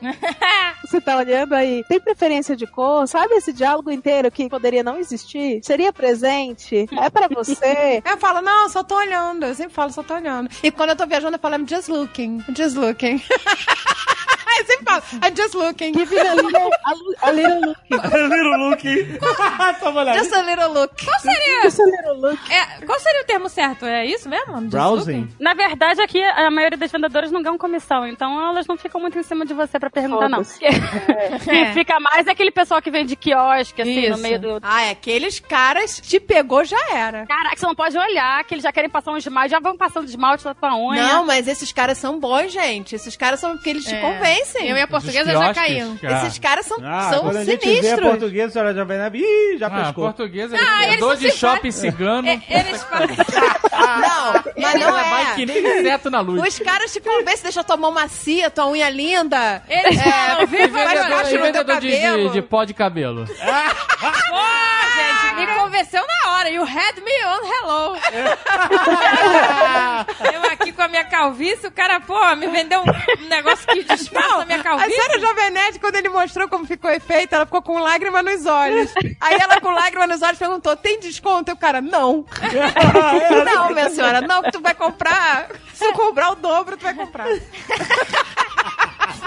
Speaker 4: Você tá olhando aí. Tem preferência de cor? Sabe esse diálogo inteiro que poderia não existir? Seria presente? É pra você?
Speaker 3: Eu falo, não, só tô olhando. Eu sempre falo, só tô olhando. E quando eu tô viajando, eu falo, I'm just looking. I'm just looking. eu sempre falo, I'm just looking.
Speaker 4: Give it a little, a, lu- a little look.
Speaker 1: Little Luke. Só uma olhada.
Speaker 3: Just a little look.
Speaker 2: Qual seria,
Speaker 4: Just a little look.
Speaker 2: é, qual seria o termo certo? É isso mesmo?
Speaker 1: Browsing?
Speaker 5: Na verdade, aqui a maioria das vendedoras não ganham comissão, então elas não ficam muito em cima de você pra perguntar, não.
Speaker 4: Foda-se.
Speaker 5: Quem fica mais é aquele pessoal que vende quiosque, assim, no
Speaker 2: Isso.
Speaker 5: meio do.
Speaker 3: Ah, é aqueles caras, te pegou, já era.
Speaker 5: Caraca, você não pode olhar, que eles já querem passar um esmalte, já vão passando esmalte na tua unha.
Speaker 3: Não, mas esses caras são bons, gente. Esses caras são porque eles te
Speaker 2: É.
Speaker 3: convencem.
Speaker 2: Eu e a portuguesa já caímos.
Speaker 3: Esses caras são,
Speaker 1: Ah,
Speaker 3: são
Speaker 1: quando a gente vê
Speaker 3: sinistros.
Speaker 1: português, a senhora já vem na... Ih, já
Speaker 6: Ah,
Speaker 1: pescou.
Speaker 6: portuguesa,
Speaker 2: eles
Speaker 6: vendedor
Speaker 2: são
Speaker 6: de shopping cigano.
Speaker 2: É, eles falam...
Speaker 1: tá.
Speaker 3: Não, mas não
Speaker 6: Vai que
Speaker 3: é.
Speaker 6: nem inseto na luz.
Speaker 3: Os caras te convencem, deixa tua mão macia, tua unha linda.
Speaker 2: Eles falam,
Speaker 6: E
Speaker 2: viva a
Speaker 3: Vai
Speaker 6: vendedor,
Speaker 3: baixo
Speaker 6: e
Speaker 3: no teu
Speaker 6: é vendedor de, de,
Speaker 3: cabelo.
Speaker 6: de pó de cabelo.
Speaker 2: gente, me convenceu na hora. You had me on hello. eu aqui com a minha calvície, o cara, pô, me vendeu um um negócio que disfarça a minha
Speaker 3: A
Speaker 2: calvície.
Speaker 3: senhora Jovem Nerd, quando ele mostrou como ficou efeito, ela ficou com lágrima nos olhos. Aí ela com lágrima nos olhos perguntou, tem desconto? E o cara, não. não, minha senhora, não, que tu vai comprar. Se eu comprar o dobro, tu vai comprar.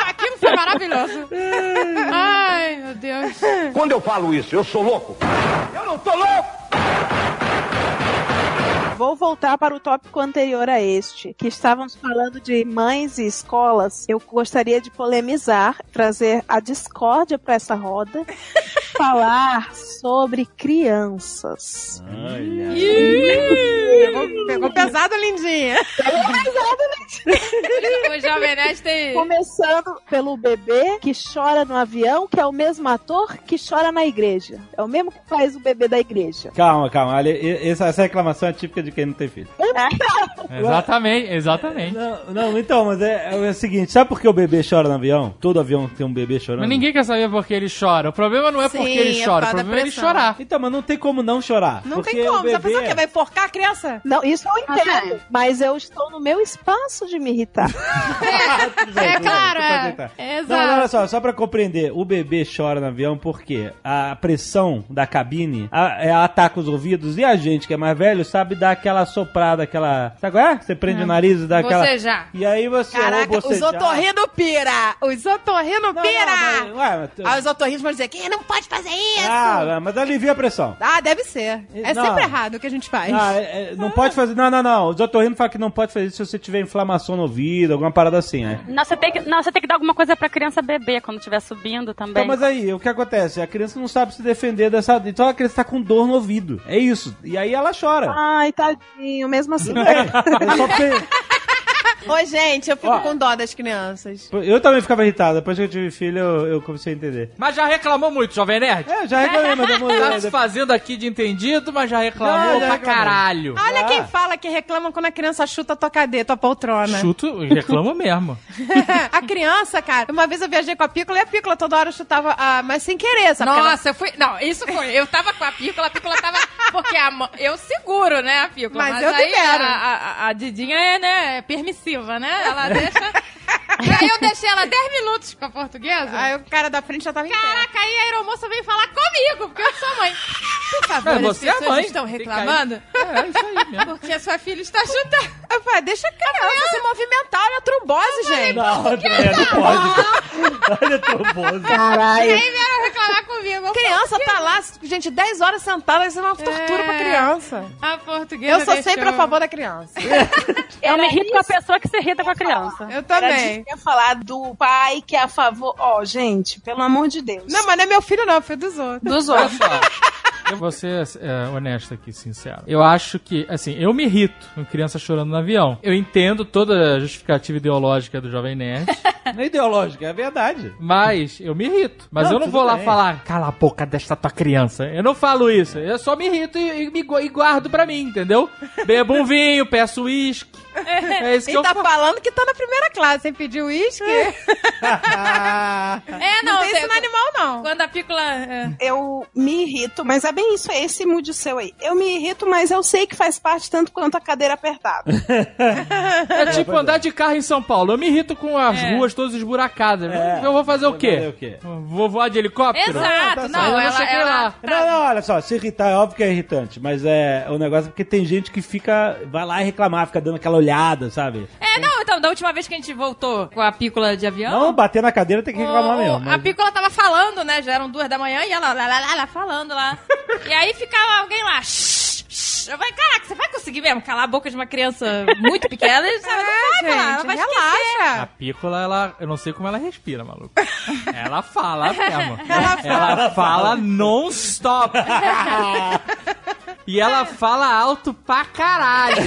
Speaker 2: Aquilo foi maravilhoso. Ai, meu Deus.
Speaker 10: Quando eu falo isso, eu sou louco? Eu não tô louco!
Speaker 4: Vou voltar para o tópico anterior a este, que estávamos falando de mães e escolas. Eu gostaria de polemizar, trazer a discórdia para essa roda, falar sobre crianças.
Speaker 3: Pegou, pegou pesado, lindinha.
Speaker 2: Hoje Jovem Nerd tem.
Speaker 4: Começando pelo bebê que chora no avião, que é o mesmo ator que chora na igreja. É o mesmo que faz o bebê da igreja.
Speaker 1: Calma, calma. Ali, e- Essa, essa reclamação é típica de quem não tem filho.
Speaker 6: Exatamente, exatamente.
Speaker 1: Não, não, então, mas é, é o seguinte: sabe por que o bebê chora no avião? Todo avião tem um bebê chorando.
Speaker 6: Mas ninguém quer saber por que ele chora. O problema não é
Speaker 3: Sim,
Speaker 6: porque ele
Speaker 3: é
Speaker 6: chora, o
Speaker 3: por causa da
Speaker 6: problema é ele
Speaker 3: pressão.
Speaker 6: chorar.
Speaker 1: Então, mas não tem como não chorar.
Speaker 3: Não
Speaker 1: porque
Speaker 3: tem como.
Speaker 1: o
Speaker 3: Você
Speaker 1: bebê...
Speaker 3: pensou que é vai porcar a criança?
Speaker 4: Não, isso eu entendo,
Speaker 5: Ok.
Speaker 4: mas é. eu estou no meu espaço de me irritar.
Speaker 2: É claro,
Speaker 1: Pode
Speaker 2: é.
Speaker 1: tentar.
Speaker 2: é
Speaker 1: Não, não, olha
Speaker 2: Exato.
Speaker 1: só, só pra compreender, o bebê chora no avião porque a pressão da cabine a- é, ataca os ouvidos e a gente que é mais velho sabe dar aquela soprada, aquela. Sabe qual é? Você prende o nariz e dá aquela.
Speaker 2: Você já.
Speaker 1: E aí você.
Speaker 3: Caraca,
Speaker 1: ou você
Speaker 3: os otorrino pira! Os otorrino
Speaker 1: Não, não,
Speaker 3: pira!
Speaker 1: mas- ué, mas tu-
Speaker 3: Aí os otorrinos vão dizer, quem não pode fazer
Speaker 2: é
Speaker 3: isso? Ah,
Speaker 1: Ah, mas alivia a pressão.
Speaker 3: deve ser. É
Speaker 1: Não.
Speaker 3: sempre errado o que a gente faz.
Speaker 1: Ah, é- é, não pode fazer. Não, não, não. Os otorrinos falam que não pode fazer isso se você tiver inflamação no ouvido, alguma parada assim, né?
Speaker 5: Não, você tem que, não, você tem que dar alguma coisa pra criança beber quando estiver subindo
Speaker 1: Então,
Speaker 5: também.
Speaker 1: mas aí, o que acontece? A criança não sabe se defender dessa. Então a criança tá com dor no ouvido. É isso. E aí ela chora.
Speaker 4: Ai, tadinho, mesmo assim.
Speaker 1: É só porque-
Speaker 3: Ô, gente, eu fico
Speaker 1: Ó.
Speaker 3: com dó das crianças.
Speaker 1: Eu também ficava irritado. Depois que eu tive filho, eu, eu comecei a entender.
Speaker 6: Mas já reclamou muito, Jovem Nerd.
Speaker 1: É, já reclamei, mas
Speaker 6: Tá se
Speaker 1: demorei.
Speaker 6: fazendo aqui de entendido, mas já reclamou
Speaker 1: Não, já
Speaker 6: pra
Speaker 1: reclamou.
Speaker 6: caralho.
Speaker 3: Olha
Speaker 1: Ah.
Speaker 3: quem fala que reclama quando a criança chuta a tua cadeira, tua
Speaker 1: né?
Speaker 3: poltrona.
Speaker 6: Chuto, reclamo mesmo.
Speaker 3: a criança, cara, uma vez eu viajei com a Pícola e a Pícola toda hora chutava, a... mas sem querer, sabe? Porque ela-
Speaker 2: Nossa, eu fui. Não, isso foi. Eu tava com a pícola, a pícola tava. Porque a mão- eu seguro, né, a pícola.
Speaker 3: Mas eu
Speaker 2: aí a,
Speaker 3: libero.
Speaker 2: a, a Didinha é, né, permissiva, né? Ela deixa. E aí eu deixei ela 10 minutos com a portuguesa.
Speaker 3: Aí o cara da frente já tava em pé.
Speaker 2: Caraca, aí a aeromoça veio falar comigo, porque eu sou mãe. Por favor,
Speaker 6: É, você é
Speaker 2: as pessoas
Speaker 6: mãe,
Speaker 2: estão
Speaker 6: tem que
Speaker 2: reclamando
Speaker 6: É, isso aí mesmo.
Speaker 2: porque a sua filha está chutando.
Speaker 3: Eu falei, deixa a criança se movimentar, olha a trombose, gente.
Speaker 1: Não, André, tá, é, não pode. Olha, é trombose.
Speaker 4: Caralho.
Speaker 2: Aí vieram reclamar comigo. Eu
Speaker 3: Criança tá lá, gente, 10 horas sentada, isso é uma
Speaker 2: É.
Speaker 3: tortura pra criança.
Speaker 2: A portuguesa.
Speaker 3: Eu sou sempre
Speaker 2: deixou.
Speaker 3: a favor da criança.
Speaker 5: Eu me irrito com a pessoa que se irrita com a criança.
Speaker 3: Eu
Speaker 4: Era disso
Speaker 3: também.
Speaker 4: que eu ia falar do pai que é a favor. Ó, gente, pelo amor de Deus.
Speaker 3: Não, mas não é meu filho, não, é filho dos outros.
Speaker 4: Dos outros.
Speaker 6: Eu vou ser é, honesto aqui, sincero. Eu acho que, assim, eu me irrito com criança chorando no avião. Eu entendo toda a justificativa ideolológica do Jovem Nerd,
Speaker 1: Não é ideológico, é verdade.
Speaker 6: mas eu me irrito. Mas
Speaker 1: Não,
Speaker 6: eu não
Speaker 1: tudo
Speaker 6: vou lá
Speaker 1: bem.
Speaker 6: falar, cala a boca desta tua criança. Eu não falo isso. Eu só me irrito e, e me gu- e guardo pra mim, entendeu? Bebo um vinho, peço uísque. É isso que
Speaker 3: E
Speaker 6: eu
Speaker 3: tá
Speaker 6: faço.
Speaker 3: falando que tá na primeira classe, sem pedir uísque.
Speaker 2: É, não,
Speaker 3: Não tem
Speaker 2: você-
Speaker 3: isso no animal, não.
Speaker 2: Quando a pícola. é.
Speaker 4: Eu me irrito, mas é bem isso, é esse mood seu aí. Eu me irrito, mas eu sei que faz parte tanto quanto a cadeira apertada.
Speaker 6: É tipo andar de carro em São Paulo. Eu me irrito com as ruas todas esburacadas.
Speaker 1: É.
Speaker 6: Eu vou fazer o
Speaker 1: Vai
Speaker 6: quê?
Speaker 1: fazer o quê?
Speaker 6: Vou voar de helicóptero?
Speaker 2: Exato,
Speaker 1: tá
Speaker 6: Aí eu
Speaker 2: não,
Speaker 6: não
Speaker 2: ela,
Speaker 6: sei o que lá.
Speaker 2: ela tá
Speaker 1: Não, não, olha só, se irritar é óbvio que é irritante, mas é o negócio é porque tem gente que fica, vai lá e reclamar, fica dando aquela olhada, sabe?
Speaker 2: É, não, então, da última vez que a gente voltou com a pícola de avião.
Speaker 1: Não, bater na cadeira tem que reclamar
Speaker 2: o-
Speaker 1: mesmo.
Speaker 2: É A
Speaker 1: mas-
Speaker 2: pícola tava falando, né? Já eram duas da manhã e ela lá, lá, lá, lá, falando lá. e aí ficava alguém lá. "Shh, shh". Eu falei, caraca, você vai conseguir mesmo calar a boca de uma criança muito pequena? E, sabe, não vai, falar, ela vai esquecer.
Speaker 6: A
Speaker 3: relaxa.
Speaker 6: pícola, ela, eu não sei como ela respira, maluco. Ela fala mesmo.
Speaker 3: Ela
Speaker 6: Ela fala non-stop. E ela fala alto pra caralho.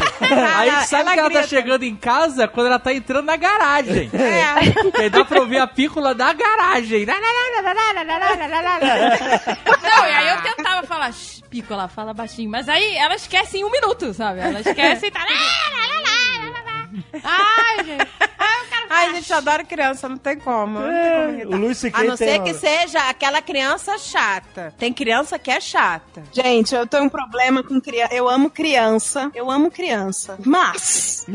Speaker 6: Aí sabe
Speaker 3: ela
Speaker 6: que ela tá
Speaker 3: grita.
Speaker 6: chegando em casa quando ela tá entrando na garagem.
Speaker 3: É.
Speaker 6: E aí dá pra ouvir a pícola da garagem.
Speaker 2: Não, e aí eu tentava falar, "Shh, pícola, fala baixinho. Mas aí ela esquece em um minuto, sabe? Ela esquece e tá. "Lá, lá, lá, lá, lá, lá, lá". Ai, gente. Ai, eu quero falar.
Speaker 3: Ai, gente, eu adoro criança, não tem como. Não tem como
Speaker 1: É,
Speaker 3: irritar.
Speaker 1: o Luiz C.K.
Speaker 3: A não
Speaker 1: tem
Speaker 3: ser
Speaker 1: uma-
Speaker 3: que seja aquela criança chata. Tem criança que é chata.
Speaker 4: Gente, eu tenho um problema com criança. Eu amo criança. Eu amo criança.
Speaker 1: Ah,
Speaker 4: Mas,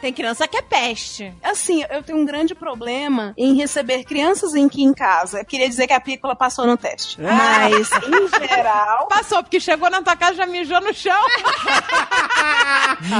Speaker 3: Tem criança que é peste.
Speaker 4: assim, eu tenho um grande problema em receber crianças em aqui em casa. Eu queria dizer que a pícola passou no teste.
Speaker 2: É.
Speaker 4: Mas, em geral.
Speaker 3: Passou, porque chegou na tua casa e já mijou no chão.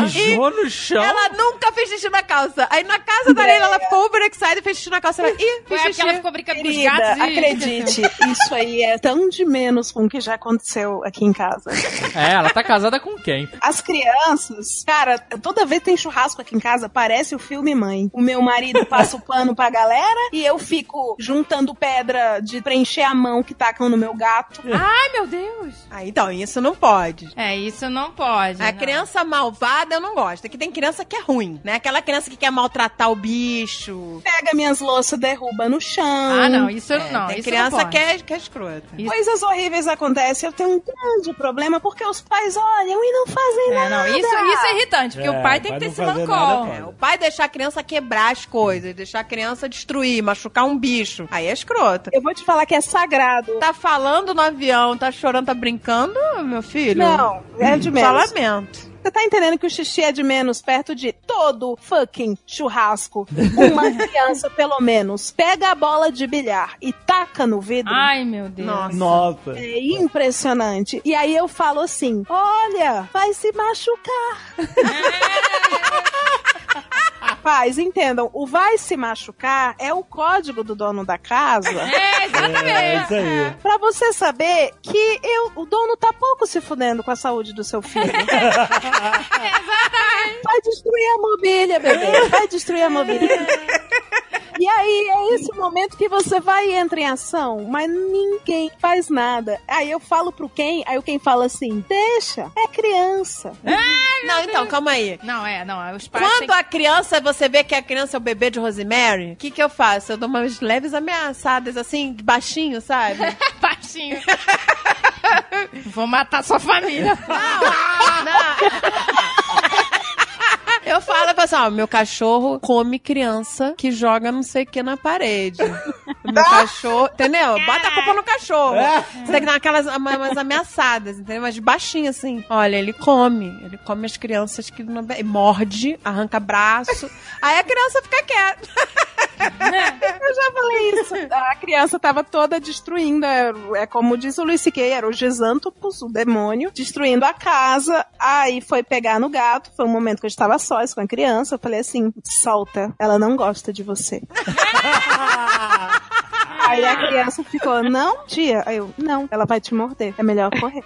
Speaker 6: Mijou no chão.
Speaker 3: Ela nunca fez xixi na calça. Aí na casa da Leila, ela ficou over excited, fez xixi na calça. Ela, Ih,
Speaker 2: Foi
Speaker 3: fiz
Speaker 2: porque
Speaker 3: xixi.
Speaker 2: ela ficou brincando com os
Speaker 4: Querida,
Speaker 2: gatos e.
Speaker 4: acredite, isso aí é tão de menos com o que já aconteceu aqui em casa.
Speaker 6: É, ela tá casada com quem?
Speaker 4: As crianças, cara, toda vez que tem churrasco aqui em casa, parece o filme Mãe. O meu marido passa o pano pra galera e eu fico juntando pedra de preencher a mão que tacam no meu gato.
Speaker 2: Ai, meu Deus.
Speaker 3: Ah, então, isso não pode.
Speaker 2: É, isso não pode.
Speaker 3: A
Speaker 2: não.
Speaker 3: criança malvada eu não gosto. É que tem criança que é ruim, né? Aquela criança que quer maltratar o bicho, lixo.
Speaker 4: Pega minhas louças, derruba no chão.
Speaker 2: Ah, não, isso eu
Speaker 3: É,
Speaker 2: não.
Speaker 3: Tem
Speaker 2: isso
Speaker 3: criança
Speaker 2: não pode.
Speaker 3: que, é, que é escrota.
Speaker 2: Isso-
Speaker 4: Coisas horríveis acontecem. Eu tenho um grande problema porque os pais olham e não fazem
Speaker 2: É,
Speaker 4: nada.
Speaker 2: não, isso, isso é irritante, porque
Speaker 1: É,
Speaker 2: o pai tem
Speaker 1: o
Speaker 2: que
Speaker 1: pai
Speaker 2: ter
Speaker 1: não
Speaker 2: esse
Speaker 1: fazer
Speaker 2: mancol.
Speaker 1: nada, né?
Speaker 3: É, o pai deixar a criança quebrar as coisas, deixar a criança destruir, machucar um bicho. Aí é escrota.
Speaker 4: Eu vou te falar que é sagrado.
Speaker 3: Tá falando no avião, tá chorando, tá brincando, meu filho?
Speaker 4: Não, é de
Speaker 3: Só
Speaker 4: menos.
Speaker 3: lamento.
Speaker 4: Você tá entendendo que o xixi é de menos perto de todo fucking churrasco? Uma criança, pelo menos, pega a bola de bilhar e taca no vidro.
Speaker 2: Ai, meu Deus.
Speaker 3: Nossa.
Speaker 1: Nossa.
Speaker 4: É impressionante. E aí eu falo assim: olha, vai se machucar. Pais, entendam, o vai se machucar é o código do dono da casa
Speaker 2: É,
Speaker 1: É
Speaker 2: exatamente.
Speaker 1: isso aí.
Speaker 4: pra você saber que eu, o dono tá pouco se fudendo com a saúde do seu filho. Vai destruir a mobília, bebê. Vai destruir a mobília. E aí, é esse momento que você vai e entra em ação, mas ninguém faz nada. Aí eu falo pro quem, aí o quem fala assim: deixa, é criança.
Speaker 3: Não, então, calma aí.
Speaker 2: Não, é, não. Os pais têm
Speaker 3: Quando
Speaker 2: que-
Speaker 3: a criança, você vê que a criança é o bebê de Rosemary, o que, que eu faço? Eu dou umas leves ameaçadas, assim, baixinho, sabe?
Speaker 2: baixinho. Vou matar sua família.
Speaker 3: Não. Eu falo pra pessoa, ó, meu cachorro come criança que joga não sei o que na parede. Meu cachorro, entendeu? Bota a culpa no cachorro.
Speaker 1: É.
Speaker 3: Você tem que dar aquelas ama- umas ameaçadas, entendeu? Mas baixinho assim. Olha, ele come. Ele come as crianças que não. e Morde, arranca braço. Aí a criança fica quieta.
Speaker 5: É,
Speaker 4: Eu já falei isso. A criança tava toda destruindo. É, é como diz o Luiz Siquei, era o Gesantopus, o demônio, destruindo a casa. Aí foi pegar no gato. Foi um momento que eu estava sós com a criança. Eu falei assim: solta, ela não gosta de você. Aí a criança ficou, não, tia. Aí eu, não, ela vai te morder. É melhor correr.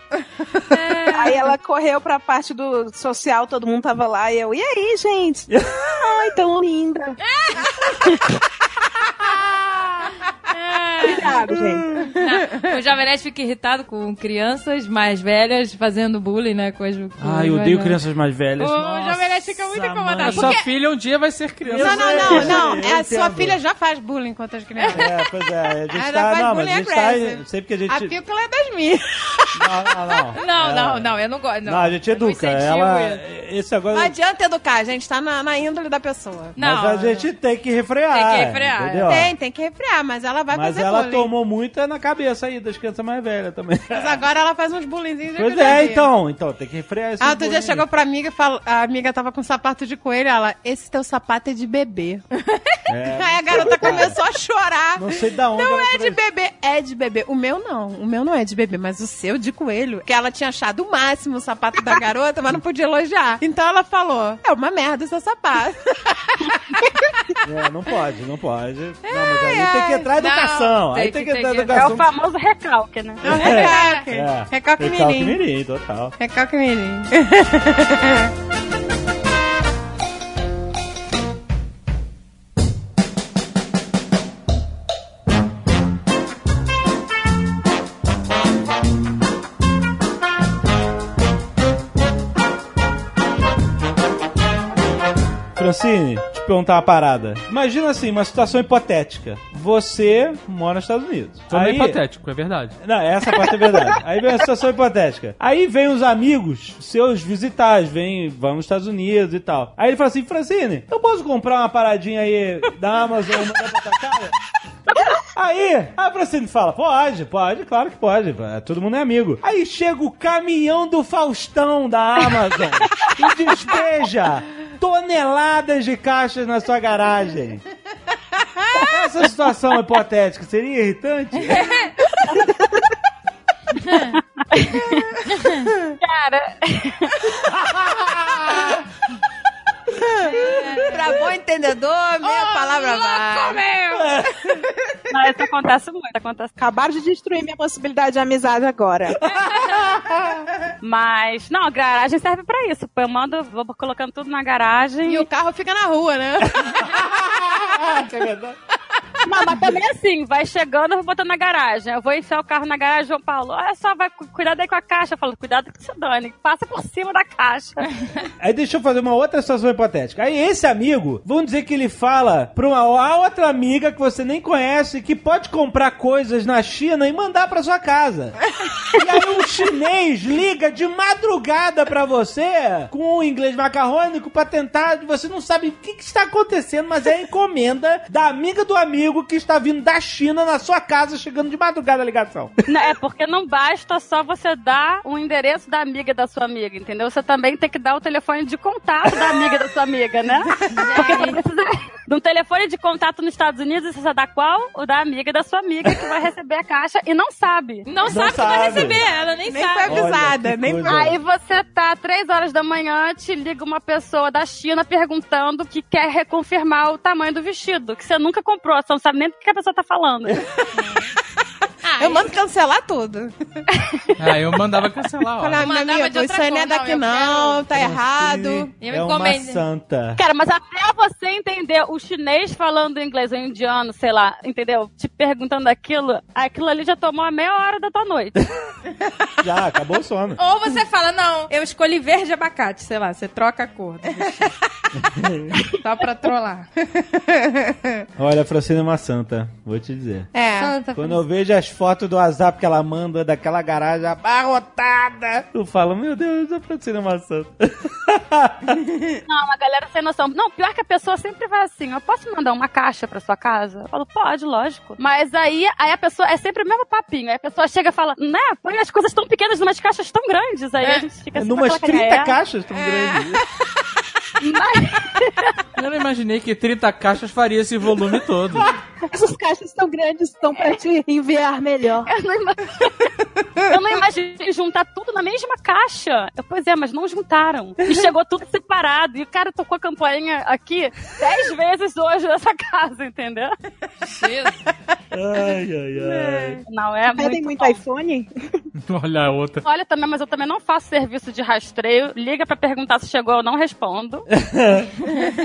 Speaker 4: Aí ela correu pra parte do social, todo mundo tava lá. E eu, e aí, gente? Ai, tão linda. Obrigado, gente.
Speaker 2: Não, o Jovem Nerd fica irritado com crianças mais velhas fazendo bullying, né? Com as, com
Speaker 1: Ai,
Speaker 2: os
Speaker 1: eu
Speaker 2: mais
Speaker 1: odeio
Speaker 2: velhos.
Speaker 1: crianças mais
Speaker 2: O
Speaker 1: velhas.
Speaker 2: Jovem Nerd fica muito
Speaker 1: Nossa,
Speaker 2: incomodado.
Speaker 6: A
Speaker 1: mãe.
Speaker 6: sua
Speaker 2: Porque
Speaker 6: filha um dia vai ser criança.
Speaker 3: Não, não,
Speaker 1: sei, eu
Speaker 3: não, não.
Speaker 1: sei, eu
Speaker 3: É, sua
Speaker 1: entendo.
Speaker 3: filha já faz bullying com outras crianças.
Speaker 1: É, pois é, a gente
Speaker 3: Ela
Speaker 1: tá.
Speaker 3: faz
Speaker 1: Não, mas a
Speaker 3: bullying
Speaker 1: gente tá.
Speaker 3: aggressive.
Speaker 1: Sempre que a
Speaker 3: A
Speaker 1: gente.
Speaker 3: pícola é das minhas.
Speaker 1: Não, não, não.
Speaker 2: Não,
Speaker 1: É.
Speaker 2: não, não, eu não gosto. Não,
Speaker 1: Não, a gente
Speaker 2: Eu não
Speaker 1: educa.
Speaker 2: incentivo
Speaker 1: Ela.
Speaker 2: isso.
Speaker 1: Esse agora.
Speaker 3: Não adianta educar, gente. Tá na, na índole da pessoa.
Speaker 2: Não,
Speaker 1: mas a gente tem que refrear.
Speaker 2: Tem que refrear,
Speaker 1: Entendeu?
Speaker 3: é. Tem, tem que refrear, mas ela vai
Speaker 1: Mas
Speaker 3: fazer
Speaker 1: ela
Speaker 3: bullying. é
Speaker 1: tomou muita na cabeça aí das crianças mais velhas também.
Speaker 3: Mas agora ela faz uns bullyingzinhos. de
Speaker 1: Pois
Speaker 3: outro
Speaker 1: é,
Speaker 3: dia.
Speaker 1: então. Então, tem que refrear esse
Speaker 3: Ah, outro dia chegou pra amiga e falou, a amiga tava com sapato de coelho, ela, esse teu sapato é de bebê. Aí a garota começou a chorar.
Speaker 1: É. Não sei da onde
Speaker 3: Não
Speaker 1: ela
Speaker 3: é de
Speaker 1: trouxe.
Speaker 3: bebê, é de bebê. O meu não, o meu não é de bebê, mas o seu de coelho, que ela tinha achado o máximo o sapato da garota, mas não podia elogiar. Então ela falou, é uma merda esse sapato.
Speaker 1: É, não pode, não pode. não, mas aí tem que
Speaker 3: ai.
Speaker 1: entrar a educação. aí tem que, entrar a
Speaker 5: É
Speaker 1: educação.
Speaker 5: o famoso recalque, né?
Speaker 3: É um recalque. Recalque
Speaker 1: Recalque
Speaker 3: mirim.
Speaker 1: mirim, total.
Speaker 3: Recalque mirim.
Speaker 1: Francine, te perguntar uma parada. Imagina assim, uma situação hipotética. Você mora nos Estados Unidos.
Speaker 6: Também
Speaker 1: Aí-
Speaker 6: hipotético, é verdade.
Speaker 1: Não, essa parte é verdade. Aí vem a situação hipotética. Aí vem os amigos seus visitar, vem, vamos aos Estados Unidos e tal. Aí ele fala assim, Francine, eu posso comprar uma paradinha aí da Amazon e mandar pra tua casa? Aí, a Francine fala, pode, pode, claro que pode, pá, todo mundo é amigo. Aí chega o caminhão do Faustão da Amazon e despeja toneladas de caixas na sua garagem. Essa situação hipotética seria irritante?
Speaker 5: Cara,
Speaker 3: É. pra bom entendedor, meia palavra vai.
Speaker 5: não, isso acontece muito, acontece.
Speaker 4: Acabaram de destruir minha possibilidade de amizade agora.
Speaker 5: Mas, não, a garagem serve pra isso. Eu mando, vou colocando tudo na garagem.
Speaker 3: E o carro fica na rua, né?
Speaker 1: É verdade.
Speaker 5: Não, mas também é assim, vai chegando, eu vou botando na garagem. Eu vou enfiar o carro na garagem, João Paulo. Olha só, vai, cu- cuidado aí com a caixa. Eu falo, cuidado que se dane. Passa por cima da caixa.
Speaker 1: Aí deixa eu fazer uma outra situação hipotética. Aí esse amigo, vamos dizer que ele fala pra uma a outra amiga que você nem conhece que pode comprar coisas na China e mandar pra sua casa. e aí um chinês liga de madrugada pra você com um inglês macarrônico pra tentar, você não sabe o que, que está acontecendo, mas é a encomenda da amiga do amigo que está vindo da China na sua casa chegando de madrugada a ligação.
Speaker 5: Não, é porque não basta só você dar o endereço da amiga da sua amiga, entendeu? Você também tem que dar o telefone de contato da amiga da sua amiga, né? Porque você precisa de um telefone de contato nos Estados Unidos, você sabe dar qual? O da amiga da sua amiga que vai receber a caixa e não sabe.
Speaker 2: Não, sabe, que vai
Speaker 1: sabe.
Speaker 2: receber, ela nem,
Speaker 3: Nem foi
Speaker 2: sabe.
Speaker 3: avisada,
Speaker 1: Olha que
Speaker 3: nem
Speaker 1: coisa.
Speaker 5: Aí você tá três horas da manhã, te liga uma pessoa da China perguntando que quer reconfirmar o tamanho do vestido, que você nunca comprou, você não sabe nem do que a pessoa tá falando.
Speaker 2: Ah,
Speaker 3: Eu mando cancelar tudo.
Speaker 6: Ah, eu mandava cancelar, ó.
Speaker 3: Falar, meu
Speaker 2: mandava de
Speaker 3: amigo,
Speaker 2: outra
Speaker 3: isso aí não é
Speaker 2: cor, não,
Speaker 3: daqui
Speaker 2: eu
Speaker 3: não, tá errado.
Speaker 1: Você
Speaker 2: Eu
Speaker 1: é uma
Speaker 2: encomendei.
Speaker 1: santa.
Speaker 5: Cara, mas até você entender o chinês falando inglês ou indiano, sei lá, entendeu? Te perguntando aquilo, aquilo ali já tomou a meia hora da tua noite.
Speaker 1: Já, acabou o sono.
Speaker 2: Ou você fala, não, eu escolhi verde abacate, sei lá, você troca a cor. do vestido. Só pra trollar.
Speaker 1: Olha, a Francina é uma santa, vou te dizer.
Speaker 3: É.
Speaker 1: Quando eu vejo as fotos do WhatsApp que ela manda daquela garagem abarrotada, eu falo, meu Deus, a Francina é uma santa.
Speaker 5: Não, a galera sem noção. Não, pior que a pessoa sempre vai assim, eu posso mandar uma caixa pra sua casa? Eu falo, pode, lógico. Mas aí, aí a pessoa, é sempre o mesmo papinho. Aí a pessoa chega e fala, né, põe as coisas tão pequenas numas caixas tão grandes. Aí a gente fica assim,
Speaker 1: Numas
Speaker 5: com aquela
Speaker 1: 30
Speaker 5: cara, é.
Speaker 1: caixas tão grandes.
Speaker 6: Eu não imaginei que 30 caixas faria esse volume todo.
Speaker 4: Essas caixas tão grandes estão pra te enviar melhor.
Speaker 5: Eu não, ima- eu não imaginei juntar tudo na mesma caixa. Eu, pois é, mas não juntaram. E chegou tudo separado. E o cara tocou a campainha aqui dez vezes hoje nessa casa, entendeu?
Speaker 1: Ai, ai, ai.
Speaker 5: Não é
Speaker 4: Pedem
Speaker 5: muito,
Speaker 4: muito
Speaker 5: bom.
Speaker 4: iPhone?
Speaker 6: Olha a outra.
Speaker 5: Olha também, mas eu também não faço serviço de rastreio. Liga pra perguntar se chegou, eu não respondo.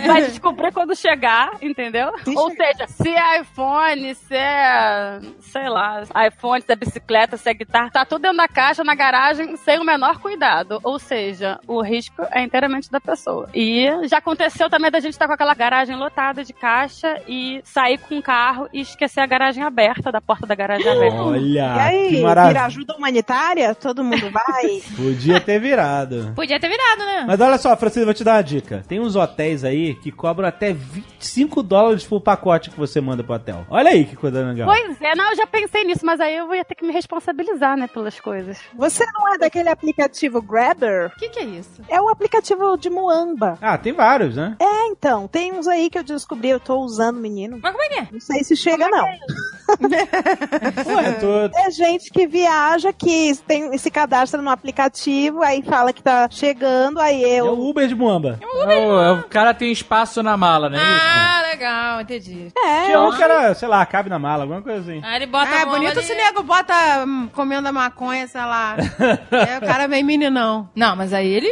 Speaker 5: Vai descobrir quando chegar, entendeu? Ou seja, se é iPhone, se é. sei lá, iPhone, se é bicicleta, se é guitarra, tá tudo dentro da caixa, na garagem, sem o menor cuidado. Ou seja, o risco é inteiramente da pessoa. E já aconteceu também da gente estar com aquela garagem lotada de caixa e sair com o carro e esquecer a garagem aberta, da porta da garagem aberta.
Speaker 1: Olha,
Speaker 4: e aí,
Speaker 1: Ah, que
Speaker 4: vira
Speaker 1: maravilha.
Speaker 4: ajuda humanitária? Todo mundo vai?
Speaker 1: Podia ter virado.
Speaker 2: Podia ter virado, né?
Speaker 1: Mas olha só, Francina, vou te dar uma dica. Tem uns hotéis aí que cobram até 25 dólares por pacote que você manda pro hotel. Olha aí que coisa legal.
Speaker 5: Pois é, não, eu já pensei nisso, mas aí eu ia ter que me responsabilizar, né, pelas coisas.
Speaker 4: Você não é daquele aplicativo Grabber?
Speaker 2: O que, que é isso?
Speaker 4: É o aplicativo de Muamba.
Speaker 1: Ah, tem vários, né?
Speaker 4: É, então, tem uns aí que eu descobri, eu tô usando, menino.
Speaker 2: Mas como é que é?
Speaker 4: Não sei se chega, não.
Speaker 1: Ué, tô-
Speaker 4: É gente que viaja, que tem, se cadastra no aplicativo, aí fala que tá chegando, aí
Speaker 1: É
Speaker 4: eu.
Speaker 1: o Uber de Muamba.
Speaker 6: É, o- o cara tem espaço na mala, né?
Speaker 2: Ah, legal, entendi.
Speaker 4: É,
Speaker 1: Tinha um que era, sei lá, cabe na mala, alguma coisa assim.
Speaker 2: Aí ele bota
Speaker 3: Ah,
Speaker 2: a mão
Speaker 3: bonito
Speaker 2: ali.
Speaker 3: se nego bota hum, comendo a maconha, sei lá. é, o cara vem meninão.
Speaker 2: Não, mas aí ele...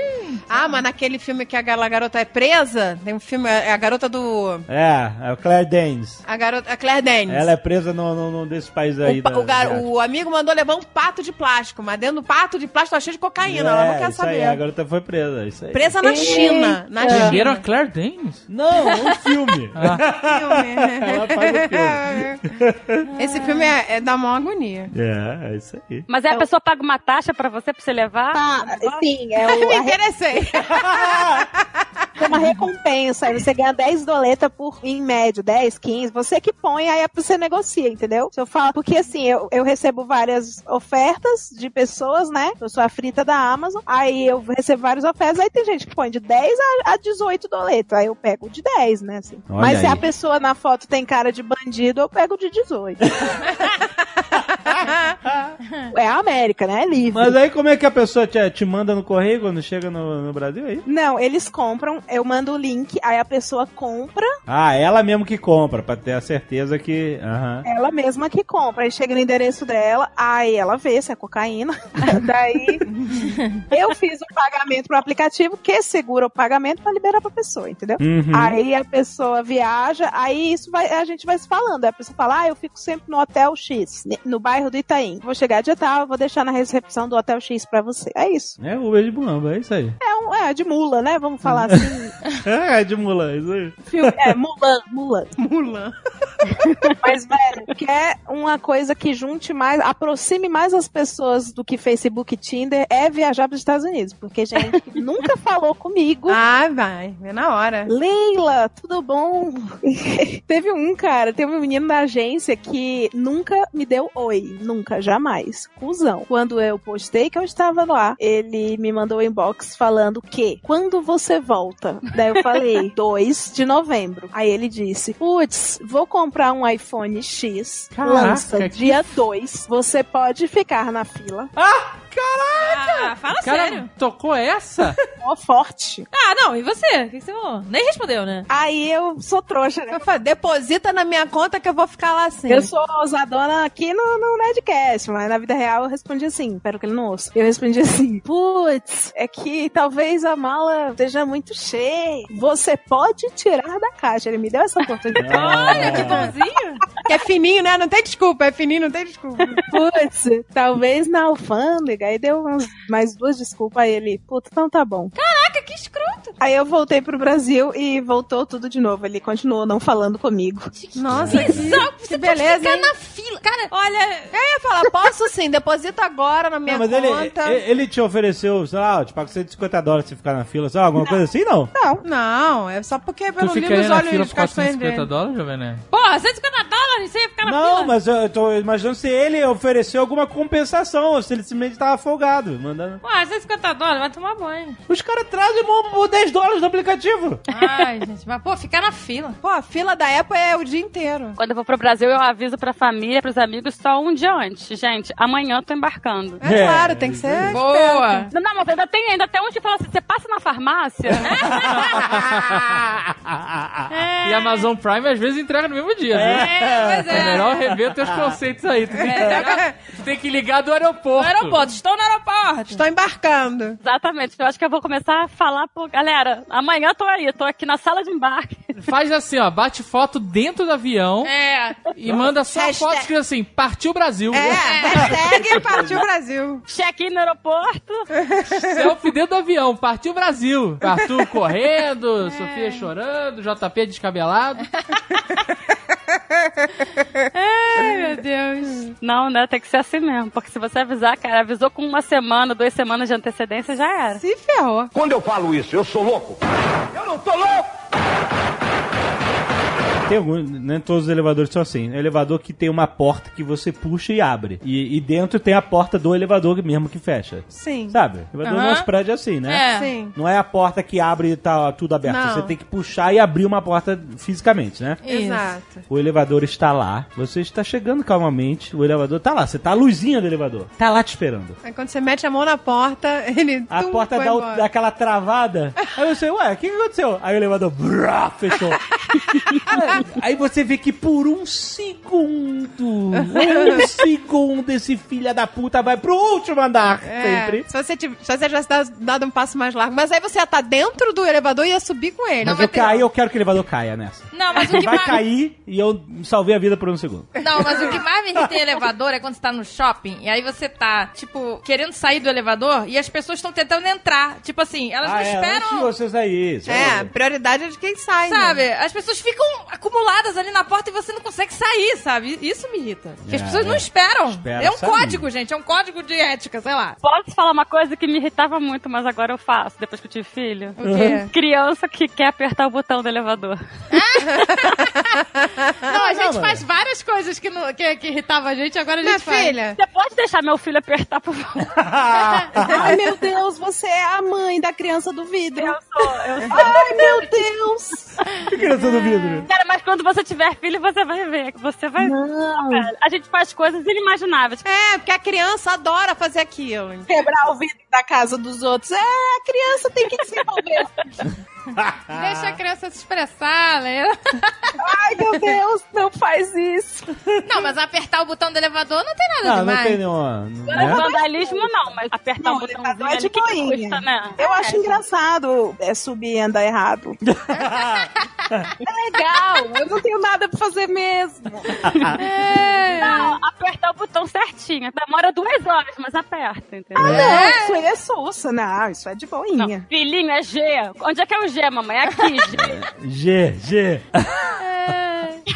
Speaker 3: Ah, mas naquele filme que a gal- a garota é presa, tem um filme, é a garota do.
Speaker 1: É, é o Claire Danes.
Speaker 3: A garota. A Claire Danes.
Speaker 1: Ela é presa num no, no, desses países aí.
Speaker 3: o, pa-
Speaker 1: da-
Speaker 3: o gar-
Speaker 1: da-
Speaker 3: o amigo mandou levar um pato de plástico, mas dentro do pato de plástico tá cheio de cocaína. ela não
Speaker 1: É,
Speaker 3: quer
Speaker 1: isso Aí,
Speaker 3: saber.
Speaker 1: a garota foi presa, isso aí.
Speaker 3: Presa na China. Na China.
Speaker 6: Primeiro a Claire Danes?
Speaker 1: Não, um filme.
Speaker 3: Ah,
Speaker 1: Ela faz o filme.
Speaker 3: Esse filme é, é da maior agonia.
Speaker 1: É, é isso aí.
Speaker 5: Mas aí a pessoa paga uma taxa pra você, pra você levar?
Speaker 4: tá, sim, é o,
Speaker 3: Me
Speaker 4: a re-
Speaker 3: interessei.
Speaker 4: tem uma recompensa. Aí você ganha 10 doleta por, em média, 10, 15. Você que põe, aí é pra você negocia, entendeu? Se eu falo, porque assim, eu, eu recebo várias ofertas de pessoas, né? Eu sou a frita da Amazon. Aí eu recebo várias ofertas, aí tem gente que põe de 10 a, a 18 doleta. Aí eu pego de 10, né? Assim.
Speaker 1: Olha
Speaker 4: Mas se
Speaker 1: aí.
Speaker 4: a pessoa na foto tem cara de bandido, eu pego de 18. É a América, né? É livre.
Speaker 1: Mas aí como é que a pessoa te, te manda no correio quando chega no, no Brasil é aí?
Speaker 4: Não, eles compram, eu mando o link, aí a pessoa compra,
Speaker 1: Ah, ela mesmo que compra, pra ter a certeza que. Aham.
Speaker 4: ela mesma que compra. Aí chega no endereço dela, aí ela vê se é cocaína. Daí eu fiz o pagamento pro aplicativo que segura o pagamento pra liberar pra pessoa, entendeu?
Speaker 3: É,
Speaker 1: Uhum.
Speaker 4: Aí a pessoa viaja, aí isso vai, a gente vai se falando. Aí a pessoa fala, ah, eu fico sempre no Hotel X, ne- no bairro do Itaim. Vou chegar dia tal, vou deixar na recepção do Hotel X pra você. É isso.
Speaker 1: É Uber de Mulamba, é isso aí.
Speaker 4: É, um, é de mula, né? Vamos falar assim.
Speaker 1: É de Mulan, é isso aí.
Speaker 4: Filme, é, Mulan, Mulan.
Speaker 3: Mulan.
Speaker 4: Mas, velho, quer uma coisa que junte mais, aproxime mais as pessoas do que Facebook e Tinder é viajar para os Estados Unidos. Porque gente que nunca falou comigo.
Speaker 3: Ah, vai. É na hora.
Speaker 4: Leila, tudo bom? teve um cara, teve um menino da agência que nunca me deu oi, nunca, jamais. Cusão. Quando eu postei que eu estava lá, ele me mandou um inbox falando que quando você volta? Daí eu falei, 2 de novembro. Aí ele disse, putz, vou comprar um iPhone X,
Speaker 6: Caraca,
Speaker 4: lança
Speaker 6: que-
Speaker 4: dia 2, você pode ficar na fila.
Speaker 2: Ah, fala
Speaker 6: O cara
Speaker 2: sério.
Speaker 6: tocou essa?
Speaker 4: Ó, forte.
Speaker 2: Ah, não, e você? O que você falou? Nem respondeu, né?
Speaker 4: Aí eu sou trouxa, né?
Speaker 3: Eu falo, deposita na minha conta que eu vou ficar lá assim.
Speaker 4: Eu sou ousadona aqui no, no Nerdcast, mas na vida real eu respondi assim, espero que ele não ouça. Eu respondi assim, putz, é que talvez a mala esteja muito cheia. Você pode tirar da caixa. Ele me deu essa oportunidade.
Speaker 2: Olha, que
Speaker 1: Ah.
Speaker 2: bonzinho.
Speaker 3: Que é fininho, né? Não tem desculpa. É fininho, não tem desculpa.
Speaker 4: Putz, talvez na alfândega. Aí deu umas, mais duas desculpas. Aí ele, putz, então tá bom.
Speaker 2: Caraca, que escroto.
Speaker 4: Aí eu voltei pro Brasil e voltou tudo de novo. Ele continuou não falando comigo.
Speaker 3: Nossa, que,
Speaker 2: Bizarro,
Speaker 3: que
Speaker 2: você pode
Speaker 3: beleza,
Speaker 2: ficar
Speaker 3: hein?
Speaker 2: na fila. Cara, olha,
Speaker 3: Eu ia falar, posso sim, deposita agora na minha
Speaker 1: Não, mas ele,
Speaker 3: conta.
Speaker 1: ele- ele te ofereceu, sei lá, eu te pago 150 dólares se ficar na fila, sei lá, alguma coisa assim, não?
Speaker 3: Não, é só porque
Speaker 6: Tu
Speaker 3: pelo livro
Speaker 6: ficaria
Speaker 3: os
Speaker 6: na
Speaker 3: olhos
Speaker 6: fila por
Speaker 3: castanhos
Speaker 6: 450
Speaker 3: dele.
Speaker 6: dólares, Jovem né? Nerd?
Speaker 2: porra, 150 dólares, você ia ficar na
Speaker 1: não,
Speaker 2: fila.
Speaker 1: mas eu, eu tô imaginando se ele ofereceu alguma compensação, ou se ele simplesmente tava folgado, mandando.
Speaker 2: Porra, 150 dólares, vai tomar banho.
Speaker 1: Os caras trazem mó- mó 10 dólares no aplicativo.
Speaker 2: Ai, gente, mas pô, ficar na fila.
Speaker 3: Pô, a fila da Apple é o dia inteiro.
Speaker 5: Quando eu vou pro Brasil, eu aviso pra família, pros amigos, só um dia antes. Gente, amanhã eu tô embarcando.
Speaker 3: É,
Speaker 1: É,
Speaker 3: claro, tem que ser.
Speaker 2: Boa.
Speaker 5: Não, não, mas ainda tem, ainda tem uns que falam assim, você passa na farmácia?
Speaker 2: É?
Speaker 6: E a Amazon Prime às vezes entrega no mesmo dia, viu?
Speaker 2: É, pois
Speaker 6: É
Speaker 2: é.
Speaker 6: melhor rever teus conceitos aí. Tu tem, que
Speaker 3: É.
Speaker 6: ligar, tu tem que ligar do aeroporto.
Speaker 2: No aeroporto, estou no aeroporto.
Speaker 3: Estou embarcando.
Speaker 5: Exatamente. Eu acho que eu vou começar a falar pro... Galera, amanhã eu tô aí, eu tô aqui na sala de embarque.
Speaker 6: Faz assim, ó. Bate foto dentro do avião
Speaker 2: É,
Speaker 6: e manda só
Speaker 3: Hashtag.
Speaker 6: foto escrito assim, partiu Brasil.
Speaker 3: É, hashtag é partiu Brasil.
Speaker 5: Check-in no aeroporto.
Speaker 6: Selfie dentro do avião, partiu Brasil. Arthur
Speaker 3: É.
Speaker 6: correndo, Sofia chorando, JP descabelado.
Speaker 2: meu Deus.
Speaker 5: Não, né? Tem que ser assim mesmo. Porque se você avisar, cara, avisou com uma semana, duas semanas de antecedência, já era.
Speaker 3: Se ferrou.
Speaker 10: Quando eu falo isso, eu sou louco. Eu não tô louco!
Speaker 1: Tem alguns, nem todos os elevadores são assim. É um elevador que tem uma porta que você puxa e abre. E, e dentro tem a porta do elevador mesmo que fecha.
Speaker 3: Sim.
Speaker 1: Sabe? Elevador
Speaker 2: Aham.
Speaker 1: nos prédios é assim, né?
Speaker 2: É.
Speaker 3: Tá. Sim.
Speaker 1: Não é a porta que abre e tá tudo aberto.
Speaker 3: Não.
Speaker 1: Você tem que puxar e abrir uma porta fisicamente, né?
Speaker 2: Isso.
Speaker 3: Exato.
Speaker 1: O elevador está lá, você está chegando calmamente, o elevador está lá, você tá a luzinha do elevador, tá lá te esperando.
Speaker 3: Aí quando você mete a mão na porta, ele.
Speaker 1: A
Speaker 3: tum,
Speaker 1: porta
Speaker 3: foi
Speaker 1: dá, o-
Speaker 3: Então embora.
Speaker 1: dá aquela travada, aí você, ué, o que, que aconteceu? Aí o elevador, brá, fechou. aí você vê que por um segundo, um segundo, esse filho da puta vai pro último andar,
Speaker 3: É,
Speaker 1: sempre.
Speaker 3: Se você, tiv- se você tivesse dado- dado um passo mais largo. Mas aí você ia estar dentro do elevador e ia subir com ele.
Speaker 1: Mas eu caí, eu quero que o elevador caia nessa.
Speaker 2: Não, mas o que
Speaker 1: Vai
Speaker 2: mais...
Speaker 1: cair e eu salvei a vida por um segundo.
Speaker 2: Não, mas o que mais me irrita em elevador é quando você tá no shopping e aí você tá, tipo, querendo sair do elevador e as pessoas estão tentando entrar. Tipo assim, elas não
Speaker 1: ah, é, antes de
Speaker 2: esperam.
Speaker 1: vocês aí. isso
Speaker 3: É, a
Speaker 1: aí.
Speaker 3: prioridade é de quem sai. né?
Speaker 2: Sabe? As pessoas ficam acumuladas ali na porta e você não consegue sair, sabe? Isso me irrita. Porque as
Speaker 1: É,
Speaker 2: pessoas não
Speaker 1: é.
Speaker 2: esperam.
Speaker 1: Espera
Speaker 2: é um
Speaker 1: sair.
Speaker 2: código, gente. É um código de ética, sei lá.
Speaker 5: Posso te falar uma coisa que me irritava muito, mas agora eu faço, depois que eu tive filho? Uhum.
Speaker 2: O quê?
Speaker 5: Criança que quer apertar o botão do elevador.
Speaker 2: Ah, Não, a gente
Speaker 1: mano.
Speaker 2: faz várias coisas coisas que, não, que, que irritava a gente, agora a
Speaker 3: Minha
Speaker 2: gente faz.
Speaker 3: filha,
Speaker 5: Você pode deixar meu filho apertar, por favor?
Speaker 1: Ah,
Speaker 4: Ai, meu Deus, você é a mãe da criança do vidro.
Speaker 5: Eu sou, eu sou.
Speaker 4: Ai, meu Deus.
Speaker 1: Criança do vidro.
Speaker 5: Cara, mas quando você tiver filho, você vai ver. Você vai
Speaker 4: Não.
Speaker 5: ver. A gente faz coisas inimagináveis. Tipo,
Speaker 3: É, porque a criança adora fazer aquilo.
Speaker 4: Quebrar o vidro da casa dos outros. É, a criança tem que desenvolver.
Speaker 2: Deixa a criança se expressar, né?
Speaker 4: Ai, meu Deus, não faz isso.
Speaker 2: Não, mas apertar o botão do elevador não tem nada
Speaker 1: Ah, não
Speaker 2: demais.
Speaker 1: tem nenhuma. Né?
Speaker 5: vandalismo não, mas apertar
Speaker 4: Não,
Speaker 5: o
Speaker 4: ele tá
Speaker 5: botãozinho
Speaker 4: doido
Speaker 5: ali,
Speaker 4: de
Speaker 5: o que, que
Speaker 4: boinha.
Speaker 5: custa, né?
Speaker 4: Eu acho engraçado é, subir e andar errado. é legal, eu não tenho nada pra fazer mesmo.
Speaker 5: Não, apertar o botão certinho. Demora duas horas, mas aperta, entendeu?
Speaker 4: Não, isso aí é sussa. Não, isso é de boinha.
Speaker 5: Filhinho, é G. Onde é que é o G, mamãe? É aqui,
Speaker 1: G,
Speaker 5: G.
Speaker 1: G.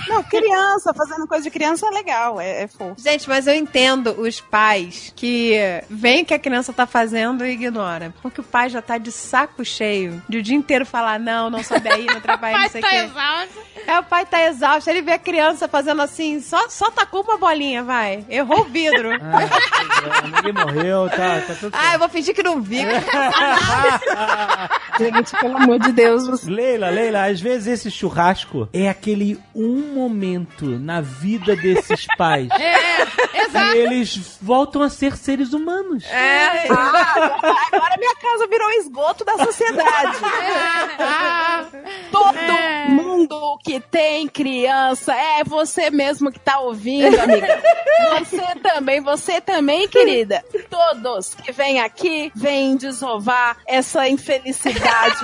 Speaker 4: Não. criança, fazendo coisa de criança é legal, é, é fofo.
Speaker 3: Gente, mas eu entendo os pais que veem o que a criança tá fazendo e ignora. Porque o pai já tá de saco cheio de o dia inteiro falar: não, não soube aí, não trabalhei, não
Speaker 2: Pai
Speaker 3: sei o
Speaker 2: tá
Speaker 3: quê.
Speaker 2: exausto.
Speaker 3: Aí o pai tá exausto, ele vê a criança fazendo assim, só, só tacou uma bolinha, vai. Errou o vidro.
Speaker 1: Ah, Ninguém morreu, tá, tá tudo
Speaker 3: ah, eu vou fingir que não vi.
Speaker 4: Gente, pelo amor de Deus, você.
Speaker 1: Leila, Leila, às vezes esse churrasco é aquele um momento na vida desses pais.
Speaker 2: É, exato.
Speaker 1: E eles voltam a ser seres humanos.
Speaker 3: É,
Speaker 4: Agora minha casa virou um esgoto da sociedade.
Speaker 2: É.
Speaker 4: Todo
Speaker 2: É.
Speaker 4: mundo que tem criança é você mesmo que tá ouvindo, amiga. Você também, você também, querida. Todos que vêm aqui vêm desovar essa infelicidade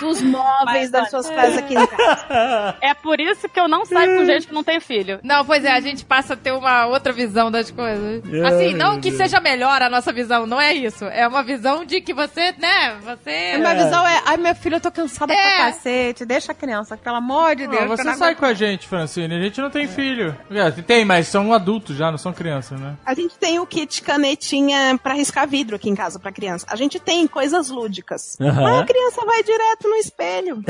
Speaker 4: dos móveis das suas casas aqui em casa.
Speaker 5: É por isso que eu não saio com gente que não tem filho.
Speaker 2: Não, pois é, a gente passa a ter uma outra visão das coisas. Assim, não que seja melhor a nossa visão, não é isso. É uma visão de que você, né, você...
Speaker 3: Minha visão é, ai, minha filha, eu tô cansada
Speaker 2: É.
Speaker 3: pra cacete, deixa a criança, pelo amor de Deus.
Speaker 6: Não,
Speaker 3: que eu
Speaker 6: você
Speaker 3: não
Speaker 6: sai
Speaker 3: aguento.
Speaker 6: com a gente, Francine. A gente não tem filho. É, Tem, mas são adultos já, não são crianças, né?
Speaker 4: A gente tem o kit canetinha pra riscar vidro aqui em casa pra criança. A gente tem coisas lúdicas.
Speaker 1: Aham.
Speaker 4: Mas a criança vai direto no espelho.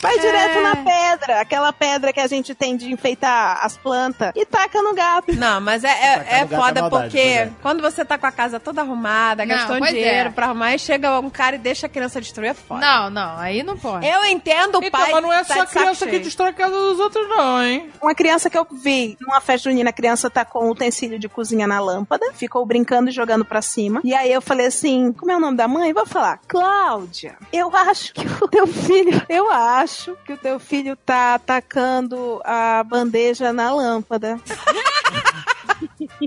Speaker 4: Vai direto na pedra, aquela pedra que a gente tem de enfeitar as plantas e taca no gato.
Speaker 3: Não, mas é, é, é
Speaker 1: Tacar no gato é
Speaker 3: foda
Speaker 1: maldade,
Speaker 3: porque
Speaker 1: pois é.
Speaker 3: quando você tá com a casa toda arrumada,
Speaker 2: Não,
Speaker 3: gastou um
Speaker 2: pois
Speaker 3: dinheiro
Speaker 2: é.
Speaker 3: pra arrumar, e chega um cara e deixa a criança destruir, é foda.
Speaker 2: Não, não, aí não pode.
Speaker 3: Eu entendo o
Speaker 6: Então,
Speaker 3: pai.
Speaker 6: mas não é
Speaker 3: que tá
Speaker 6: só
Speaker 3: de saco
Speaker 6: criança que
Speaker 3: cheio.
Speaker 6: destrói a casa dos outros, não, hein?
Speaker 4: Uma criança que eu vi numa festa junina, a criança tacou um utensílio de cozinha na lâmpada, ficou brincando e jogando pra cima. E aí eu falei assim: como é o nome da mãe? Vou falar, Cláudia, eu acho que o teu filho, eu acho que o teu filho tá atacando a bandeja na lâmpada.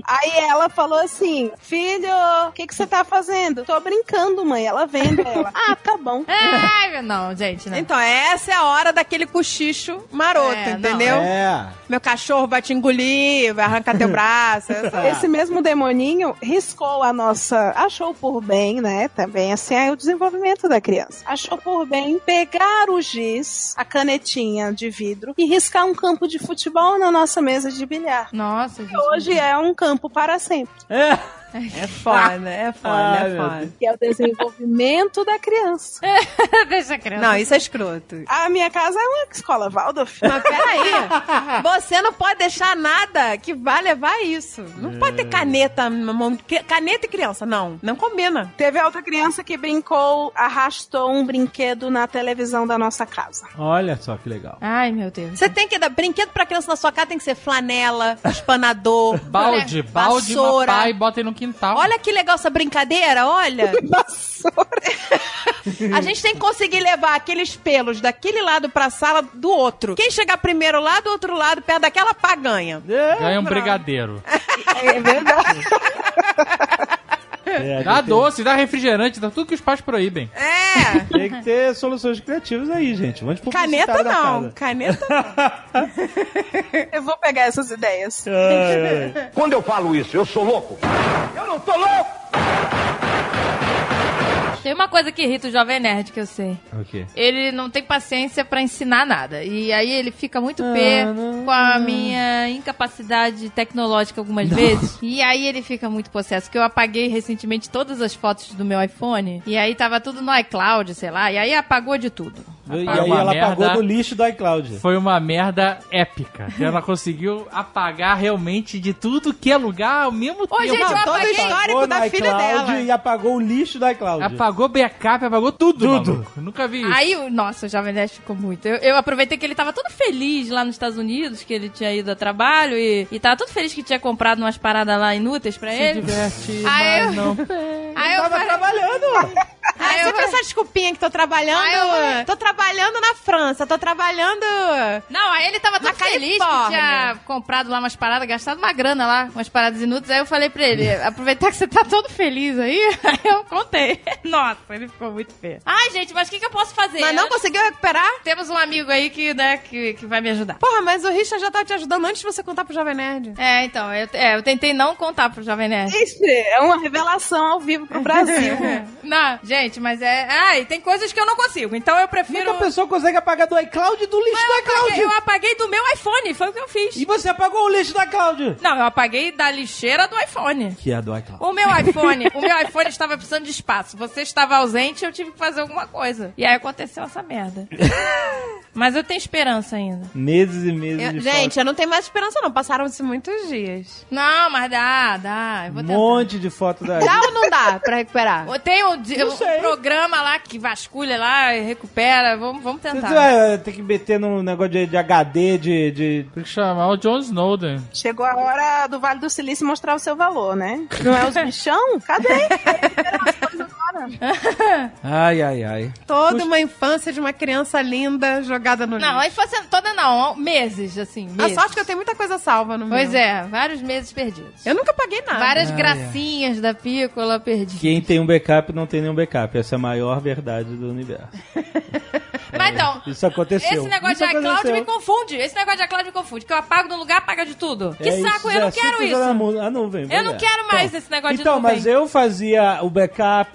Speaker 4: Aí ela falou assim: Filho, o que, que você tá fazendo? Tô brincando, mãe. Ela vendo ela. Ah, tá bom.
Speaker 2: Ai, meu- não, gente, não.
Speaker 3: Então, essa é a hora daquele cochicho maroto,
Speaker 2: né? É, não,
Speaker 3: entendeu?
Speaker 1: É.
Speaker 3: Meu cachorro vai te engolir, vai arrancar teu braço. essa-
Speaker 4: Esse mesmo demoninho riscou a nossa. Achou por bem, né? Também assim é o desenvolvimento da criança. Achou por bem pegar o giz, a canetinha de vidro, e riscar um campo de futebol na nossa mesa de bilhar.
Speaker 2: Nossa, gente.
Speaker 4: Que Hoje é um campo para sempre,
Speaker 1: É.
Speaker 3: É foda, é foda,
Speaker 1: Ai,
Speaker 3: é
Speaker 1: meu
Speaker 3: foda.
Speaker 4: que é o desenvolvimento da criança.
Speaker 2: Deixa a criança.
Speaker 3: Não, isso é escroto.
Speaker 4: A minha casa é uma escola Waldorf.
Speaker 3: Mas peraí, você não pode deixar nada que vá levar isso. Não
Speaker 1: É.
Speaker 3: pode ter caneta na mão. de- Caneta e criança, não. Não combina.
Speaker 4: Teve outra criança que brincou, arrastou um brinquedo na televisão da nossa casa.
Speaker 1: Olha só que legal.
Speaker 2: Ai, meu Deus.
Speaker 3: Você tem que dar brinquedo pra criança na sua casa, tem que ser flanela, espanador.
Speaker 6: Balde, balde,
Speaker 3: Vassoura.
Speaker 6: papai, bota aí no quintal.
Speaker 3: Olha que legal essa brincadeira, olha. A gente tem que conseguir levar aqueles pelos daquele lado pra sala do outro. Quem chegar primeiro lá do outro lado, perto daquela pá, ganha.
Speaker 6: Ganha um brigadeiro.
Speaker 4: É verdade.
Speaker 1: É,
Speaker 6: Dá
Speaker 1: tem-
Speaker 6: doce, dá refrigerante, dá tudo que os pais proíbem.
Speaker 3: É.
Speaker 1: Tem que ter soluções criativas aí, gente. Vamos publicitar
Speaker 3: Caneta
Speaker 1: na
Speaker 3: não.
Speaker 1: casa.
Speaker 3: Caneta
Speaker 4: Eu vou pegar essas ideias.
Speaker 1: Ai, ai.
Speaker 10: Quando eu falo isso, eu sou louco. Eu não tô louco!
Speaker 2: Tem uma coisa que irrita o jovem nerd que eu sei.
Speaker 1: Ok.
Speaker 2: Ele não tem paciência pra ensinar nada. E aí ele fica muito pé com a minha incapacidade tecnológica algumas vezes. E aí ele fica muito possesso. Que eu apaguei recentemente todas as fotos do meu iPhone. E aí tava tudo no iCloud, sei lá. E aí apagou de tudo.
Speaker 1: E
Speaker 6: Foi
Speaker 1: aí
Speaker 6: uma
Speaker 1: ela
Speaker 6: merda.
Speaker 1: pagou do lixo do iCloud.
Speaker 6: Foi uma merda épica. Ela conseguiu apagar realmente de tudo que é lugar ao mesmo
Speaker 3: Ô,
Speaker 6: tempo.
Speaker 3: gente, eu
Speaker 1: Pagou no
Speaker 3: apaguei. histórico da filha
Speaker 1: iCloud
Speaker 3: dela.
Speaker 1: E apagou o lixo do iCloud.
Speaker 6: Apagou backup, apagou tudo.
Speaker 1: Tudo.
Speaker 6: maluco. Nunca vi isso.
Speaker 2: Aí, o- nossa, o Jovem Nerd ficou muito. Eu, eu aproveitei que ele tava todo feliz lá nos Estados Unidos, que ele tinha ido a trabalho e, e tava todo feliz que tinha comprado umas paradas lá inúteis pra
Speaker 6: Se
Speaker 2: ele.
Speaker 6: diverte,
Speaker 2: Aí
Speaker 6: mas
Speaker 2: eu-
Speaker 6: não
Speaker 2: Aí eu,
Speaker 1: Tava
Speaker 2: falei-
Speaker 1: trabalhando.
Speaker 3: Ah,
Speaker 2: aí eu
Speaker 3: sempre
Speaker 2: falei-
Speaker 3: essa desculpinha que tô trabalhando.
Speaker 2: Ah, eu-
Speaker 3: Tô trabalhando na França, tô trabalhando.
Speaker 2: Não, aí ele tava todo feliz que
Speaker 3: Califórnia.
Speaker 2: tinha comprado lá umas paradas, gastado uma grana lá, umas paradas inúteis. Aí eu falei pra ele, aproveitar que você tá todo feliz aí, aí eu contei. Nossa, Ah, ele ficou muito feio. Ai, gente, mas o que, que eu posso fazer?
Speaker 3: Mas não conseguiu recuperar?
Speaker 2: Temos um amigo aí que, né, que, que vai me ajudar.
Speaker 3: Porra, mas o Richard já tava te ajudando antes de você contar pro Jovem Nerd.
Speaker 2: É, então, eu, é, eu tentei não contar pro Jovem Nerd.
Speaker 4: Isso é uma revelação ao vivo pro Brasil.
Speaker 2: Não, gente, mas é. Ai, tem coisas que eu não consigo, então eu prefiro.
Speaker 1: Nunca é a pessoa consegue apagar do iCloud e do lixo
Speaker 2: eu,
Speaker 1: do iCloud.
Speaker 2: apaguei, eu apaguei do meu iPhone, foi o que eu fiz.
Speaker 1: E você apagou o lixo do iCloud.
Speaker 2: Não, eu apaguei da lixeira do iPhone.
Speaker 1: Que é do iCloud.
Speaker 2: O meu iPhone, o meu iPhone estava precisando de espaço. Você estava ausente, eu tive que fazer alguma coisa. E aí aconteceu essa merda. Mas eu tenho esperança ainda.
Speaker 1: Meses e meses
Speaker 3: Eu-
Speaker 1: de
Speaker 3: gente, eu não tenho mais esperança, não. Passaram-se muitos dias.
Speaker 2: Não, mas dá, dá. Eu vou
Speaker 1: foto.
Speaker 2: tentar.
Speaker 1: monte de foto da
Speaker 3: Dá ou não dá pra recuperar?
Speaker 2: Eu tenho um, di-
Speaker 1: Não
Speaker 2: um
Speaker 1: sei.
Speaker 2: programa lá que vasculha lá e recupera. Vamos, vamos
Speaker 1: Você é-
Speaker 2: tentar.
Speaker 1: vai ter que meter num negócio de, de HD, de, de-
Speaker 6: Tem que chamar o John Snowden.
Speaker 4: Chegou a hora do Vale do Silício mostrar o seu valor, né? Não é os bichão? Cadê?
Speaker 6: Ai, ai, ai.
Speaker 3: Toda uma infância de uma criança linda jogada no
Speaker 2: Não,
Speaker 3: lixo.
Speaker 2: aí fosse toda não, meses, assim.
Speaker 3: A
Speaker 2: Meses.
Speaker 3: sorte é que eu tenho muita coisa salva no meu.
Speaker 2: Pois é, vários meses perdidos.
Speaker 3: Eu nunca paguei nada.
Speaker 2: Várias
Speaker 1: É.
Speaker 2: gracinhas da pícola perdidas.
Speaker 1: Quem tem um backup não tem nenhum backup. Essa é a maior verdade do universo.
Speaker 2: Mas então,
Speaker 1: Isso aconteceu.
Speaker 2: Esse negócio
Speaker 1: Isso
Speaker 2: de iCloud
Speaker 1: aconteceu.
Speaker 2: me confunde. Esse negócio de iCloud me confunde. Que eu apago no lugar, apaga de tudo. Que
Speaker 1: É isso,
Speaker 2: saco, eu não
Speaker 1: é
Speaker 2: quero
Speaker 1: simples,
Speaker 2: isso.
Speaker 1: a mu- A nuvem,
Speaker 2: Eu não
Speaker 1: mulher.
Speaker 2: quero mais esse negócio de
Speaker 1: então,
Speaker 2: nuvem.
Speaker 1: mas eu fazia o backup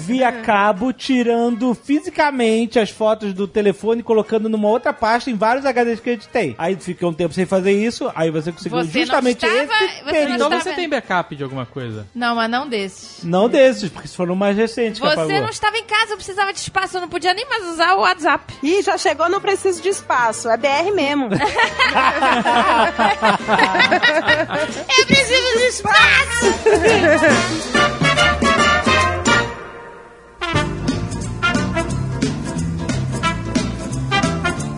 Speaker 1: via cabo, tirando fisicamente as fotos do telefone, e colocando numa outra pasta em vários HDs que a gente tem. Aí fiquei um tempo sem fazer isso, aí você conseguiu
Speaker 2: Você não
Speaker 1: justamente
Speaker 2: estava-
Speaker 1: esse
Speaker 2: você não
Speaker 1: período.
Speaker 6: Então
Speaker 2: Tá
Speaker 6: você
Speaker 2: vendo?
Speaker 6: tem backup de alguma coisa?
Speaker 2: Não, mas não desses.
Speaker 1: Não desses, porque foram mais recentes que apagou.
Speaker 2: Você não estava em casa, eu precisava de espaço, eu não podia nem mais usar o WhatsApp.
Speaker 4: Ih, já chegou, não preciso de espaço. É BR mesmo.
Speaker 2: Eu preciso de espaço!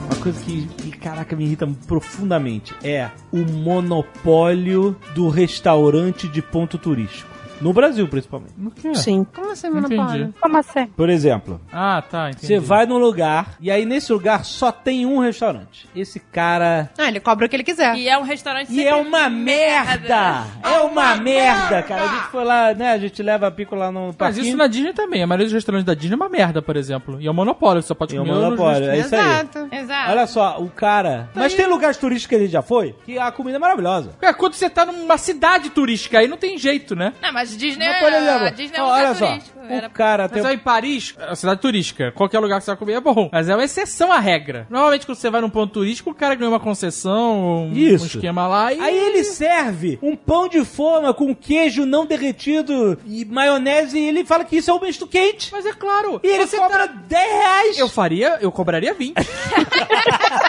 Speaker 1: Uma coisa que, que, caraca, me irrita profundamente é o monopólio do restaurante de ponto turístico. No Brasil, principalmente.
Speaker 6: No quê?
Speaker 4: Sim.
Speaker 3: Como assim,
Speaker 6: Não
Speaker 3: monopólio?
Speaker 6: entendi.
Speaker 5: Como assim?
Speaker 1: Por exemplo,
Speaker 6: Ah, tá, entendi.
Speaker 1: você vai num lugar e aí nesse lugar só tem um restaurante. Esse cara.
Speaker 3: Ah, ele cobra o que ele quiser.
Speaker 2: E é um restaurante
Speaker 1: E
Speaker 2: sempre
Speaker 1: é uma merda! É uma merda, cara. A gente foi lá, né? A gente leva a pico lá no
Speaker 6: Mas isso é
Speaker 1: parquinho.
Speaker 6: na Disney também. A maioria dos restaurantes da Disney é uma merda, por exemplo. E é um monopólio, você só pode
Speaker 1: É um
Speaker 6: comer nos
Speaker 1: monopólio, é isso aí.
Speaker 3: Exato.
Speaker 2: Exato.
Speaker 1: Olha só, o cara. Mas tem lugares turísticos que ele já foi que a comida é maravilhosa.
Speaker 6: É, quando você tá numa cidade turística, aí não tem jeito, né?
Speaker 2: Não, mas Disney,
Speaker 1: Mas, por exemplo,
Speaker 2: a Disney é um
Speaker 1: ó, olha
Speaker 2: lugar
Speaker 1: só,
Speaker 2: turístico. Era-
Speaker 1: o cara tem um-
Speaker 6: Mas aí em Paris, é uma cidade turística, qualquer lugar que você vai comer é bom. Mas é uma exceção à regra. Normalmente quando você vai num ponto turístico, o cara ganha uma concessão, um,
Speaker 1: Isso.
Speaker 6: um esquema lá e...
Speaker 1: Aí ele serve um pão de forma com queijo não derretido e maionese e ele fala que isso é um misto quente.
Speaker 6: Mas é claro.
Speaker 1: E ele
Speaker 6: você
Speaker 1: cobra
Speaker 6: tá-
Speaker 1: 10 reais.
Speaker 6: Eu faria, eu cobraria 20.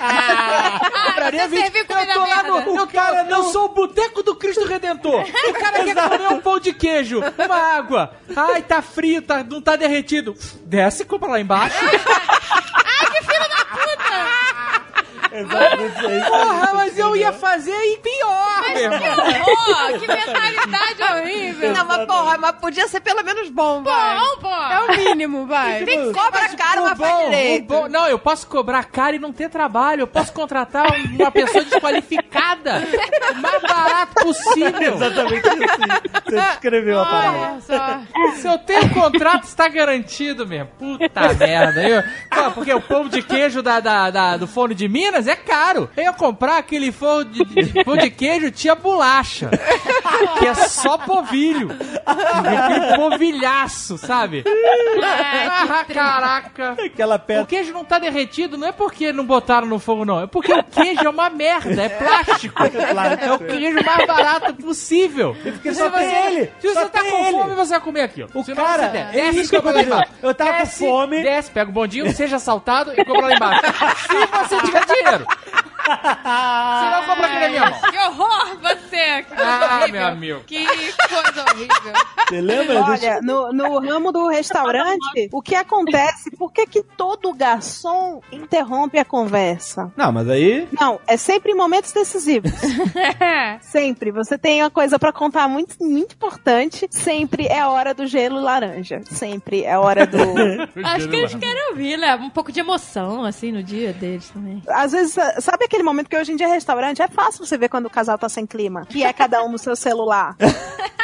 Speaker 2: Ah,
Speaker 1: Cobraria
Speaker 2: você
Speaker 1: 20.
Speaker 2: serviu comida
Speaker 1: eu tô lá
Speaker 2: merda.
Speaker 1: no... O cara
Speaker 6: Eu
Speaker 1: não...
Speaker 6: sou o boteco do Cristo Redentor. O cara quer comer um pão de queijo, uma água. Ai, tá frio, tá, não tá derretido. Desce e compra lá embaixo.
Speaker 1: é
Speaker 6: Porra, mas eu ia fazer e pior, meu irmão.
Speaker 2: Pô, que mentalidade horrível.
Speaker 3: Não, mas porra, mas podia ser pelo menos bom, vai.
Speaker 2: Bom, pô.
Speaker 3: É o mínimo, vai.
Speaker 1: Tem que ser
Speaker 3: cobra caro, mas faz
Speaker 6: O
Speaker 3: direito.
Speaker 6: bom- não, eu posso cobrar cara e não ter trabalho. Eu posso contratar um- uma pessoa desqualificada. O mais barato possível.
Speaker 1: Exatamente assim. Você descreveu a palavra.
Speaker 2: Olha só.
Speaker 6: Se eu tenho um contrato, está garantido mesmo. Puta merda. Eu, Pô, porque o pão de queijo da, da- da- do forno de Minas é caro. Eu ia comprar aquele forno de, de- pão de queijo tinha bolacha. que é só povilho. Aquele povilhaço, sabe? Ah, caraca.
Speaker 1: Aquela pedra.
Speaker 6: O queijo não tá derretido, não é porque não botaram no fogo, não. É porque o queijo é uma merda, é plástico. É o queijo mais barato possível.
Speaker 1: Porque só tem ele.
Speaker 6: Se
Speaker 1: só
Speaker 6: você tá
Speaker 1: tem
Speaker 6: com
Speaker 1: ele.
Speaker 6: fome, você vai comer aquilo.
Speaker 1: O
Speaker 6: Se não,
Speaker 1: cara,
Speaker 6: você der.
Speaker 1: é
Speaker 6: desce
Speaker 1: isso que eu
Speaker 6: e compra
Speaker 1: falei.
Speaker 6: lá embaixo.
Speaker 1: Eu tava com
Speaker 6: Desce,
Speaker 1: fome.
Speaker 6: Desce, pega o bondinho, seja assaltado e compra lá embaixo. Se você tiver dinheiro. Se não, compra aqui na minha mão.
Speaker 2: Que horror você! Que coisa
Speaker 6: Ah,
Speaker 2: horrível.
Speaker 6: meu amigo.
Speaker 2: Que coisa horrível.
Speaker 1: Você lembra? disso?
Speaker 4: Olha, no, no ramo do restaurante, o que acontece? Por que, que todo garçom interrompe a conversa?
Speaker 1: Não, mas aí.
Speaker 4: Não, é sempre em momentos decisivos. sempre. Você tem uma coisa pra contar muito, muito importante. Sempre é a hora do gelo laranja. Sempre é a hora do.
Speaker 2: Acho que eles querem ouvir, né? Um pouco de emoção, assim, no dia deles também.
Speaker 4: Às vezes, eh, sabe aquele momento que hoje em dia é restaurante? É fácil você ver quando o casal tá sem clima. Que é cada um no seu celular.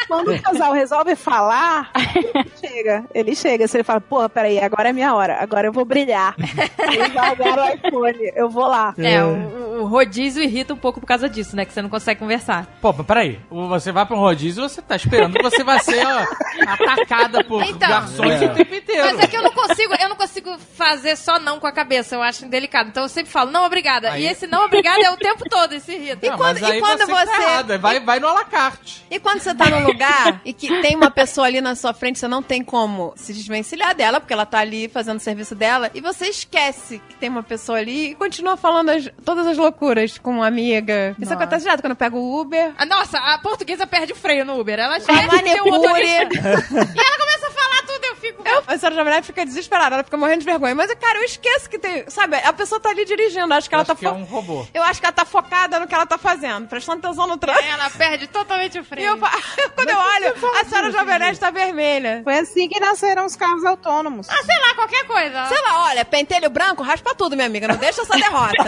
Speaker 4: Quando o casal resolve falar, ele chega. Ele chega. Você fala, pô, peraí, agora é minha hora. Agora eu vou brilhar. Ele vai agora o iPhone. Eu vou lá.
Speaker 2: É, o, o rodízio irrita um pouco por causa disso, né? Que você não consegue conversar.
Speaker 6: Pô, mas peraí. Você vai pra um rodízio você tá esperando que você vai ser ó, atacada por
Speaker 2: Então.
Speaker 6: garçons o tempo inteiro.
Speaker 2: Mas é que eu não consigo, eu não consigo fazer só não com a cabeça, eu acho delicado. Então eu sempre falo, não, obrigada.
Speaker 6: Aí-
Speaker 2: E esse não, obrigada é o tempo todo, esse irrita.
Speaker 6: E
Speaker 2: Não,
Speaker 6: quando, mas
Speaker 2: mas
Speaker 6: aí
Speaker 2: e
Speaker 6: você,
Speaker 2: quando
Speaker 6: tá
Speaker 2: você-
Speaker 6: errada, vai, vai no alacarte.
Speaker 3: E quando você tá num lugar e que tem uma pessoa ali na sua frente, você não tem como se desvencilhar dela, porque ela tá ali fazendo o serviço dela, e você esquece que tem uma pessoa ali e continua falando as- todas as loucuras com uma amiga. Isso acontece direto quando eu pego o Uber.
Speaker 2: Ah, Nossa, a portuguesa perde o freio no Uber. Ela
Speaker 3: Com a
Speaker 2: chega e tem o
Speaker 3: manicure.
Speaker 2: motorista. E ela começa a falar tudo, eu fico.
Speaker 3: um Eu, a senhora, na verdade, fica desesperada, ela fica morrendo de vergonha. Mas, cara, eu esqueço que tem. Sabe, a pessoa tá ali dirigindo, acho que ela
Speaker 6: Acho
Speaker 3: tá
Speaker 6: que é
Speaker 3: fo-
Speaker 6: um robô.
Speaker 3: Eu acho que ela tá focada no que ela tá fazendo, prestando atenção no trânsito.
Speaker 2: Ela perde totalmente o
Speaker 3: E
Speaker 2: freio.
Speaker 3: eu, fa- quando eu olho, a senhora Jovenete tá vermelha.
Speaker 4: Foi assim que nasceram os carros autônomos.
Speaker 2: Ah, sei lá, qualquer coisa.
Speaker 3: Sei lá, olha, pentelho branco, raspa tudo, minha amiga. Não deixa essa derrota.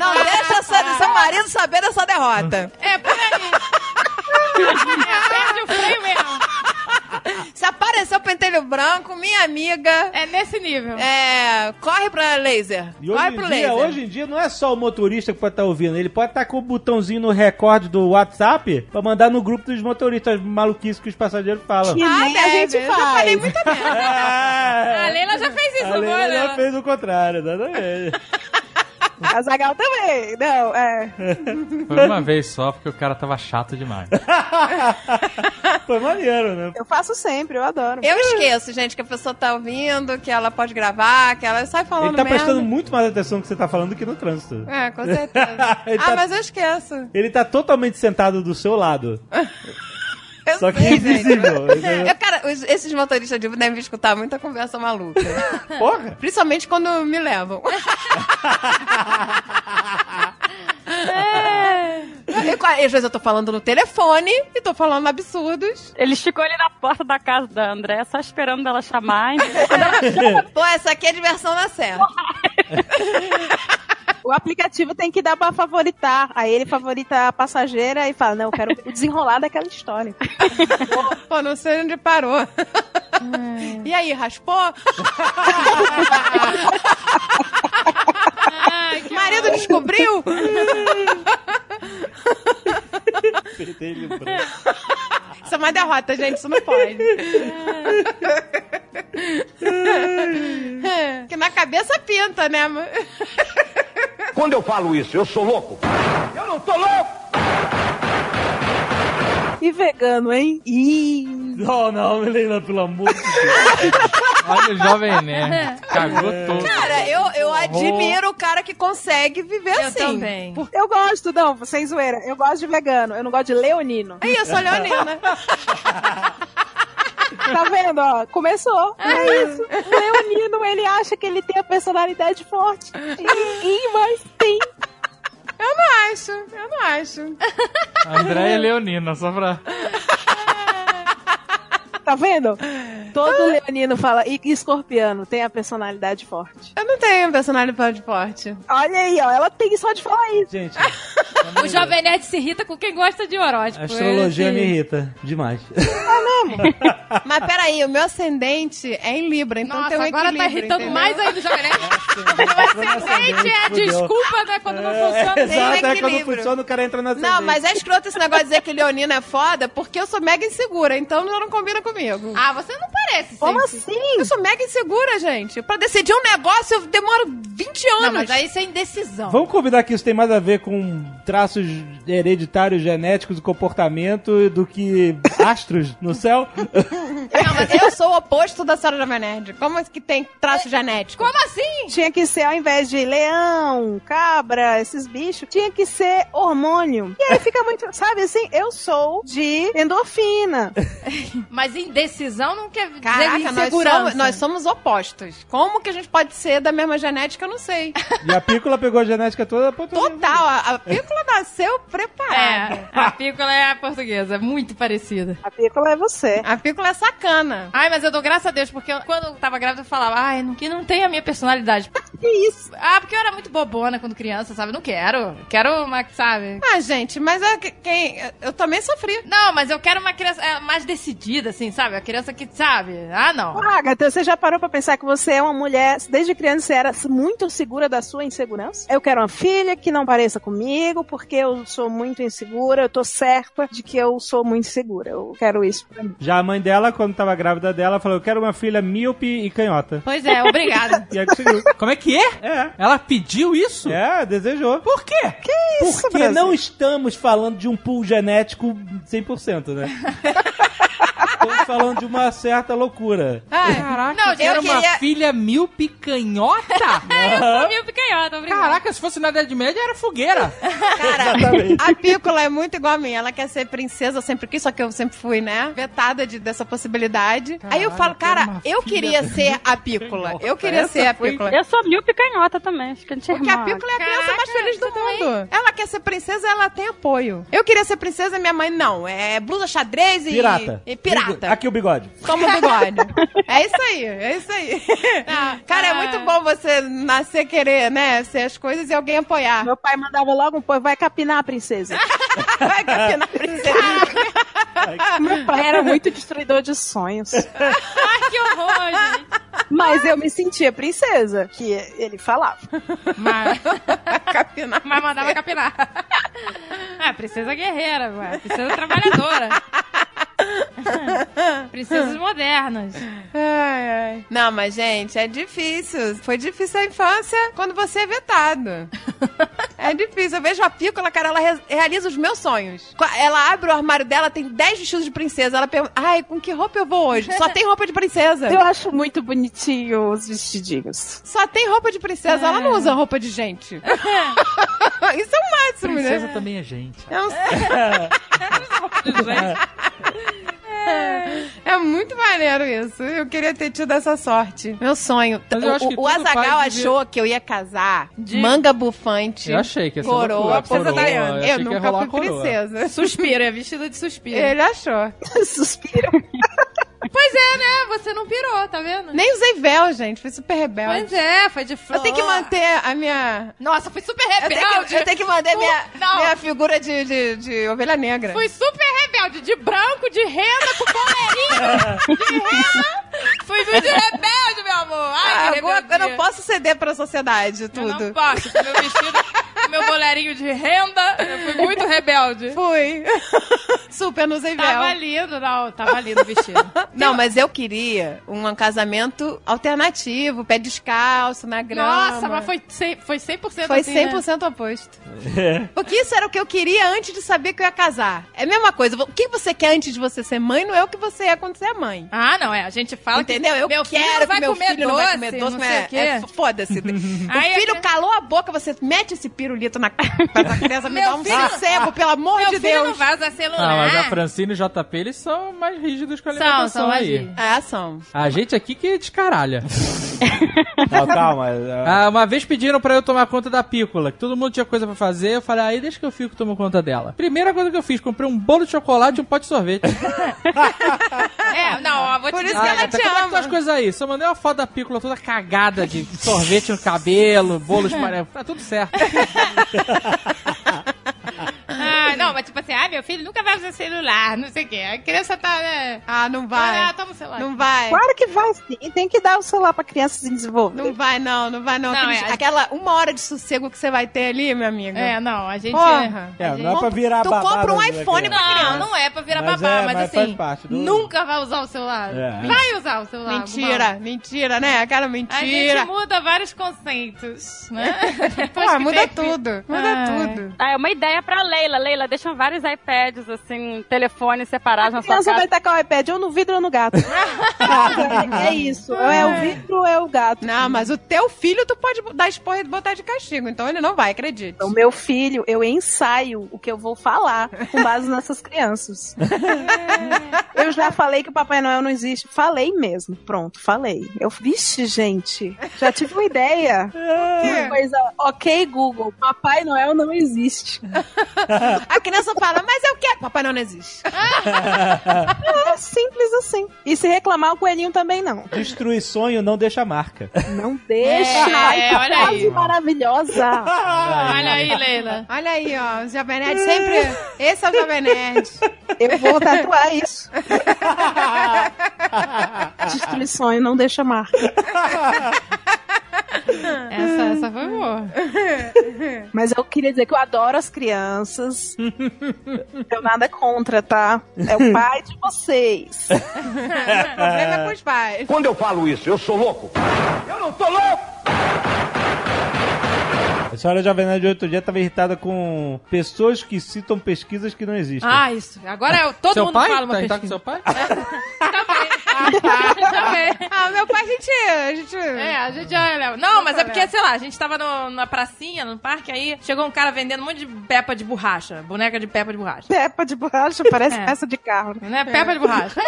Speaker 3: Não deixa essa- seu marido saber dessa derrota.
Speaker 2: É, por aí. É, perde o freio mesmo.
Speaker 3: Se apareceu pentelho branco, minha amiga,
Speaker 2: É nesse nível.
Speaker 3: é, corre pra laser.
Speaker 1: E
Speaker 3: corre
Speaker 1: hoje
Speaker 3: pro
Speaker 1: em, dia,
Speaker 3: laser.
Speaker 1: hoje em dia não é só o motorista que pode estar ouvindo, ele pode estar com o botãozinho no recorde do WhatsApp pra mandar no grupo dos motoristas maluquices que os passageiros falam.
Speaker 4: Que nem a gente
Speaker 3: velho, eu
Speaker 4: faz.
Speaker 3: falei muita merda.
Speaker 2: A
Speaker 1: Ah,
Speaker 2: Leila já fez isso,
Speaker 1: a
Speaker 2: não foi,
Speaker 1: Leila
Speaker 2: Leila?
Speaker 1: já fez o contrário, exatamente.
Speaker 4: A Zagal também. Não, é.
Speaker 6: Foi uma vez só, porque o cara tava chato demais.
Speaker 1: Foi maneiro, né?
Speaker 4: Eu faço sempre, eu adoro.
Speaker 3: Eu esqueço, gente, que a pessoa tá ouvindo, que ela pode gravar, que ela sai falando
Speaker 1: Ele tá
Speaker 3: merda.
Speaker 1: prestando muito mais atenção no que você tá falando do que no trânsito.
Speaker 3: É, com certeza.
Speaker 1: Ele
Speaker 3: ah,
Speaker 1: tá-
Speaker 3: mas eu esqueço.
Speaker 1: Ele tá totalmente sentado do seu lado.
Speaker 3: Eu
Speaker 1: Só que
Speaker 3: sei,
Speaker 1: é
Speaker 3: gente.
Speaker 1: invisível.
Speaker 3: Eu, cara, os- esses motoristas de Uber devem escutar muita conversa maluca.
Speaker 1: Porra!
Speaker 3: Principalmente quando me levam. É. Eu, às vezes eu tô falando no telefone e tô falando absurdos.
Speaker 5: Ele ficou ali na porta da casa da André, só esperando ela chamar. entendeu?
Speaker 3: Pô, essa aqui é diversão na serra.
Speaker 4: O aplicativo tem que dar pra favoritar. Aí ele favorita a passageira e fala: Não, eu quero o desenrolar daquela história.
Speaker 3: Pô, não sei onde parou.
Speaker 2: É.
Speaker 3: E aí, raspou?
Speaker 2: Ai, que
Speaker 3: Marido descobriu?
Speaker 1: Pentelho branco.
Speaker 3: Isso é uma derrota, gente. Isso não pode. que na cabeça pinta, né?
Speaker 10: Quando eu falo isso, eu sou louco. Eu não tô louco!
Speaker 4: E vegano, hein? Ih.
Speaker 1: Não, não, Leila, pelo amor de Deus.
Speaker 6: Olha o jovem
Speaker 3: É.
Speaker 6: nerd. Cagou
Speaker 1: É.
Speaker 6: todo.
Speaker 3: Cara, eu, eu admiro o cara que consegue viver
Speaker 2: Eu
Speaker 3: assim.
Speaker 2: também.
Speaker 4: Eu gosto, não, sem zoeira. Eu gosto de vegano, eu não gosto de leonino.
Speaker 3: Aí, eu sou leonina.
Speaker 4: Tá vendo, ó? Começou. É isso. O leonino, ele acha que ele tem a personalidade forte. Ih, mas tem.
Speaker 3: Eu não acho, eu não acho.
Speaker 6: André é Leonina, só pra.
Speaker 4: Tá vendo? Ah. Todo leonino fala, e escorpiano tem a personalidade forte.
Speaker 3: Eu não tenho personalidade forte.
Speaker 4: Olha aí, ó, ela tem só de falar isso.
Speaker 1: Gente,
Speaker 2: O Jovem Nerd se irrita com quem gosta de horóscopo.
Speaker 1: A astrologia
Speaker 2: Esse-
Speaker 6: assim.
Speaker 1: me irrita demais.
Speaker 3: Mas peraí, o meu ascendente é em Libra, então
Speaker 2: Nossa,
Speaker 3: tem um
Speaker 2: agora tá
Speaker 3: equilíbrio,
Speaker 2: irritando
Speaker 3: entendeu?
Speaker 2: mais ainda o Jovem Nerd. O ascendente é a
Speaker 1: fudeu.
Speaker 2: desculpa, né? Quando não funciona.
Speaker 3: tem
Speaker 1: Exato, é quando
Speaker 3: equilíbrio.
Speaker 1: funciona o cara entra na
Speaker 3: Não,
Speaker 1: ascendente.
Speaker 3: mas é escroto esse negócio de dizer que leonino é foda, porque eu sou mega insegura, então já não combina comigo.
Speaker 2: Ah, você não parece
Speaker 4: Como
Speaker 2: sempre.
Speaker 4: assim?
Speaker 3: Eu sou mega insegura, gente. Pra decidir um negócio, eu demoro 20 anos.
Speaker 2: Não, mas aí isso é indecisão.
Speaker 1: Vamos combinar que isso tem mais a ver com traços hereditários, genéticos, e comportamento do que astros no céu.
Speaker 3: Não, mas eu sou o oposto da Sarah Jovanerd. Como é que tem traço genético?
Speaker 2: Como assim?
Speaker 4: Tinha que ser, ao invés de leão, cabra, esses bichos, tinha que ser hormônio. E aí fica muito, sabe assim, eu sou de endorfina.
Speaker 2: Mas indecisão não quer dizer
Speaker 3: Caraca, nós
Speaker 2: insegurança.
Speaker 3: somos, nós somos opostos. Como que a gente pode ser da mesma genética, eu não sei.
Speaker 1: E a pícola pegou a genética toda. Pô, tô-
Speaker 3: Total, a, a pícola nasceu preparada.
Speaker 2: É, a pícola é a portuguesa, muito parecida.
Speaker 4: A pícola é você.
Speaker 3: A pícola é sacana.
Speaker 2: Ai, mas eu dou graças a Deus, porque eu- quando eu tava grávida eu falava, ai, não, que não tem a minha personalidade.
Speaker 4: Que isso?
Speaker 2: Ah, porque eu era muito bobona quando criança, sabe? Não quero. Quero uma, sabe?
Speaker 3: Ah, gente, mas é que- quem, eu também sofri.
Speaker 2: Não, mas eu quero uma criança é, mais decidida, assim, sabe? A criança que, sabe? Ah, não.
Speaker 4: Ah, Agatha, você já parou pra pensar que você é uma mulher, desde criança você era muito segura da sua insegurança? Eu quero uma filha que não pareça comigo, porque eu sou muito insegura, eu tô certa de que eu sou muito segura. Eu quero isso pra mim.
Speaker 1: Já a mãe dela, quando tava grávida dela, falou: Eu quero uma filha míope e canhota.
Speaker 2: Pois é, obrigada.
Speaker 1: E aí conseguiu.
Speaker 6: Como é que é?
Speaker 1: É.
Speaker 6: Ela pediu isso?
Speaker 1: É, desejou. Por quê? Que
Speaker 4: isso,
Speaker 1: Porque
Speaker 4: Brasil?
Speaker 1: não estamos falando de um pool genético 100%, né? Estamos falando de uma certa loucura.
Speaker 3: Ai,
Speaker 6: Caraca,
Speaker 3: Não,
Speaker 6: eu quero
Speaker 3: eu
Speaker 6: uma
Speaker 3: queria-
Speaker 6: filha mil picanhota? É.
Speaker 2: Mil picanhota, obrigada.
Speaker 6: Caraca, se fosse na Idade Média era fogueira.
Speaker 3: cara,
Speaker 1: Exatamente.
Speaker 3: a pícola é muito igual a mim. Ela quer ser princesa, eu sempre quis, só que eu sempre fui, né? Vetada de- dessa possibilidade. Aí eu
Speaker 6: Caralho,
Speaker 3: falo,
Speaker 6: eu quero
Speaker 3: cara,
Speaker 6: uma
Speaker 3: eu
Speaker 6: filha
Speaker 3: queria
Speaker 6: da
Speaker 3: ser a pícola. Eu queria
Speaker 6: Essa
Speaker 3: ser a
Speaker 6: foi-
Speaker 3: pícola.
Speaker 5: Eu sou mil picanhota também, acho que a gente é
Speaker 3: Porque a
Speaker 5: irmã.
Speaker 3: Pícola é a criança
Speaker 2: Caraca,
Speaker 3: mais feliz do
Speaker 2: você também?
Speaker 3: mundo. Ela quer ser princesa, ela tem apoio. Eu queria ser princesa, minha mãe não. É blusa xadrez e.
Speaker 1: Pirata.
Speaker 3: E
Speaker 1: Bigo-
Speaker 3: pirata.
Speaker 1: Aqui o bigode.
Speaker 3: Toma o bigode. é isso aí, é isso aí.
Speaker 2: Ah,
Speaker 3: Cara, é
Speaker 2: ah.
Speaker 3: muito bom você nascer, querer, né? Ser as coisas e alguém apoiar.
Speaker 4: Meu pai mandava logo um pô, vai capinar a princesa.
Speaker 3: Vai capinar princesa.
Speaker 4: Meu pai era muito destruidor de sonhos.
Speaker 2: Ai, que horror, gente.
Speaker 4: Mas eu me sentia princesa, que ele falava.
Speaker 2: Mas,
Speaker 3: capinar.
Speaker 2: mas mandava capinar. Ah, princesa guerreira, ué. princesa trabalhadora. Princesas modernas.
Speaker 3: Ai, ai. Não, mas, gente, é difícil. Foi difícil a infância quando você é vetado. é difícil. Eu vejo a Pícola, cara, ela re- realiza os meus sonhos. Co- Ela abre o armário dela, tem 10 vestidos de princesa. Ela pergunta, ai, com que roupa eu vou hoje? Só tem roupa de princesa.
Speaker 4: Eu acho muito bonitinho os vestidinhos.
Speaker 3: Só tem roupa de princesa. Ela não usa roupa de gente. Isso é o máximo,
Speaker 6: Princesa
Speaker 3: né?
Speaker 6: também é gente.
Speaker 3: É, um- é muito maneiro isso. Eu queria ter tido essa sorte. Meu sonho.
Speaker 6: Mas eu acho que
Speaker 3: O, o
Speaker 6: todo pai
Speaker 3: Azagal
Speaker 6: devia-
Speaker 3: achou que eu ia casar de manga bufante.
Speaker 6: Eu achei que ia ser
Speaker 3: Coroa,
Speaker 6: loucura.
Speaker 3: princesa
Speaker 6: Coroa,
Speaker 3: Diana.
Speaker 6: eu
Speaker 3: Eu,
Speaker 6: achei que ia
Speaker 3: nunca
Speaker 6: rolar
Speaker 3: fui
Speaker 6: a coroa.
Speaker 3: princesa.
Speaker 2: Suspiro, é vestido de suspiro.
Speaker 3: Ele achou.
Speaker 4: Suspiro.
Speaker 2: Pois é, né? Você não pirou, tá vendo?
Speaker 3: Nem usei véu, gente. Fui super
Speaker 2: Pois
Speaker 3: rebelde.
Speaker 2: é, foi de flor.
Speaker 3: Eu tenho que manter a minha.
Speaker 2: Nossa, fui super
Speaker 3: Eu
Speaker 2: rebelde. né?
Speaker 3: tenho que, eu tenho que manter
Speaker 2: Fu-
Speaker 3: minha,
Speaker 2: Não.
Speaker 3: minha figura de, de, de ovelha negra.
Speaker 2: Fui super rebelde, de branco, de renda, com boleirinho, de renda. Fui muito rebelde, meu amor. Ai, que
Speaker 3: Alguma- Ah, eu
Speaker 2: rebeldia.
Speaker 3: não posso ceder pra sociedade
Speaker 2: Eu não
Speaker 3: tudo.
Speaker 2: posso, com meu vestido, com meu boleirinho de renda, eu fui muito rebelde.
Speaker 3: Fui. Super nos véu.
Speaker 2: Tava lindo, não, tava lindo o vestido.
Speaker 3: Não, mas eu queria um casamento alternativo, pé descalço, na grama.
Speaker 2: Nossa, mas foi, cem- foi 100%
Speaker 3: Foi
Speaker 2: assim, né?
Speaker 3: 100% oposto. Porque isso era o que eu queria antes de saber que eu ia casar. É a mesma coisa. O que você quer antes de você ser mãe não é o que você é quando você é mãe.
Speaker 2: Ah, não, é. A gente fala
Speaker 3: Entendeu?
Speaker 2: que
Speaker 3: Eu
Speaker 2: meu filho
Speaker 3: quero
Speaker 2: não vai
Speaker 3: que meu
Speaker 2: comer
Speaker 3: filho
Speaker 2: doce,
Speaker 3: não vai comer doce,
Speaker 2: não
Speaker 3: mas
Speaker 2: sei
Speaker 3: é-
Speaker 2: o quê.
Speaker 3: é f- foda-se. o
Speaker 2: Aí
Speaker 3: filho
Speaker 2: é-
Speaker 3: calou a boca, você mete esse pirulito na na criança, me
Speaker 2: Meu
Speaker 3: dá um
Speaker 2: filho-
Speaker 3: sossego, pelo amor
Speaker 2: Meu
Speaker 3: de
Speaker 2: filho
Speaker 3: Deus.
Speaker 2: não vai usar celular.
Speaker 6: Ah,
Speaker 3: Né?
Speaker 6: mas a Francine e o JP, eles são mais rígidos com a
Speaker 2: São,
Speaker 6: alimentação
Speaker 2: são mais
Speaker 6: aí.
Speaker 2: rígidos.
Speaker 3: É ação.
Speaker 6: A gente aqui que é descaralha.
Speaker 1: Não, calma. Ah,
Speaker 6: Ah, uma vez pediram pra eu tomar conta da pícola, que todo mundo tinha coisa pra fazer. Eu falei, aí deixa que eu fico e tomo conta dela. Primeira coisa que eu fiz, comprei um bolo de chocolate e um pote de sorvete.
Speaker 2: É, não, ó, vou te
Speaker 3: Por isso
Speaker 2: dizer.
Speaker 3: que ela
Speaker 6: Agatha,
Speaker 3: te
Speaker 6: como é que
Speaker 3: ama.
Speaker 6: estão as coisas aí? Só mandei uma foto da pícola toda cagada de sorvete no cabelo, bolos para. Tá tudo certo.
Speaker 2: assim, ah, meu filho nunca vai usar celular, não sei o quê. A criança tá, né?
Speaker 3: Ah, não vai.
Speaker 2: Ah, toma o celular.
Speaker 3: Não vai.
Speaker 4: Claro que vai sim. Tem que dar o celular pra crianças em desenvolvimento.
Speaker 3: Não vai, não, não vai, não.
Speaker 2: Não,
Speaker 3: Aqueles-
Speaker 2: é-
Speaker 3: Aquela uma hora de sossego que você vai ter ali, meu amigo.
Speaker 2: É, não, a gente...
Speaker 3: Porra.
Speaker 11: É, não é pra virar né,
Speaker 3: Tu
Speaker 11: babá
Speaker 3: compra um
Speaker 11: da- da
Speaker 3: iPhone
Speaker 11: criança.
Speaker 3: pra
Speaker 2: Não, não é pra virar
Speaker 11: Mas
Speaker 2: babá,
Speaker 11: é,
Speaker 2: mas,
Speaker 11: mas faz
Speaker 2: assim,
Speaker 11: parte do-
Speaker 2: nunca vai usar o celular.
Speaker 11: É.
Speaker 2: Vai usar o celular.
Speaker 3: Mentira, mentira, né? Aquela
Speaker 2: Gumal. A gente
Speaker 3: mentira.
Speaker 2: muda vários conceitos, né? Depois
Speaker 3: Pô,
Speaker 2: que tem-
Speaker 3: muda tudo. Muda
Speaker 2: Ai.
Speaker 3: tudo.
Speaker 5: Ah, é uma ideia pra Leila. Leila, deixa vários iPads, assim, telefones separados na
Speaker 4: A
Speaker 5: sua
Speaker 4: criança
Speaker 5: casa.
Speaker 4: vai tacar o iPad ou no vidro ou no gato. é, é isso. Ou é o vidro ou é o gato.
Speaker 3: Não, mas o teu filho tu pode dar esporra e botar de castigo, então ele não vai, acredite.
Speaker 4: O meu filho, eu ensaio o que eu vou falar com base nessas crianças. eu já falei que o Papai Noel não existe. Falei mesmo. Pronto, falei. Eu, vixe, gente, já tive uma ideia. Uma coisa, ok, Google, Papai Noel não existe.
Speaker 3: A criança fala, mas eu quero. Papai Noel não existe.
Speaker 4: É simples assim. E se reclamar, o coelhinho também não.
Speaker 11: Destruir sonho não deixa marca.
Speaker 4: Não deixa.
Speaker 2: É,
Speaker 4: Ai, que
Speaker 2: olha aí.
Speaker 4: frase maravilhosa.
Speaker 2: Olha aí, Leila.
Speaker 3: Olha aí, ó, o Jovem Nerd sempre... Esse é o Jovem Nerd.
Speaker 4: Eu vou tatuar isso. Destruição e não deixa marca.
Speaker 2: Essa, essa foi boa.
Speaker 4: Mas eu queria dizer que eu adoro as crianças. Eu nada contra, tá? É o pai de vocês.
Speaker 3: O problema é com os pais.
Speaker 10: Quando eu falo isso, eu sou louco. Eu não tô louco!
Speaker 1: A senhora Jovem Nerd de outro dia estava irritada com pessoas que citam pesquisas que não existem.
Speaker 2: Ah, isso. Agora eu- todo
Speaker 6: seu
Speaker 2: mundo
Speaker 6: pai?
Speaker 2: fala uma
Speaker 6: tá em
Speaker 2: pesquisa.
Speaker 6: toque com seu pai?
Speaker 2: Tá Também.
Speaker 3: Ah, meu pai, a gente... A gente...
Speaker 2: Ah, tá. É, a gente olha. Não, mas é porque, sei lá, a gente tava no- na pracinha, no parque, aí chegou um cara vendendo um monte de pepa de borracha, boneca de pepa de borracha.
Speaker 4: Peppa de borracha parece
Speaker 2: É.
Speaker 4: peça de carro.
Speaker 2: Não é pepa de borracha.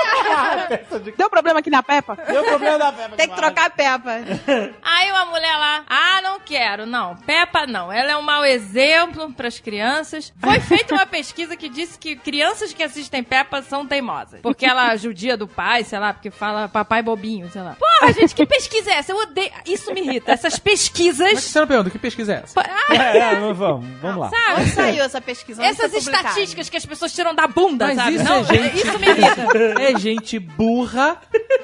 Speaker 4: Deu problema aqui na Peppa?
Speaker 11: Deu problema da Peppa
Speaker 3: Tem que
Speaker 11: Guarda.
Speaker 3: trocar a Peppa.
Speaker 2: Aí uma mulher lá, ah, não quero, não. Peppa não, ela é um mau exemplo pras crianças. Foi feita uma pesquisa que disse que crianças que assistem Peppa são teimosas. Porque ela é judia do pai, sei lá, porque fala papai bobinho, sei lá. Porra, gente, que pesquisa é essa? Eu odeio. Isso me irrita. Essas
Speaker 6: Mas
Speaker 2: pesquisas.
Speaker 6: você não pergunta, que pesquisa é essa?
Speaker 2: Ah,
Speaker 1: É, é, mas vamos, vamos lá.
Speaker 2: sabe?
Speaker 3: Onde saiu essa pesquisa? Onde
Speaker 2: Essas
Speaker 3: foi publicada?
Speaker 2: estatísticas que as pessoas tiram da bunda,
Speaker 6: é Mas
Speaker 2: sabe?
Speaker 6: isso
Speaker 2: não,
Speaker 6: é gente.
Speaker 2: isso me irrita.
Speaker 6: É gente burra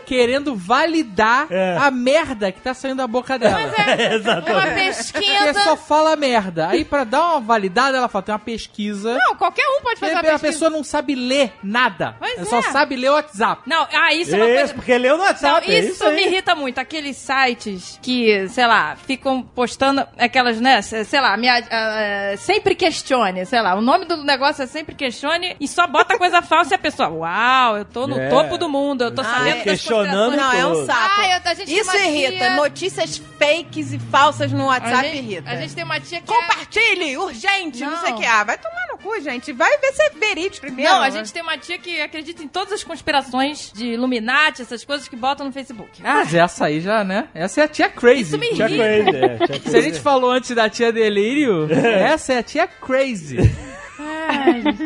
Speaker 6: querendo validar
Speaker 1: É.
Speaker 6: a merda que tá saindo da boca dela.
Speaker 3: é,
Speaker 2: Uma
Speaker 6: Porque é
Speaker 2: pesquisa.
Speaker 6: só fala merda. Aí pra dar uma validada, ela fala, tem uma pesquisa.
Speaker 2: Não, qualquer um pode
Speaker 6: E
Speaker 2: fazer
Speaker 6: aí
Speaker 2: uma
Speaker 6: a
Speaker 2: pesquisa.
Speaker 6: pessoa não sabe ler nada.
Speaker 2: Pois
Speaker 6: ela
Speaker 2: é.
Speaker 6: só sabe ler o WhatsApp.
Speaker 2: Não, ah, isso é uma
Speaker 1: Isso,
Speaker 2: coisa.
Speaker 1: porque leu no
Speaker 2: Não,
Speaker 1: WhatsApp. é
Speaker 2: Então, isso,
Speaker 1: isso aí.
Speaker 2: me irrita muito. Aqueles sites que, sei lá, ficam postando aquelas, né? se- Sei lá, minha, ah, ah, sempre questione, sei lá. O nome do negócio é sempre questione e só bota coisa falsa e a pessoa, uau, eu tô no
Speaker 1: É.
Speaker 2: topo do mundo, eu tô
Speaker 1: Ah,
Speaker 2: sabendo das
Speaker 1: questionando
Speaker 2: conspirações."
Speaker 3: Não, é um
Speaker 1: Tudo.
Speaker 3: saco.
Speaker 2: Ai, eu- a gente tem
Speaker 3: Isso
Speaker 2: uma tia-
Speaker 3: irrita. Notícias fakes e falsas no
Speaker 2: A
Speaker 3: WhatsApp
Speaker 2: gente,
Speaker 3: irrita.
Speaker 2: a gente tem uma tia que é-
Speaker 3: Compartilhe, urgente, não.
Speaker 2: Não.
Speaker 3: sei o que. Ah, vai tomar no cu, gente. Vai ver se é verídico primeiro.
Speaker 2: Não, a gente tem uma tia que acredita em todas as conspirações de Illuminati, essas coisas que botam no Facebook. Ah,
Speaker 6: Mas essa aí já, né? Essa é a tia Crazy.
Speaker 2: isso me
Speaker 1: Tia
Speaker 2: irrita.
Speaker 1: Crazy, é, tia
Speaker 6: Se a
Speaker 1: Crazy.
Speaker 6: gente falou antes da tia Delírio, essa é a tia Crazy.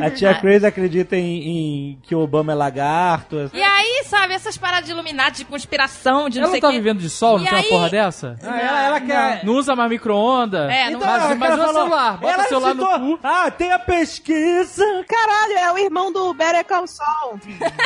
Speaker 1: A
Speaker 6: Ah.
Speaker 1: tia Crazy acredita em, em que o Obama é lagarto.
Speaker 2: E aí, sabe, essas paradas de Illuminati, de conspiração, de não
Speaker 6: Ela não
Speaker 2: sei o
Speaker 6: tá
Speaker 2: quê.
Speaker 6: vivendo de sol, não
Speaker 2: E
Speaker 6: tem uma
Speaker 2: aí-
Speaker 6: porra dessa?
Speaker 1: Ah, ela, ela quer.
Speaker 6: Não usa mais micro-onda?
Speaker 2: É, não
Speaker 1: Então,
Speaker 2: vai.
Speaker 6: mas-
Speaker 1: ela
Speaker 6: mas
Speaker 1: quer
Speaker 6: o celular, bota
Speaker 1: ela
Speaker 6: o celular no
Speaker 1: citou- Ah, tem a pesquisa.
Speaker 4: Caralho, é o irmão do Better Call Saul.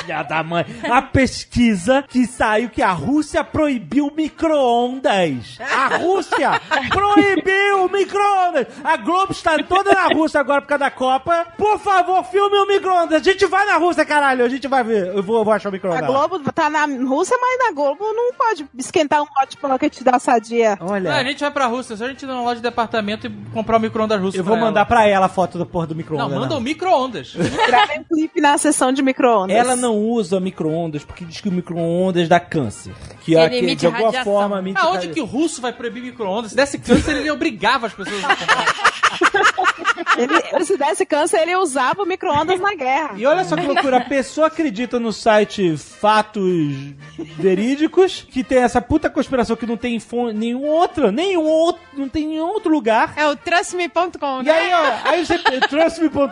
Speaker 1: Filha da mãe. A pesquisa que saiu que a Rússia proibiu micro-ondas. A Rússia proibiu micro-ondas. A Globo está toda na Rússia agora por causa da Copa. Por favor, filme o micro-ondas. A gente vai na Rússia, caralho. A gente vai ver. Eu vou, eu vou achar o
Speaker 4: A
Speaker 1: micro-ondas. lá.
Speaker 4: Globo tá na Rússia, mas na Globo não pode esquentar um hot pocket da sadia.
Speaker 6: Não, a
Speaker 1: Olha,
Speaker 6: gente vai pra Rússia, só a gente ir numa loja de departamento e comprar o micro-ondas russo.
Speaker 1: eu vou
Speaker 6: pra
Speaker 1: mandar
Speaker 6: ela.
Speaker 1: pra ela a foto do porra do micro-ondas.
Speaker 6: Não, manda
Speaker 1: não.
Speaker 6: o micro-ondas.
Speaker 4: Gravei um clipe na sessão de micro-ondas.
Speaker 1: Ela não usa micro-ondas porque diz que o micro-ondas dá câncer. Que, é-
Speaker 2: Ele
Speaker 1: que de
Speaker 2: emite
Speaker 1: alguma
Speaker 2: radiação.
Speaker 1: forma emite
Speaker 6: Aonde
Speaker 1: radiação.
Speaker 6: que o russo vai proibir micro-ondas? Se desse câncer, ele obrigava as pessoas a comprar.
Speaker 4: Ele, se desse câncer, ele usava o micro-ondas na guerra.
Speaker 1: E olha só que loucura, a pessoa acredita no site Fatos Verídicos, que tem essa puta conspiração que não tem em fo- nenhum outro, nenhum outro, não tem em nenhum outro lugar.
Speaker 3: É o trustme.com,
Speaker 1: E
Speaker 3: né?
Speaker 1: aí, ó, aí você trustme.com.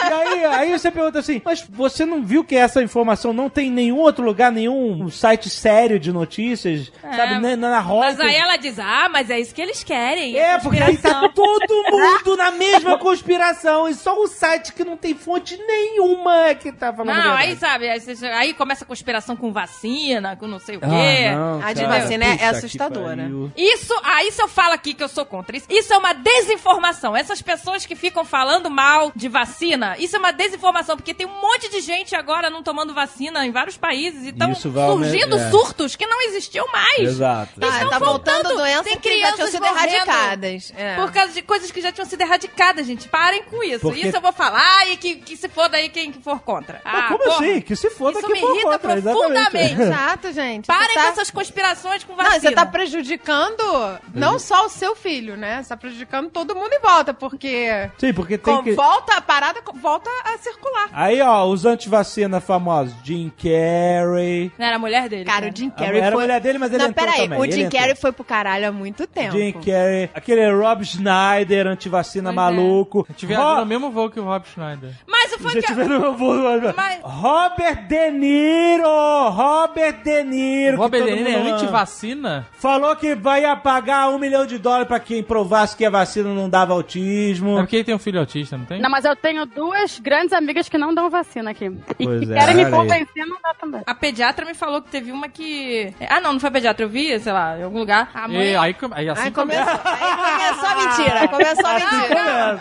Speaker 1: E aí, aí você pergunta assim: "Mas você não viu que essa informação não tem em nenhum outro lugar, nenhum site sério de notícias,
Speaker 6: É.
Speaker 1: sabe, né, na, na, na roda?"
Speaker 2: Mas aí ela diz, ah, mas é isso que eles querem.
Speaker 1: É, porque aí tá
Speaker 2: conspiração.
Speaker 1: todo mundo na
Speaker 11: a mesma conspiração e só o site que não tem fonte nenhuma é que tá falando.
Speaker 2: Não,
Speaker 11: verdade.
Speaker 2: aí sabe, aí, você- aí começa a conspiração com vacina, com não sei o quê.
Speaker 11: Ah, não,
Speaker 3: A de
Speaker 11: cara.
Speaker 3: vacina é
Speaker 11: Puta que
Speaker 3: assustadora.
Speaker 11: pariu.
Speaker 2: Isso, ah, isso eu falo aqui que eu sou contra. Isso, isso é uma desinformação. Essas pessoas que ficam falando mal de vacina, isso é uma desinformação, porque tem um monte de gente agora não tomando vacina em vários países e estão
Speaker 1: Isso vai aumentar,
Speaker 2: surgindo
Speaker 1: é.
Speaker 2: surtos que não existiam mais.
Speaker 1: Exato.
Speaker 3: Tá,
Speaker 2: Estão
Speaker 3: tá voltando
Speaker 2: voltando,
Speaker 3: doença
Speaker 2: tem
Speaker 3: que já tinham
Speaker 2: crianças
Speaker 3: sido
Speaker 2: morrendo.
Speaker 3: erradicadas. É.
Speaker 2: Por causa de coisas que já tinham sido erradicadas, gente. Parem com isso.
Speaker 1: Porque-
Speaker 2: Isso eu vou falar e que, que se foda aí quem for contra.
Speaker 1: Ah, como
Speaker 2: porra.
Speaker 1: assim? Que se foda
Speaker 2: Isso
Speaker 1: que
Speaker 2: me
Speaker 1: for
Speaker 2: irrita
Speaker 1: contra,
Speaker 2: profundamente.
Speaker 1: exatamente.
Speaker 3: Exato, é gente.
Speaker 2: Parem
Speaker 3: Você tá-
Speaker 2: com essas conspirações com vacina.
Speaker 3: Não, você tá prejudicando
Speaker 11: Uhum.
Speaker 3: não só o seu filho, né? Você tá prejudicando todo mundo em volta, porque
Speaker 11: Sim, porque tem
Speaker 3: com-
Speaker 11: que.
Speaker 3: volta a parada, co- volta a circular.
Speaker 11: Aí, ó, os antivacina famosos. Jim Carrey.
Speaker 2: Não era a mulher dele. né?
Speaker 3: Cara, o Jim Carrey
Speaker 11: mulher- era a
Speaker 3: foi...
Speaker 11: mulher dele, mas ele
Speaker 3: Não,
Speaker 11: entrou
Speaker 3: peraí,
Speaker 11: também,
Speaker 3: o
Speaker 11: ele
Speaker 3: Jim
Speaker 11: entrou.
Speaker 3: Carrey foi pro caralho há muito tempo.
Speaker 11: Jim Carrey. Aquele é Rob Schneider, antivacina
Speaker 2: Pois é.
Speaker 11: maluco.
Speaker 6: Tiveram
Speaker 11: Ro-
Speaker 6: no mesmo voo que o Rob Schneider.
Speaker 2: Mas o funk
Speaker 11: Gente, vendo meu voo, mas-
Speaker 2: Mas-
Speaker 11: Robert De Niro! Robert De Niro! que
Speaker 6: Robert
Speaker 11: todo
Speaker 6: De Niro é
Speaker 11: mundo ama.
Speaker 6: antivacina?
Speaker 11: Falou que vai pagar um milhão de dólares pra quem provasse que a vacina não dava autismo.
Speaker 6: É porque ele tem um filho autista, não tem?
Speaker 5: Não, mas eu tenho duas grandes amigas que não dão vacina aqui. E
Speaker 11: Pois
Speaker 5: que
Speaker 11: é,
Speaker 5: querem me
Speaker 11: olha aí.
Speaker 5: convencer a não dar também.
Speaker 2: A pediatra me falou que teve uma que. Ah, não, não foi a pediatra, eu vi, sei lá, em algum lugar. A mãe.
Speaker 6: E aí, come- aí assim
Speaker 3: Aí começou, aí começou a mentira, começou a mentira.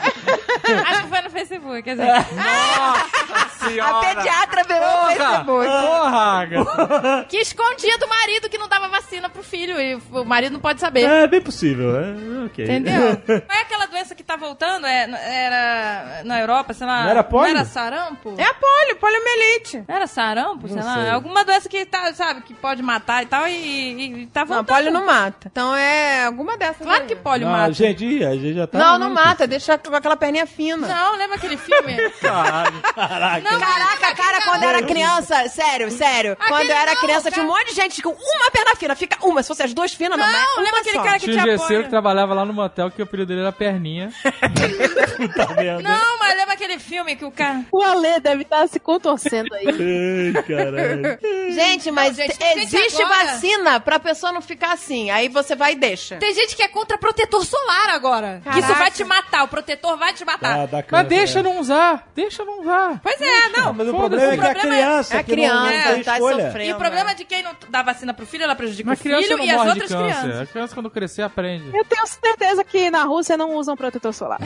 Speaker 5: é,
Speaker 2: Acho que foi no Facebook, quer dizer.
Speaker 3: A pediatra virou o Facebook.
Speaker 6: Porra, cara.
Speaker 2: Que escondia do marido que não dava vacina pro filho. E o marido não pode saber.
Speaker 1: É bem possível, é, ok.
Speaker 2: Entendeu? Não é aquela doença que tá voltando? É, n- era na Europa, sei lá.
Speaker 11: Não era polio?
Speaker 2: Não era sarampo?
Speaker 3: É a polio, poliomielite.
Speaker 2: Não era sarampo, sei lá. é
Speaker 11: sei.
Speaker 2: Alguma doença que tá, sabe, que pode matar e tal, e, e- e tá
Speaker 3: Não,
Speaker 2: voltando.
Speaker 3: polio não mata. Então é alguma dessas.
Speaker 2: Claro
Speaker 3: aí.
Speaker 2: que polio
Speaker 11: Não,
Speaker 2: mata.
Speaker 11: gente, a gente já tá.
Speaker 3: Não, não mata, deixa com aquela perninha fina.
Speaker 2: Não, lembra aquele filme? Caraca. é- Não,
Speaker 3: Caraca, cara, quando eu era criança, sério, sério.
Speaker 2: Aquele
Speaker 3: quando eu era
Speaker 2: não,
Speaker 3: criança,
Speaker 2: cara.
Speaker 3: tinha um monte de gente com uma perna fina. Fica uma, se fosse as duas finas, não,
Speaker 2: Não,
Speaker 3: é
Speaker 2: lembra
Speaker 3: uma
Speaker 2: aquele
Speaker 3: só.
Speaker 2: cara que
Speaker 6: Tinha um
Speaker 2: te
Speaker 6: gesseiro
Speaker 2: apoia?
Speaker 6: que trabalhava lá no motel que o apelido dele era Perninha.
Speaker 3: tá
Speaker 2: Não, mas lembra aquele filme que o cara...
Speaker 4: O Ale deve estar se contorcendo aí.
Speaker 1: Ei, caralho.
Speaker 3: Gente, mas
Speaker 2: Não, gente,
Speaker 3: te-
Speaker 2: gente,
Speaker 3: existe
Speaker 2: agora-
Speaker 3: vacina pra pessoa não ficar assim. Aí você vai e deixa.
Speaker 2: Tem gente que é contra protetor solar agora. Que isso
Speaker 3: Caraca.
Speaker 2: vai te matar, o protetor vai te matar.
Speaker 11: Ah,
Speaker 1: Tá, dá
Speaker 6: Mas
Speaker 1: criança,
Speaker 6: deixa
Speaker 1: é.
Speaker 6: não usar, deixa não usar.
Speaker 2: Pois é, não.
Speaker 11: Ah, mas o
Speaker 6: Foda-se.
Speaker 11: problema é que
Speaker 2: O
Speaker 11: a
Speaker 2: problema
Speaker 11: criança.
Speaker 3: é a
Speaker 11: que não- não
Speaker 3: criança,
Speaker 11: tem
Speaker 3: tá
Speaker 11: escolha.
Speaker 3: sofrendo.
Speaker 2: E o problema é de quem não dá vacina pro filho, ela prejudica
Speaker 6: Mas
Speaker 2: o
Speaker 6: criança
Speaker 2: filho
Speaker 6: não
Speaker 2: e as
Speaker 6: morre de
Speaker 2: outras
Speaker 6: câncer.
Speaker 2: crianças.
Speaker 6: A criança quando crescer aprende.
Speaker 4: Eu tenho certeza que na Rússia não usam protetor solar.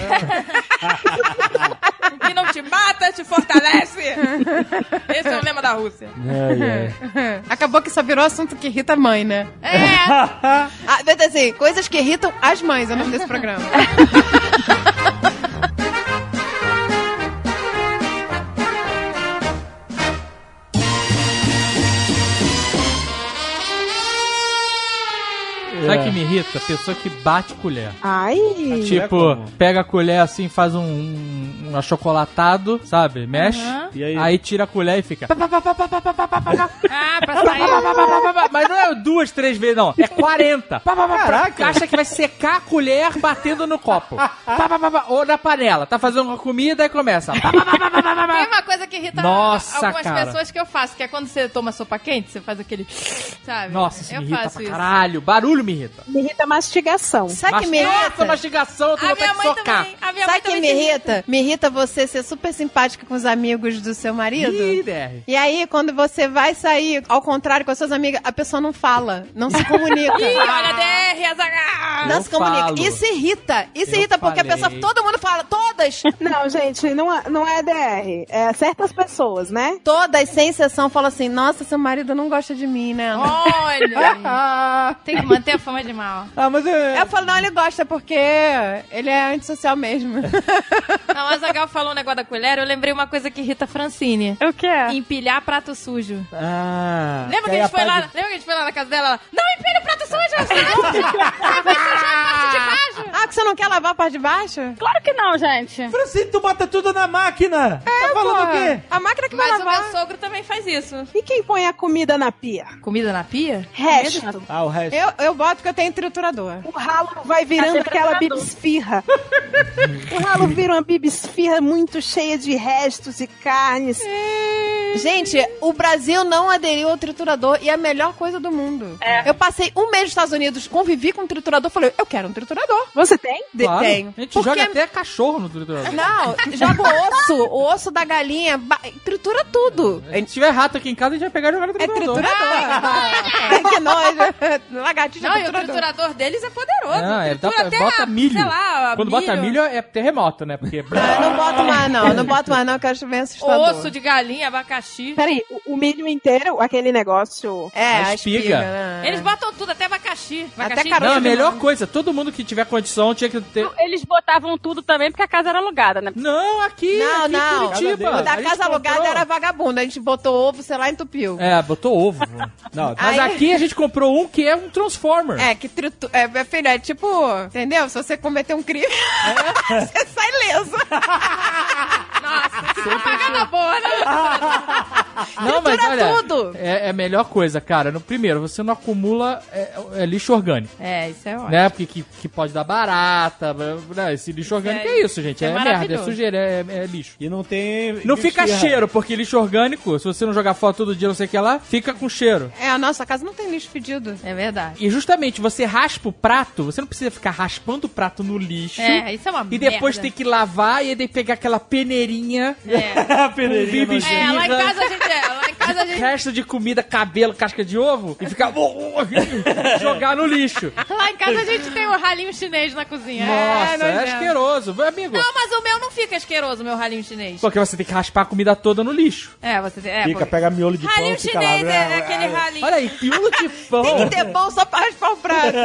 Speaker 2: O que não te mata, te fortalece. Esse é o lema da Rússia.
Speaker 11: É,
Speaker 3: né? Acabou que só virou assunto que irrita a mãe, né?
Speaker 2: É,
Speaker 3: Ah, mas assim, coisas que irritam as mães é o nome desse programa.
Speaker 6: Sabe que me irrita? Pessoa que bate colher.
Speaker 4: Ai!
Speaker 6: Tipo, pega a colher assim, faz um, um, um achocolatado, sabe? Mexe.
Speaker 1: E aí?
Speaker 6: aí? tira a colher e fica.
Speaker 2: ah, pra sair.
Speaker 6: Mas não é duas, três vezes, não. É 40. Caraca. Ah, Acha que vai secar a colher batendo no copo. Pá, pá, pá, pá. Ou na panela. Tá fazendo uma comida e começa. Pá, pá, pá.
Speaker 2: Tem uma coisa que irrita
Speaker 6: Nossa,
Speaker 2: algumas
Speaker 6: cara.
Speaker 2: pessoas que eu faço, que é quando você toma sopa quente, você faz aquele. Sabe?
Speaker 6: Nossa, isso
Speaker 2: eu
Speaker 6: me irrita
Speaker 2: faço
Speaker 6: pra
Speaker 2: isso.
Speaker 6: caralho. Barulho me irrita.
Speaker 4: Me irrita a mastigação.
Speaker 3: Sabe o que me
Speaker 6: Nossa,
Speaker 3: irrita?
Speaker 6: mastigação, eu tô
Speaker 2: A
Speaker 6: vontade
Speaker 2: minha
Speaker 6: de
Speaker 2: mãe
Speaker 6: socar.
Speaker 2: também. A minha
Speaker 3: Sabe
Speaker 2: mãe
Speaker 3: o que
Speaker 2: também
Speaker 3: me
Speaker 2: tem-
Speaker 3: irrita? Me irrita você ser super simpática com os amigos do seu marido.
Speaker 6: Ih, DR.
Speaker 3: E aí, quando você vai sair, ao contrário com as suas amigas, a pessoa não fala, não se comunica.
Speaker 2: Ih, olha, DR, Azaghal.
Speaker 3: não
Speaker 6: eu
Speaker 3: se comunica.
Speaker 6: falo.
Speaker 3: Isso irrita. Isso
Speaker 6: Eu
Speaker 3: irrita porque a
Speaker 6: falei.
Speaker 3: pessoa, todo mundo fala, todas,
Speaker 4: Não, gente, não é, não é DR. É certas pessoas, né?
Speaker 3: todas, sem exceção, falam assim: nossa, seu marido não gosta de mim, né?
Speaker 2: Olha. Tem que manter a fama de mal.
Speaker 11: Ah, mas é.
Speaker 3: Eu falo, não, ele gosta porque ele é antissocial mesmo.
Speaker 2: Não, a Zagal falou um negócio da colher, eu lembrei uma coisa que irrita a Francine.
Speaker 5: O que é?
Speaker 2: Empilhar prato sujo.
Speaker 11: Ah,
Speaker 2: Lembra Tá, que,
Speaker 11: aí
Speaker 2: a gente foi lá,
Speaker 11: apaga-
Speaker 2: lembra que a gente foi lá na casa dela? Ela, não empilha o prato sujo, você não- você vai sujar a parte de baixo.
Speaker 3: ah, que você não quer lavar a parte de baixo?
Speaker 5: Claro que não, gente.
Speaker 11: Francine, tu bota tudo na máquina!
Speaker 2: É,
Speaker 11: tá falando o quê?
Speaker 3: A máquina que vai
Speaker 2: Mas o
Speaker 3: lavar.
Speaker 2: meu sogro também faz isso.
Speaker 4: E quem põe a comida na pia?
Speaker 2: Comida na pia?
Speaker 4: Resto.
Speaker 11: Ah, o resto.
Speaker 3: Eu, eu boto porque eu tenho triturador.
Speaker 4: O ralo vai virando aquela bibisfirra. o ralo vira uma bibisfirra muito cheia de restos e carnes.
Speaker 3: Gente, o Brasil não aderiu ao triturador e é a
Speaker 2: É.
Speaker 3: melhor coisa do mundo. Eu passei um mês nos Estados Unidos, convivi com um triturador, falei, eu quero um triturador.
Speaker 4: Você Você tem?
Speaker 6: Claro.
Speaker 3: Tem.
Speaker 6: A gente
Speaker 3: Porque-
Speaker 6: joga até cachorro no triturador.
Speaker 3: Não, joga o osso, o osso da galinha, ba- tritura tudo.
Speaker 6: Se tiver rato aqui em casa, a gente vai pegar e jogar no
Speaker 3: É
Speaker 6: triturador.
Speaker 3: triturador. Ai, que nojo. Lagartixa
Speaker 2: Não, e o
Speaker 3: triturador.
Speaker 2: triturador deles é poderoso.
Speaker 6: Não, é, dá pra-
Speaker 2: Tritura até
Speaker 6: bota
Speaker 2: a-
Speaker 6: milho.
Speaker 2: Sei lá,
Speaker 6: Quando bota milho é terremoto, né? Porque...
Speaker 4: Ah,
Speaker 3: Não boto mais, não. Não boto mais, não, que eu acho bem assustador.
Speaker 2: Osso de galinha, abacaxi.
Speaker 4: Peraí, o- o milho inteiro, aquele negócio.
Speaker 3: É,
Speaker 6: A
Speaker 3: a espiga.
Speaker 6: espiga.
Speaker 3: né?
Speaker 2: Eles botam tudo, É. até abacaxi. abacaxi
Speaker 3: caroço
Speaker 6: Não, a
Speaker 3: de
Speaker 6: melhor coisa, todo mundo que tiver condição tinha que ter...
Speaker 5: Eles botavam tudo também porque a casa era alugada, né?
Speaker 6: Não, aqui,
Speaker 3: Não,
Speaker 6: aqui
Speaker 3: não.
Speaker 6: em Curitiba.
Speaker 3: O
Speaker 6: A
Speaker 3: da
Speaker 6: gente
Speaker 3: casa alugada
Speaker 6: comprou-
Speaker 3: era vagabundo. A gente botou ovo, sei lá, entupiu.
Speaker 6: É, botou ovo. Não,
Speaker 11: tá-
Speaker 3: Aí-
Speaker 6: mas aqui a gente comprou um que é um Transformer.
Speaker 3: É, que tritu... É, meu filho, é tipo... Entendeu? Se você cometer um crime,
Speaker 2: É.
Speaker 3: você sai leso.
Speaker 2: Nossa, que propaganda boa, né?
Speaker 6: não,
Speaker 3: tritura tudo.
Speaker 6: É, é a melhor coisa, cara. No primeiro, você não acumula é, é lixo orgânico.
Speaker 3: É, isso é ótimo.
Speaker 6: Né? Porque que, que pode dar barata. né? Esse lixo orgânico é, isso, gente. É,
Speaker 3: É
Speaker 6: merda, é
Speaker 3: maravilhoso.
Speaker 6: sujeira, é, é lixo.
Speaker 11: E não tem.
Speaker 6: Não fica
Speaker 11: cheiro.
Speaker 6: cheiro, porque lixo orgânico, se você não jogar fora todo dia, não sei o que lá, fica com cheiro.
Speaker 3: É, a nossa casa não tem lixo pedido.
Speaker 2: É verdade.
Speaker 6: E justamente você raspa o prato, você não precisa ficar raspando o prato no lixo.
Speaker 2: É, isso é uma
Speaker 6: E depois tem
Speaker 2: merda.
Speaker 6: que lavar e daí pegar aquela peneirinha,
Speaker 2: É.
Speaker 11: A
Speaker 6: um
Speaker 11: peneirinha
Speaker 6: bibi
Speaker 11: nojenta.
Speaker 2: É, lá em casa a gente é. Lá em casa a gente.
Speaker 6: resto de comida, cabelo, casca de ovo e ficar uh, jogar no lixo.
Speaker 2: Lá em casa a gente tem o ralinho chinês na cozinha. é,
Speaker 6: Nossa, é,
Speaker 2: nojento.
Speaker 6: asqueroso, Vai, amigo.
Speaker 2: Não, mas o meu não fica asqueroso, meu ralinho chinês.
Speaker 6: Porque você tem que raspar a comida toda no lixo.
Speaker 2: É, você tem. É,
Speaker 11: Fica,
Speaker 2: porque-
Speaker 11: pega miolo de pão,
Speaker 2: Ralinho
Speaker 11: fica lá. né?
Speaker 2: chinês
Speaker 1: né?
Speaker 2: é, é aquele ralinho.
Speaker 6: Olha aí, piulo de
Speaker 3: Tem
Speaker 6: pão.
Speaker 2: É
Speaker 3: que ter bom só pra raspar o prato.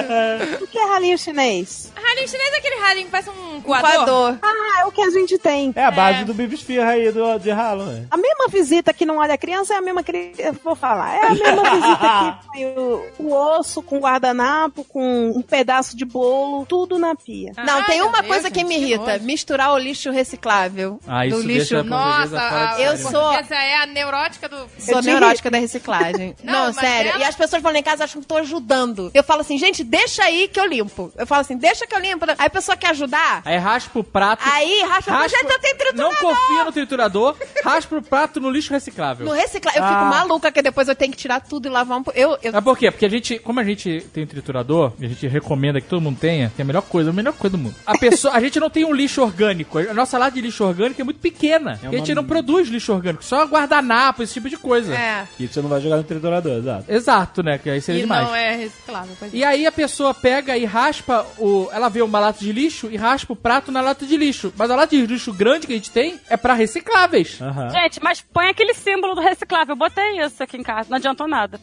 Speaker 4: O que é ralinho chinês?
Speaker 2: Ralinho chinês é aquele ralinho que parece um coador.
Speaker 3: Coador.
Speaker 4: Ah, é o que a gente tem.
Speaker 11: É a base
Speaker 2: É.
Speaker 11: do bibi esfirra aí, do, de ralo, né?
Speaker 4: A mesma visita que não olha a criança é a mesma criança. eu Vou falar. É a mesma visita que põe o, o osso com guardanapo, com um pedaço de bolo, tudo na pia.
Speaker 3: Não,
Speaker 2: Ai,
Speaker 3: tem
Speaker 2: meu
Speaker 3: uma
Speaker 2: Deus,
Speaker 3: coisa que
Speaker 2: gente,
Speaker 3: me
Speaker 2: que
Speaker 3: irrita.
Speaker 2: nojo.
Speaker 3: Misturar o lixo reciclável
Speaker 6: Ah, isso
Speaker 3: do lixo.
Speaker 6: deixa-
Speaker 2: Nossa, a,
Speaker 6: Eu
Speaker 2: a
Speaker 3: sou-
Speaker 2: portuguesa é a neurótica do.
Speaker 3: Sou
Speaker 4: Eu te
Speaker 3: neurótica da reciclagem.
Speaker 2: Não,
Speaker 3: Não,
Speaker 2: mas
Speaker 3: sério.
Speaker 2: ela-
Speaker 3: E as pessoas vão lá em casa e acham que eu tô ajudando. Eu falo assim, gente, deixa aí que eu limpo. Eu falo assim, deixa que eu limpo. Aí a pessoa quer ajudar.
Speaker 6: Aí raspa o prato.
Speaker 3: Aí raspa, mas já
Speaker 2: tá
Speaker 3: tem
Speaker 6: Não
Speaker 3: triturador.
Speaker 6: confia no triturador, raspa o prato no lixo reciclável.
Speaker 3: No reciclar, eu fico maluca que depois eu tenho que tirar tudo e lavar um pouco. Eu, eu...
Speaker 6: Mas por quê? Porque a gente, como a gente tem um triturador, e a gente recomenda que todo mundo tenha, que é a melhor coisa, a melhor coisa do mundo. A pessoa, a gente não tem um lixo orgânico. A nossa lata de lixo orgânico é muito pequena. a gente não produz lixo orgânico, só guardanapo, esse tipo de coisa.
Speaker 3: É.
Speaker 11: Que você não vai jogar no triturador, exato.
Speaker 6: Exato, né? Que aí seria
Speaker 2: E
Speaker 6: demais.
Speaker 2: não é reciclável. pois é.
Speaker 6: E aí a pessoa pega e raspa o. Ela vê uma lata de lixo e raspa o prato na lata de lixo. Mas a lata de lixo grande que a gente tem é pra recicláveis.
Speaker 1: Ah.
Speaker 11: Aham.
Speaker 5: Gente, mas põe aquele símbolo do reciclável. Eu botei isso aqui em casa. Não adiantou nada.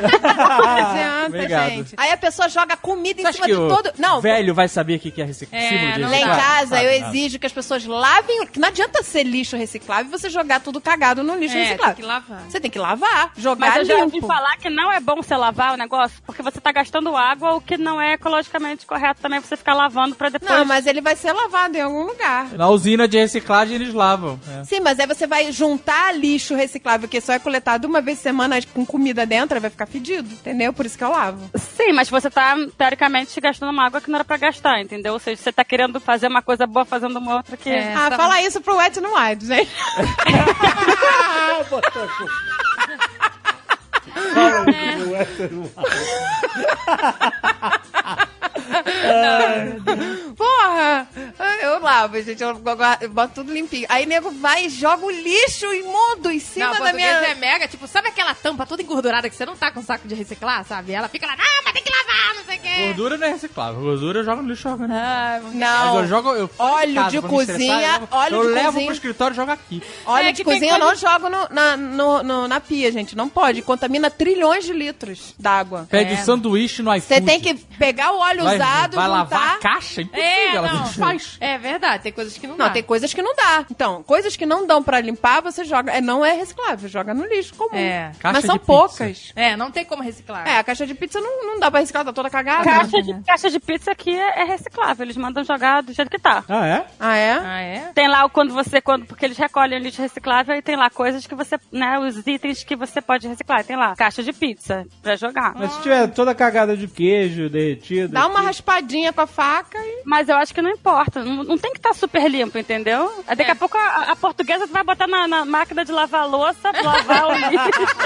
Speaker 3: Não adianta,
Speaker 6: obrigado.
Speaker 3: gente. Aí a pessoa joga comida em
Speaker 6: Você acha
Speaker 3: cima
Speaker 6: que
Speaker 3: de
Speaker 6: o
Speaker 3: todo. Não,
Speaker 6: velho vai saber o que que é reciclável?
Speaker 2: É, não
Speaker 3: Lá em
Speaker 2: Sabe,
Speaker 3: casa, eu
Speaker 6: Ah, tá.
Speaker 3: exijo que as pessoas lavem. o- que Não adianta ser lixo reciclável e você jogar tudo cagado no lixo
Speaker 2: É,
Speaker 3: reciclável.
Speaker 2: tem que lavar.
Speaker 3: Você tem que lavar, jogar
Speaker 5: Mas eu já ouvi
Speaker 3: limpo.
Speaker 5: falar que não é bom você lavar o negócio, porque você tá gastando água, o que não é ecologicamente correto também você ficar lavando pra depois.
Speaker 3: Não, mas ele vai ser lavado em algum lugar.
Speaker 6: Na usina de reciclagem eles lavam. né?
Speaker 3: Sim, mas aí você vai juntar lixo reciclável, que só é coletado uma vez por semana com comida dentro, aí vai ficar fedido, entendeu? Por isso que eu lavo.
Speaker 5: Sim, mas você tá, teoricamente, gastando uma água que não era pra gastar, entendeu? Ou seja, você tá querendo fazer uma coisa boa fazendo uma outra que.
Speaker 2: É.
Speaker 3: ah,
Speaker 2: tá
Speaker 3: fala isso pro Wet no Wild, gente. Porra! Eu lavo, gente. Eu, guardo- eu boto tudo limpinho. Aí nego vai e joga o lixo imundo em
Speaker 2: Não,
Speaker 3: cima
Speaker 2: a
Speaker 3: da
Speaker 2: portuguesa
Speaker 3: minha.
Speaker 2: é mega, tipo, sabe aquela tampa toda engordurada que você não tá com saco de reciclar, sabe? Ela fica lá, não, mas tem que lavar, não sei o quê.
Speaker 6: Gordura não é reciclável. Gordura eu jogo no lixo orgânico.
Speaker 2: Ah, vamos-
Speaker 6: Mas
Speaker 3: Não.
Speaker 6: eu jogo. Eu fico em
Speaker 3: Óleo
Speaker 6: casa,
Speaker 3: de
Speaker 6: vou me estressar,
Speaker 3: cozinha,
Speaker 6: eu levo-
Speaker 3: óleo
Speaker 6: Eu
Speaker 3: de
Speaker 6: levo
Speaker 3: cozinha.
Speaker 6: pro escritório e jogo aqui.
Speaker 3: Óleo
Speaker 2: É
Speaker 3: de
Speaker 2: que tem
Speaker 3: cozinha eu
Speaker 2: coisa-
Speaker 3: não jogo no- na, no- no- na pia, gente. Não pode. Contamina trilhões de litros d'água.
Speaker 6: Pede sanduíche no iFood.
Speaker 3: É. Você tem que pegar o óleo
Speaker 6: Vai-
Speaker 3: usado, tá?
Speaker 6: Vai
Speaker 3: juntar...
Speaker 6: lavar a caixa? Impossível,
Speaker 2: É,
Speaker 6: ela
Speaker 2: não.
Speaker 6: não faz.
Speaker 2: É verdade, tem coisas que não,
Speaker 3: Não,
Speaker 2: dá.
Speaker 3: tem coisas que não dá. Então, coisas que não dão pra limpar, você joga. É, não é reciclável, joga no lixo comum.
Speaker 2: É.
Speaker 6: Caixa
Speaker 3: Mas são
Speaker 6: de pizza.
Speaker 3: poucas.
Speaker 2: É, não tem como reciclar.
Speaker 3: É, a caixa de pizza não, não dá pra reciclar, tá toda cagada.
Speaker 5: Caixa de, caixa de pizza aqui é, é reciclável, eles mandam jogar do jeito que tá.
Speaker 11: Ah, é?
Speaker 3: Ah, é?
Speaker 2: Ah, é?
Speaker 5: Tem lá o quando você, quando, porque eles recolhem o lixo reciclável e tem lá coisas que você, né, os itens que você pode reciclar. Tem lá caixa de pizza pra jogar.
Speaker 11: Mas se tiver toda cagada de queijo derretido.
Speaker 3: Dá uma raspadinha com a faca e.
Speaker 5: Mas eu acho que não importa. Não, não tem que estar super limpo, entendeu? Daqui
Speaker 2: É.
Speaker 5: a pouco a, a portuguesa vai botar na, na máquina de lavar louça, lavar o lixo.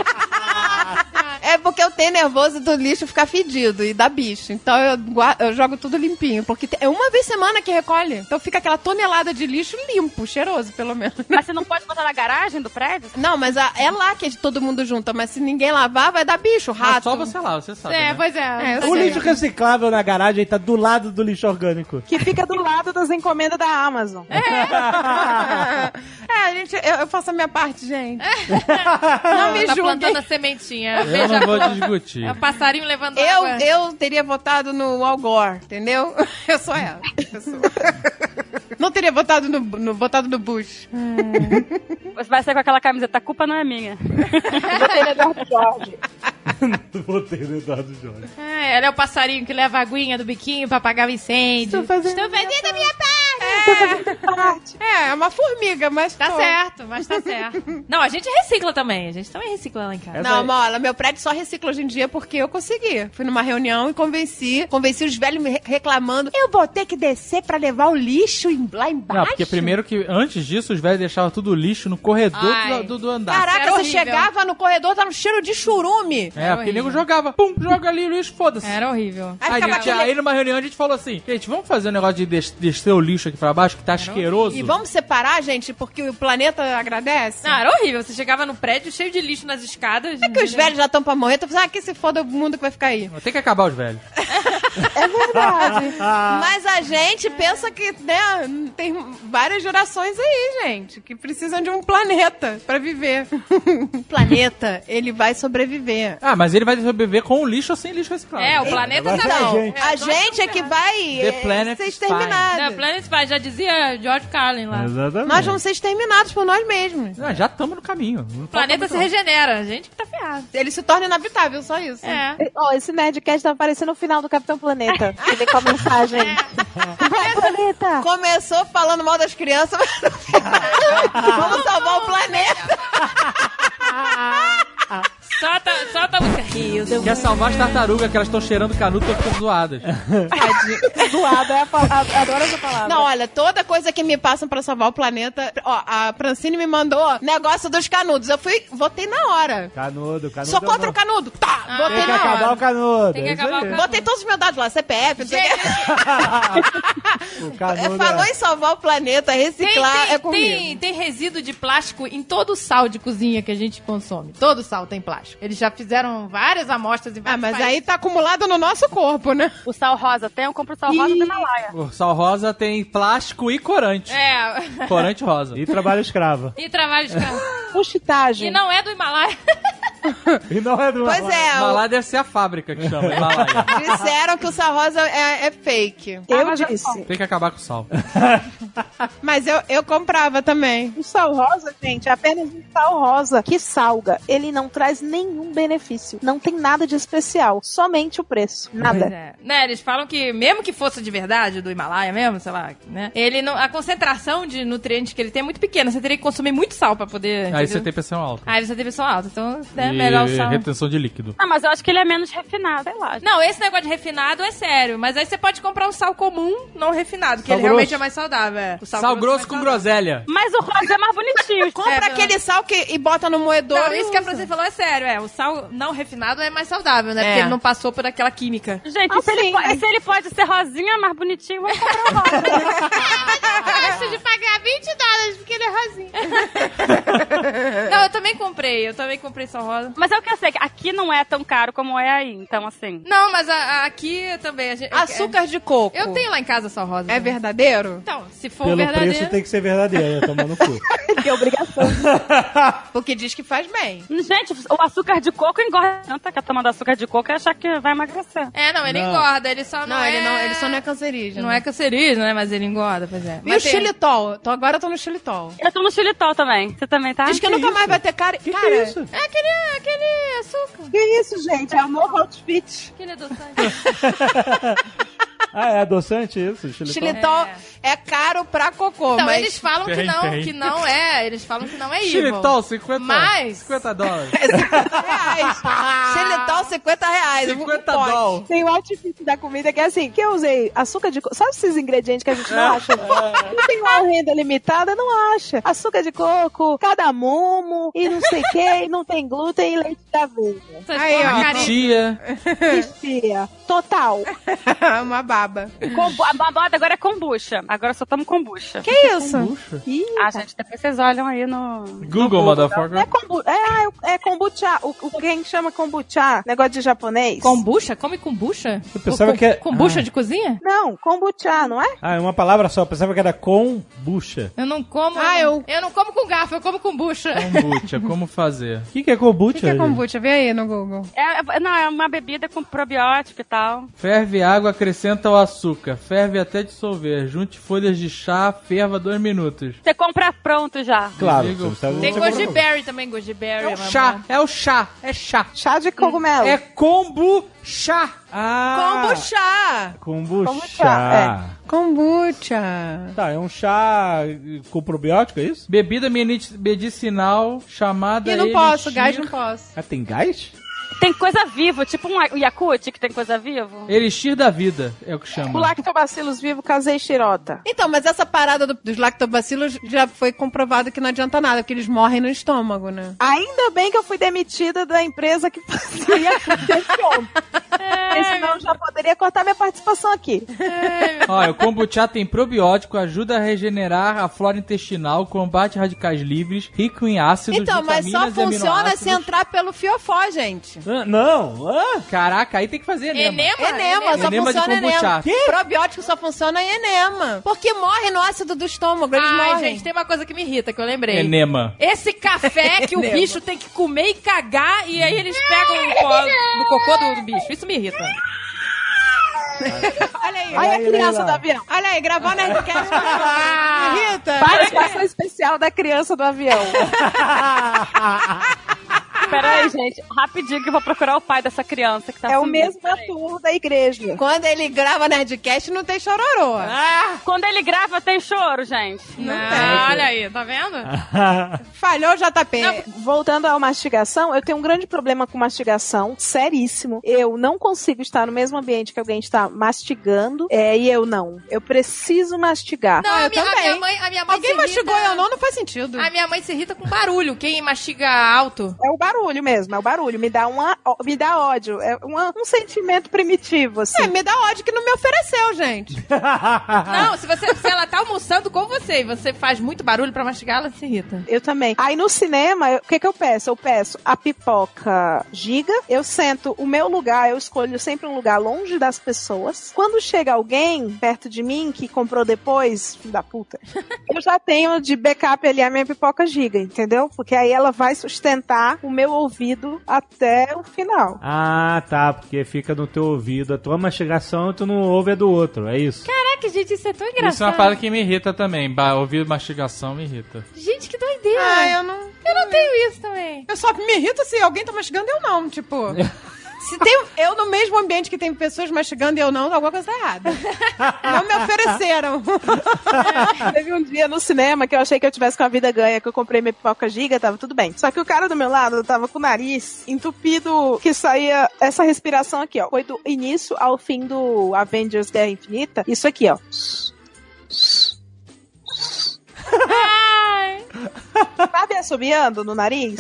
Speaker 2: Ah,
Speaker 3: É porque eu tenho nervoso do lixo ficar fedido e dá bicho. Então eu, gua- eu jogo tudo limpinho. Porque te- é uma vez semana que recolhe. Então fica aquela tonelada de lixo limpo, cheiroso, pelo menos.
Speaker 5: Mas você não pode botar na garagem do prédio?
Speaker 3: Não, mas a- é lá que todo mundo junta. Mas se ninguém lavar, vai dar bicho, rato.
Speaker 6: só você lá, você sabe. né?
Speaker 3: pois é.
Speaker 11: um
Speaker 3: eu
Speaker 1: o
Speaker 3: sei.
Speaker 1: lixo reciclável na garagem tá do lado do lixo orgânico.
Speaker 4: Que fica do lado das encomendas da Amazon.
Speaker 3: É, a gente, eu, eu faço a minha parte, gente.
Speaker 2: Não
Speaker 3: me
Speaker 2: tá
Speaker 3: julguem.
Speaker 2: plantando a sementinha.
Speaker 6: Eu não
Speaker 2: Veja
Speaker 6: vou
Speaker 2: como-
Speaker 6: discutir.
Speaker 2: É o passarinho levando
Speaker 3: Eu,
Speaker 2: água.
Speaker 3: eu teria votado no Al Gore, entendeu? Eu sou ela. Eu sou. Não teria votado no, no- votado no Bush.
Speaker 5: Você vai sair com aquela camiseta, a culpa não é minha.
Speaker 1: Botei no Eduardo Jorge.
Speaker 2: Ah, ela é o passarinho que leva a aguinha do biquinho pra apagar o incêndio. Estou fazendo, a minha parte.
Speaker 3: É, é uma formiga, mas.
Speaker 2: Tá
Speaker 3: pô.
Speaker 2: certo, mas tá certo. Não, a gente recicla também. A gente também recicla lá em casa.
Speaker 3: Não, Mola, meu prédio só recicla hoje em dia porque eu consegui. Fui numa reunião e convenci, convenci os velhos me re- reclamando. Eu vou ter que descer pra levar o lixo em- lá embaixo.
Speaker 6: Não, porque primeiro que antes disso os velhos deixavam tudo lixo no corredor
Speaker 2: Ai.
Speaker 6: do, do- do andar.
Speaker 3: Caraca,
Speaker 2: Era
Speaker 3: você
Speaker 2: horrível.
Speaker 3: chegava no corredor, tava um cheiro de churume.
Speaker 6: É, porque o nego jogava, pum, joga ali o lixo, foda-se.
Speaker 2: Era horrível.
Speaker 3: É. Aí
Speaker 6: Aí,
Speaker 3: ficava
Speaker 6: gente, é
Speaker 3: aquele-
Speaker 6: aí numa reunião a gente falou assim: gente, vamos fazer um negócio de des- descer o lixo aqui pra baixo, que tá asqueroso.
Speaker 3: E vamos separar, gente, porque o planeta agradece?
Speaker 2: Não, era horrível. Você chegava no prédio cheio de lixo nas escadas.
Speaker 3: É que os velhos já estão pra morrer, tô pensando, ah, que se foda o mundo que vai ficar aí.
Speaker 6: Tem que acabar os velhos.
Speaker 3: É verdade. Mas a gente pensa que, né, tem várias gerações aí, gente, que precisam de um planeta pra viver. o planeta, ele vai sobreviver.
Speaker 6: Ah, mas ele vai sobreviver com o lixo ou sem lixo reciclado.
Speaker 2: É, o planeta tá
Speaker 3: Então,
Speaker 2: bom.
Speaker 3: a gente é que vai
Speaker 6: The
Speaker 3: eh,
Speaker 6: planet
Speaker 3: ser
Speaker 6: is
Speaker 3: exterminado.
Speaker 2: Não, Planet Spy, já dizia George Carlin lá.
Speaker 1: Exatamente.
Speaker 3: Nós vamos ser exterminados por nós mesmos.
Speaker 6: Ah, já estamos no caminho. Não
Speaker 2: O planeta se regenera. A gente que tá ferrado.
Speaker 3: Ele se torna inabitável, só isso.
Speaker 2: É.
Speaker 4: Ó, esse Nerdcast tá aparecendo no final do Capitão Planeta. Ele com a mensagem. Vai, planeta!
Speaker 3: Começou falando mal das crianças, mas no final, vamos salvar o planeta.
Speaker 2: Solta, solta a música. Rio do
Speaker 6: Quer salvar as tartarugas que elas estão cheirando canudo e estão zoadas.
Speaker 4: Zoado, é a palavra. Adoro essa palavra.
Speaker 3: Não, olha, toda coisa que me passam pra salvar o planeta, ó, a Francine me mandou negócio dos canudos. Eu fui, votei na hora.
Speaker 1: Canudo, canudo.
Speaker 11: é
Speaker 3: Sou contra
Speaker 1: não.
Speaker 3: o canudo. Tá,
Speaker 2: Ah.
Speaker 3: botei
Speaker 1: é Tem que
Speaker 3: na hora.
Speaker 1: acabar o canudo.
Speaker 2: Tem que
Speaker 1: é isso
Speaker 2: acabar o
Speaker 1: aí.
Speaker 2: canudo.
Speaker 3: Botei todos os meus dados lá, CPF, não sei o que.
Speaker 1: O canudo.
Speaker 11: é-
Speaker 3: Falou em salvar o planeta, reciclar, é comigo.
Speaker 2: é tem, tem resíduo de plástico em todo o sal de cozinha que a gente consome. Todo sal tem plástico. Eles já fizeram várias amostras em
Speaker 3: Ah,
Speaker 2: vários
Speaker 3: mas
Speaker 2: países.
Speaker 3: aí tá acumulado no nosso corpo, né?
Speaker 5: O sal rosa tem, eu compro o sal rosa do Himalaia.
Speaker 6: O sal rosa tem plástico e corante.
Speaker 2: É.
Speaker 6: Corante rosa.
Speaker 1: E trabalho escravo.
Speaker 2: E trabalho de
Speaker 3: Ah,
Speaker 2: campo.
Speaker 4: Puxitagem.
Speaker 2: E não é do Himalaia.
Speaker 1: E não é do
Speaker 3: Pois é,
Speaker 6: Malá deve ser a fábrica que chama Himalaia.
Speaker 3: o- disseram que o sal rosa é, é fake.
Speaker 4: Eu disse.
Speaker 6: Tem que acabar com o sal.
Speaker 3: Mas eu, eu comprava também.
Speaker 4: O Um sal rosa, gente, é apenas um sal rosa que salga. Ele não traz nenhum benefício. Não tem nada de especial. Somente o preço. Nada.
Speaker 2: É. Né, eles falam que mesmo que fosse de verdade, do Himalaia mesmo, sei lá, né? Ele não, a concentração de nutrientes que ele tem é muito pequena. Você teria que consumir muito sal pra poder...
Speaker 6: Aí
Speaker 2: entendeu?
Speaker 6: você tem pressão alta.
Speaker 2: Aí você tem pressão alta, então é
Speaker 6: E
Speaker 2: melhor o sal.
Speaker 6: retenção de líquido.
Speaker 5: Ah, mas eu acho que ele é menos refinado, sei lá.
Speaker 2: Não, esse negócio de refinado é sério, mas aí você pode comprar o sal comum, não refinado, que
Speaker 6: Sal
Speaker 2: ele
Speaker 6: grosso.
Speaker 2: realmente é mais saudável. é. O
Speaker 6: Sal, grosso
Speaker 2: é mais
Speaker 6: com
Speaker 2: saudável.
Speaker 6: groselha.
Speaker 5: Mas o rosa é mais bonitinho.
Speaker 3: Compra
Speaker 2: verdade.
Speaker 3: aquele sal que, e bota no moedor.
Speaker 2: Não,
Speaker 3: e
Speaker 2: isso que a
Speaker 3: usa.
Speaker 2: Francine falou é sério, é. O sal não refinado é mais saudável, né?
Speaker 3: É.
Speaker 2: Porque ele não passou por aquela química.
Speaker 5: Gente,
Speaker 4: Ah,
Speaker 5: se, ele
Speaker 4: sim,
Speaker 5: po- se ele
Speaker 4: mas-
Speaker 5: pode, ser rosinha, é mais bonitinho, vamos comprar o rosa.
Speaker 2: Acho de pagar 20 dólares, porque ele é rosinho. não, eu também comprei, eu também comprei sal rosa.
Speaker 5: Mas é o que eu sei, que aqui não é tão caro como é aí, então assim.
Speaker 2: Não, mas a- a- aqui também. A gente, é,
Speaker 3: Açúcar de coco.
Speaker 2: Eu tenho lá em casa sal rosa.
Speaker 3: É
Speaker 2: também.
Speaker 3: verdadeiro?
Speaker 2: Então, se for
Speaker 1: Pelo
Speaker 2: verdadeiro.
Speaker 1: preço tem que ser verdadeiro, né? tomando cu.
Speaker 4: Que obrigação.
Speaker 3: Porque diz que faz bem.
Speaker 5: Gente, o açúcar de coco engorda tanto que a tomando açúcar de coco é achar que vai emagrecer.
Speaker 2: É, não, ele
Speaker 1: Não.
Speaker 2: engorda, ele só não,
Speaker 3: Não,
Speaker 2: é...
Speaker 3: ele, não, ele só não é cancerígeno.
Speaker 2: Não é cancerígeno, né? Mas ele engorda, pois é.
Speaker 3: E
Speaker 2: Mas
Speaker 3: o
Speaker 2: tem-
Speaker 3: xilitol? Tô, agora eu tô no xilitol.
Speaker 5: Eu tô no xilitol também. Você também tá?
Speaker 3: Diz que, nunca mais vai ter cara.
Speaker 1: Que
Speaker 3: cara,
Speaker 1: que é isso?
Speaker 2: É aquele, aquele açúcar,
Speaker 4: que isso, gente? É o novo outfit.
Speaker 2: aquele adoçante.
Speaker 1: Ah, é adoçante isso?
Speaker 12: Xilitol é. caro pra cocô,
Speaker 2: Então,
Speaker 12: mas...
Speaker 2: eles falam que
Speaker 1: Tem,
Speaker 2: não,
Speaker 1: tem.
Speaker 2: que não é. Eles falam que não é evil.
Speaker 6: Xilitol, 50,
Speaker 2: Mas- É
Speaker 6: 50 então, dólares.
Speaker 12: reais. Xilitol, 50 reais.
Speaker 3: Um-
Speaker 6: 50
Speaker 12: Pode.
Speaker 6: dólares.
Speaker 4: Tem o artifício da comida que é assim, que eu usei açúcar de coco. Sabe esses ingredientes que a gente não acha? Não tem lá renda limitada, não acha. Açúcar de coco, cardamomo e não sei o que, não tem glúten e leite da aveia.
Speaker 12: Aí, ó.
Speaker 6: Tia.
Speaker 4: Tia, total.
Speaker 12: Uma baba.
Speaker 5: Combu a babada agora é kombucha. Agora só tomo kombucha.
Speaker 12: Que
Speaker 3: É
Speaker 12: isso?
Speaker 4: Ih,
Speaker 5: Ah, gente, depois vocês olham aí no...
Speaker 6: Google, motherfucker.
Speaker 4: É, kombu é, é, é kombucha. O, o quem chama kombucha? Negócio de japonês?
Speaker 2: Kombucha? Come kombucha?
Speaker 1: Eu pensava
Speaker 2: Com-
Speaker 1: que é-
Speaker 2: Kombucha
Speaker 1: Ah.
Speaker 2: de cozinha?
Speaker 4: Não, kombucha, não é?
Speaker 1: Ah, é uma palavra só. Eu pensava que era kombucha.
Speaker 2: Eu não como...
Speaker 12: Ah, eu-
Speaker 2: não como com garfo, eu como kombucha.
Speaker 6: É. Kombucha, como fazer?
Speaker 1: O que, que é
Speaker 3: O
Speaker 1: kombucha?
Speaker 3: que, que é
Speaker 1: gente?
Speaker 3: kombucha? Vê aí no Google.
Speaker 5: É, não, é uma bebida com probiótico e tal.
Speaker 6: Ferve água, acrescenta o açúcar. Ferve até dissolver. Junte folhas de chá, ferva dois minutos.
Speaker 5: Você compra pronto já.
Speaker 1: Claro.
Speaker 6: Desliga o
Speaker 1: você tá-
Speaker 2: Tem
Speaker 1: você
Speaker 2: goji
Speaker 1: comprou.
Speaker 2: berry também, goji berry.
Speaker 6: É o
Speaker 2: mamãe.
Speaker 6: chá, é o chá, é chá.
Speaker 4: Chá de cogumelo.
Speaker 6: É combo chá.
Speaker 1: Ah,
Speaker 12: Kombucha!
Speaker 1: kombucha.
Speaker 4: Kombucha,
Speaker 3: é. Kombucha.
Speaker 1: Tá, é um chá com probiótico, é isso?
Speaker 6: Bebida meni- medicinal chamada.
Speaker 3: E não
Speaker 6: elixir.
Speaker 3: posso, gás não posso.
Speaker 1: Ah, tem gás?
Speaker 5: Tem coisa viva, tipo um ya- Yakut que tem coisa viva.
Speaker 6: Elixir da vida é o que
Speaker 4: O
Speaker 6: chama.
Speaker 4: lactobacilos vivo casei xirota.
Speaker 3: Então, mas essa parada do- dos lactobacilos já foi comprovado que não adianta nada, porque eles morrem no estômago, né?
Speaker 4: Ainda bem que eu fui demitida da empresa que fazia esse homem. Porque senão eu já poderia cortar minha participação aqui.
Speaker 6: Olha, o kombucha tem probiótico, ajuda a regenerar a flora intestinal, combate radicais livres, rico em ácidos,
Speaker 3: Então, mas só
Speaker 6: vitaminas e
Speaker 3: funciona se
Speaker 6: aminoácidos.
Speaker 3: entrar pelo fiofó, gente.
Speaker 1: Ah, não! Ah,
Speaker 6: Caraca, aí tem que fazer enema.
Speaker 2: Enema?
Speaker 3: Enema, só
Speaker 6: Enema de
Speaker 3: funciona enema.
Speaker 6: kombucha.
Speaker 3: Probiótico só funciona em enema. Porque morre no ácido do estômago, eles
Speaker 2: Ai,
Speaker 3: morrem.
Speaker 2: gente, tem uma coisa que me irrita, que eu lembrei.
Speaker 6: Enema.
Speaker 2: Esse café que o
Speaker 3: Enema.
Speaker 2: bicho tem que comer e cagar, e aí eles pegam no, co- no cocô do, do bicho. Isso me irrita.
Speaker 12: Olha aí.
Speaker 4: Olha a criança do avião.
Speaker 12: Olha aí, gravando a enquete.
Speaker 3: Ah,
Speaker 2: Ah,
Speaker 12: Rita.
Speaker 4: é Participação especial da criança do avião.
Speaker 5: Pera aí, gente. Rapidinho que eu vou procurar o pai dessa criança que tá
Speaker 4: É o
Speaker 5: sumido.
Speaker 4: mesmo ator da igreja.
Speaker 3: Quando ele grava Nerdcast, não tem chororô.
Speaker 6: Ah.
Speaker 4: Ah!
Speaker 5: Quando ele grava, tem choro, gente.
Speaker 2: Ah, olha aí, tá vendo?
Speaker 3: Falhou o JP.
Speaker 4: Voltando à mastigação, eu tenho um grande problema com mastigação, seríssimo. Eu não consigo estar no mesmo ambiente que alguém está mastigando, é, e eu não. Eu preciso mastigar.
Speaker 2: Não,
Speaker 3: Ah,
Speaker 2: a,
Speaker 3: eu
Speaker 2: minha, a
Speaker 3: também.
Speaker 2: minha mãe, a minha mãe
Speaker 3: Alguém
Speaker 2: se irrita.
Speaker 3: mastigou e eu não, não faz sentido.
Speaker 2: A minha mãe se irrita com barulho. Quem mastiga alto.
Speaker 4: É o barulho mesmo, é o barulho. Me dá, uma, ó- me dá ódio. É uma- um sentimento primitivo, assim.
Speaker 3: É, me dá ódio que não me ofereceu, gente. Ah.
Speaker 2: Não, se, você, se ela tá almoçando com você e você faz muito barulho pra mastigar, ela se irrita.
Speaker 4: Eu também. Aí no cinema, eu- o que que eu peço? Eu peço a pipoca giga, eu sento o meu lugar, eu escolho sempre um lugar longe das pessoas. Quando chega alguém perto de mim que comprou depois, filho da puta, eu já tenho de backup ali a minha pipoca giga, entendeu? Porque aí ela vai sustentar o meu ouvido até o final.
Speaker 1: Ah, tá, porque fica no teu ouvido. A tua mastigação e tu não ouve a do outro, é isso.
Speaker 2: Caraca, gente, isso é tão
Speaker 6: Isso é uma parada que me irrita também. Ba- Ouvir mastigação me irrita.
Speaker 2: Gente, que doideira.
Speaker 3: Ah, eu não.
Speaker 2: eu não tenho isso também.
Speaker 3: Eu só me irrito se alguém tá mastigando e eu não. Tipo. Se tem eu no mesmo ambiente que tem pessoas mastigando e eu não, alguma coisa tá errada. Não me ofereceram.
Speaker 4: Teve um dia no cinema que eu achei que eu tivesse com a vida ganha, que eu comprei minha pipoca giga, tava tudo bem. Só que o cara do meu lado tava com o nariz entupido, que saía essa respiração aqui, ó. Foi do início ao fim do Avengers Guerra Infinita. Isso aqui, ó. Sabe assobiando no nariz?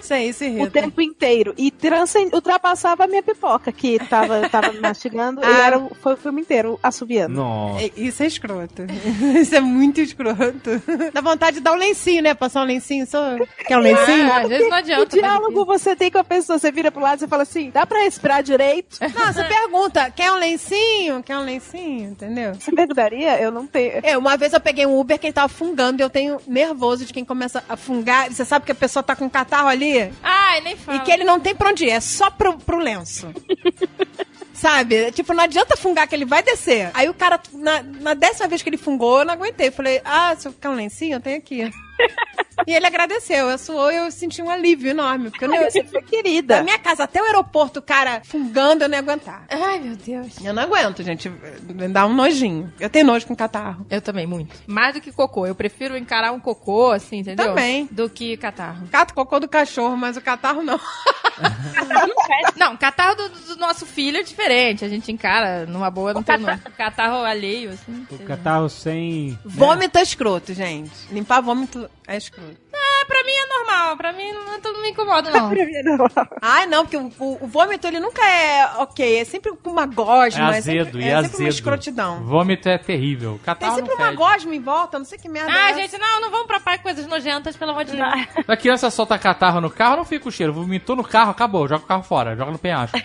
Speaker 3: Sei, sei,
Speaker 4: O
Speaker 3: isso irrita.
Speaker 4: tempo inteiro. E transcen- ultrapassava a minha pipoca, que tava, tava me mastigando. E
Speaker 3: Ah.
Speaker 4: era, o- foi o filme inteiro assobiando.
Speaker 1: Nossa.
Speaker 3: É, Isso é escroto. Isso é muito escroto. Dá vontade de dar um lencinho, né? Passar um lencinho só. Quer um lencinho?
Speaker 2: Ah, às vezes não
Speaker 4: Que
Speaker 2: adianta.
Speaker 4: diálogo você tem com a pessoa? Você vira pro lado e fala assim: dá pra respirar direito?
Speaker 3: Não, você pergunta, quer um lencinho? Quer um lencinho? Entendeu?
Speaker 4: Você perguntaria? Eu não tenho.
Speaker 3: É, uma vez eu peguei um Uber que ele tava fungando e eu tenho nervoso de quem começa a fungar. Você sabe que a pessoa tá com um catarro ali?
Speaker 2: Ai, nem fala.
Speaker 3: E que ele não tem pra onde ir, é só pro, pro lenço. Sabe? Tipo, não adianta fungar que ele vai descer. Aí o cara, na, na décima vez que ele fungou, eu não aguentei. Falei, ah, se eu ficar um lencinho, eu tenho aqui. E ele agradeceu, eu suou e eu senti um alívio enorme. Porque eu não...
Speaker 4: Você foi querida.
Speaker 3: Da minha casa até o aeroporto, o cara fungando, eu não ia aguentar.
Speaker 2: Ai, meu Deus.
Speaker 3: Eu não aguento, gente. Dá um nojinho. Eu tenho nojo com catarro.
Speaker 2: Eu também, muito. Mais do que cocô. Eu prefiro encarar um cocô, assim, entendeu?
Speaker 3: Também.
Speaker 2: Do que catarro.
Speaker 3: Cato cocô do cachorro, mas o catarro não.
Speaker 2: Não, catarro do, do nosso filho é diferente. A gente encara numa boa, não tem nome. Catarro alheio, assim. sei lá.
Speaker 13: Catarro sem.
Speaker 3: Vômito é escroto, gente. Limpar vômito é escroto.
Speaker 2: Ah, pra mim é normal. Pra mim não, não, não me incomoda, não.
Speaker 3: Ai, não, porque o, o- o vômito ele nunca é ok. É sempre com uma gosma.
Speaker 6: É azedo,
Speaker 3: sempre,
Speaker 6: e
Speaker 3: é sempre
Speaker 6: azedo.
Speaker 3: uma escrotidão.
Speaker 6: Vômito é terrível.
Speaker 3: Tem
Speaker 6: Catarro
Speaker 3: sempre
Speaker 6: não
Speaker 3: uma
Speaker 6: fede.
Speaker 3: gosma em volta, não sei que merda. é
Speaker 2: Ah,
Speaker 3: essa.
Speaker 2: gente, não, não vamos pra praia com coisas nojentas, pelo amor de Deus.
Speaker 6: A criança solta catarro no carro, não fica o cheiro. Vomitou no carro, acabou. Joga o carro fora, joga no penhasco.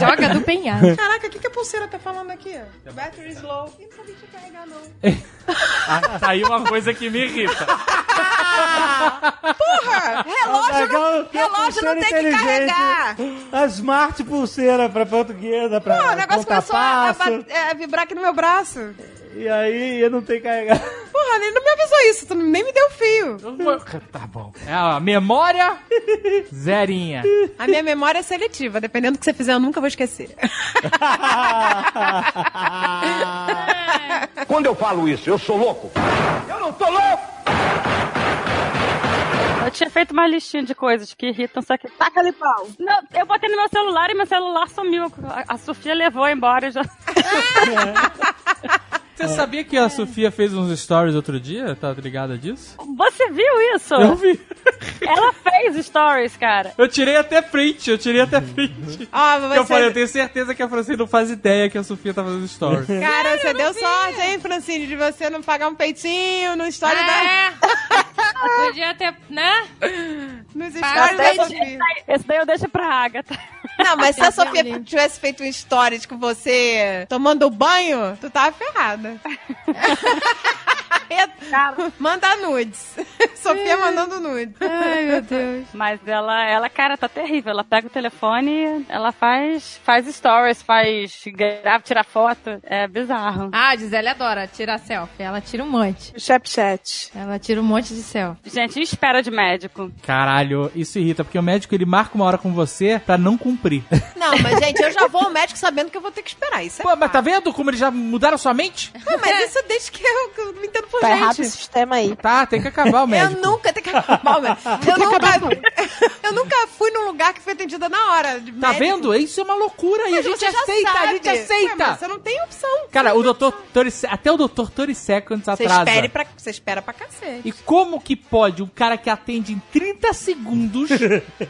Speaker 2: Joga do penhasco.
Speaker 3: Caraca, o que, que a pulseira tá falando aqui? Battery is low. Eu não sabia que ia carregar, não.
Speaker 6: Ah, tá aí uma coisa que me irrita.
Speaker 3: Porra! Relógio não, relógio não tem que carregar.
Speaker 1: né? A smart pulseira pra portuguesa, pra
Speaker 3: Pô, o negócio começou a, a
Speaker 1: contrapasso.
Speaker 3: bat- é, a vibrar aqui no meu braço.
Speaker 1: E aí eu não tenho que carregar.
Speaker 3: Porra, ele não me avisou isso, tu nem me deu fio.
Speaker 6: Tá bom. É a memória zerinha.
Speaker 3: A minha memória é seletiva, dependendo do que você fizer, eu nunca vou esquecer.
Speaker 10: Quando eu falo isso, eu sou louco. Eu não tô louco.
Speaker 5: Eu tinha feito uma listinha de coisas que irritam, só que.
Speaker 4: Taca ali pau.
Speaker 5: Não, eu botei no meu celular e meu celular sumiu. A, a Sofia levou embora. eu Já...
Speaker 6: Você sabia que
Speaker 3: É.
Speaker 6: a Sofia fez uns stories outro dia? Tá ligada disso?
Speaker 5: Você viu isso?
Speaker 3: É.
Speaker 6: Eu vi.
Speaker 5: Ela fez stories, cara.
Speaker 6: Eu tirei até print, eu tirei até print.
Speaker 3: Ó, você...
Speaker 6: Eu falei, eu tenho certeza que a Francine não faz ideia que a Sofia tá fazendo stories.
Speaker 3: Cara, você deu sorte, hein, Francine, de você não pagar um peitinho no
Speaker 2: Ah,
Speaker 3: história da...
Speaker 2: é. Podia ter, né?
Speaker 3: nos
Speaker 2: Paga
Speaker 3: stories da
Speaker 2: o
Speaker 3: Sofia.
Speaker 5: Esse daí eu deixo pra Agatha.
Speaker 3: Não, mas se a Sofia tivesse feito um stories com você tomando banho, tu tava ferrada. Manda nudes. Sofia mandando nudes.
Speaker 2: Ai, meu Deus.
Speaker 5: Mas ela, ela, cara, tá terrível. Ela pega o telefone, ela faz, faz stories, faz grava, tira foto. É bizarro.
Speaker 2: Ah, a Gisele adora tirar selfie. Ela tira um monte.
Speaker 4: Snapchat.
Speaker 2: Ela tira um monte de selfie.
Speaker 5: Gente, e espera de médico.
Speaker 6: Caralho, isso irrita, porque o médico ele marca uma hora com você pra não cumprir.
Speaker 3: Não, mas gente, eu já vou ao médico sabendo que eu vou ter que esperar. Isso é
Speaker 6: Pô, mas tá é? vendo como eles já mudaram sua mente?
Speaker 3: Pô, mas isso desde que eu, que eu me entendo por
Speaker 4: Tá
Speaker 3: gente.
Speaker 4: errado esse sistema aí.
Speaker 6: Tá, tem que acabar o
Speaker 3: Eu
Speaker 6: médico.
Speaker 3: nunca tenho que acabar, o médico. eu nunca, eu nunca fui num lugar que foi atendida na hora. de
Speaker 6: Tá
Speaker 3: médico.
Speaker 6: vendo? Isso é uma loucura e a
Speaker 3: Mas
Speaker 6: gente
Speaker 3: você já
Speaker 6: aceita, a
Speaker 3: sabe.
Speaker 6: gente
Speaker 3: Ué, mas
Speaker 6: aceita.
Speaker 3: você não tem opção.
Speaker 6: Cara, o doutor Tori- até o doutor Tori Seconds
Speaker 3: Você,
Speaker 6: atrasa.
Speaker 3: espere pra, você espera pra cacete.
Speaker 6: E como que pode um cara que atende em 30 segundos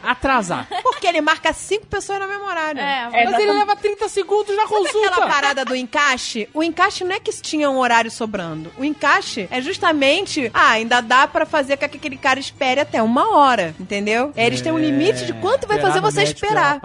Speaker 6: atrasar?
Speaker 3: Porque ele marca cinco pessoas na mesma horária.
Speaker 2: É,
Speaker 6: Mas ele leva 30 segundos na
Speaker 3: Aquela
Speaker 6: consulta.
Speaker 3: parada do encaixe, o encaixe não é que tinha um horário sobrando. O encaixe é justamente, ah, ainda dá pra fazer com que aquele cara espere até uma hora, entendeu? Eles
Speaker 6: É,
Speaker 3: têm um limite de quanto vai fazer você esperar.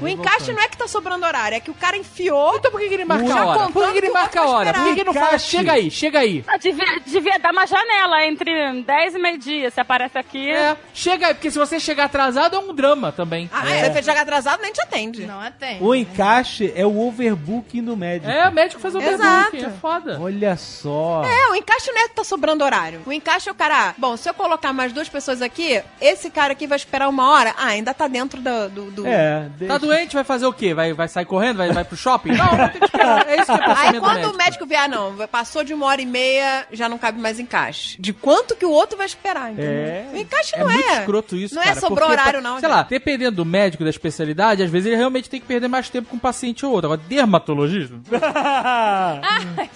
Speaker 3: O encaixe não é que tá sobrando horário, é que o cara enfiou. Então por que ele
Speaker 6: marca a hora. Por que que ele marca a
Speaker 3: tá
Speaker 6: hora? Por que que ele não fala,
Speaker 1: Encaixe.
Speaker 6: chega aí, chega aí.
Speaker 5: Ah, Devia, devia dar uma janela entre 10 e meio-dia. Se aparece aqui.
Speaker 6: É, chega aí, porque se você chegar atrasado é um drama também.
Speaker 3: Ah, é. você joga atrasado, nem te atende.
Speaker 2: Não é atende.
Speaker 1: O encaixe é o overbooking do médico.
Speaker 6: É, o médico faz o
Speaker 3: Exato.
Speaker 6: dedo, é foda.
Speaker 1: Olha só.
Speaker 3: É, o encaixe não é que tá sobrando horário. O encaixe é o cara, ah, bom, se eu colocar mais duas pessoas aqui, esse cara aqui vai esperar uma hora. Ah, ainda tá dentro do. do, do-
Speaker 1: É, deixa-
Speaker 6: Tá doente, vai fazer o quê? Vai, vai sair correndo? Vai, vai pro shopping? Não, não tem que esperar. É isso
Speaker 2: Ah,
Speaker 6: que é o pensamento
Speaker 3: Aí
Speaker 6: do
Speaker 3: quando
Speaker 6: médico.
Speaker 3: o médico vier, ah, não, passou de uma hora e meia, já não cabe mais encaixe. De quanto que o outro vai esperar, entendeu?
Speaker 1: É.
Speaker 3: O encaixe
Speaker 6: É
Speaker 3: não é.
Speaker 6: muito escroto isso,
Speaker 3: Não
Speaker 6: cara.
Speaker 3: é sobrou
Speaker 6: porque,
Speaker 3: horário, não.
Speaker 6: Sei
Speaker 3: gente.
Speaker 6: lá, dependendo do médico, da especialidade, às vezes ele realmente tem que perder mais tempo com um paciente ou outro. Agora, dermatologista,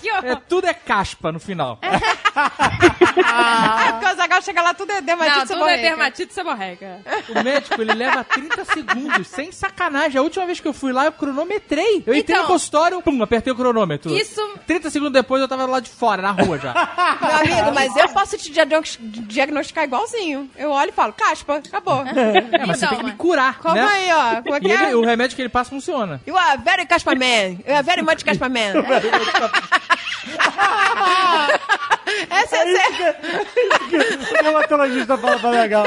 Speaker 2: Que horror.
Speaker 6: é, tudo é caspa no final.
Speaker 3: Ah, porque o Zagal chega lá, tudo é dermatite
Speaker 2: não, tudo é
Speaker 3: seborreica.
Speaker 2: dermatite seborreica.
Speaker 6: O médico, ele leva 30 segundos, sem sacanagem. A última vez que eu fui lá, eu cronometrei. Eu entrei
Speaker 2: Então-
Speaker 6: no consultório, pum, apertei o cronômetro.
Speaker 2: Isso-
Speaker 6: 30 segundos depois, eu tava lá de fora, na rua já.
Speaker 3: Meu amigo, mas eu posso te diagnos- diagnosticar igualzinho. Eu olho e falo, caspa, acabou.
Speaker 6: É, mas você tem que me curar,
Speaker 3: Calma
Speaker 6: né?
Speaker 3: aí, ó. Como é
Speaker 6: E
Speaker 3: que é?
Speaker 6: ele- o remédio que ele passa funciona.
Speaker 3: You are very Caspa Man. You are very much Caspa Man. Essa é sério.
Speaker 1: O dermatologista fala pra legal.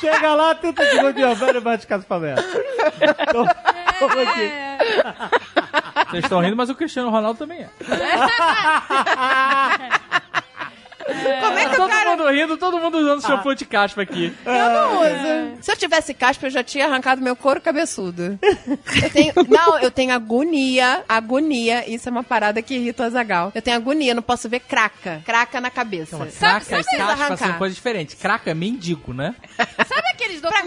Speaker 1: Chega lá, tenta de rodear, velho, bate casa pra merda. Então, é
Speaker 6: Vocês estão rindo, mas o Cristiano Ronaldo também é.
Speaker 3: Como é que o
Speaker 6: Todo
Speaker 3: cara...
Speaker 6: mundo rindo, É. todo mundo usando shampoo de caspa aqui.
Speaker 3: Eu não
Speaker 2: É.
Speaker 3: uso. Se eu tivesse caspa, eu já tinha arrancado meu couro cabeçudo. Eu tenho- não, eu tenho agonia, agonia. Isso é uma parada que irrita o Azagal. Eu tenho agonia, não posso ver craca. Craca na cabeça.
Speaker 2: Então,
Speaker 6: Craca e
Speaker 3: precisa
Speaker 6: caspa são coisas diferentes. Craca é mendigo, né?
Speaker 2: Sabe aqueles
Speaker 3: é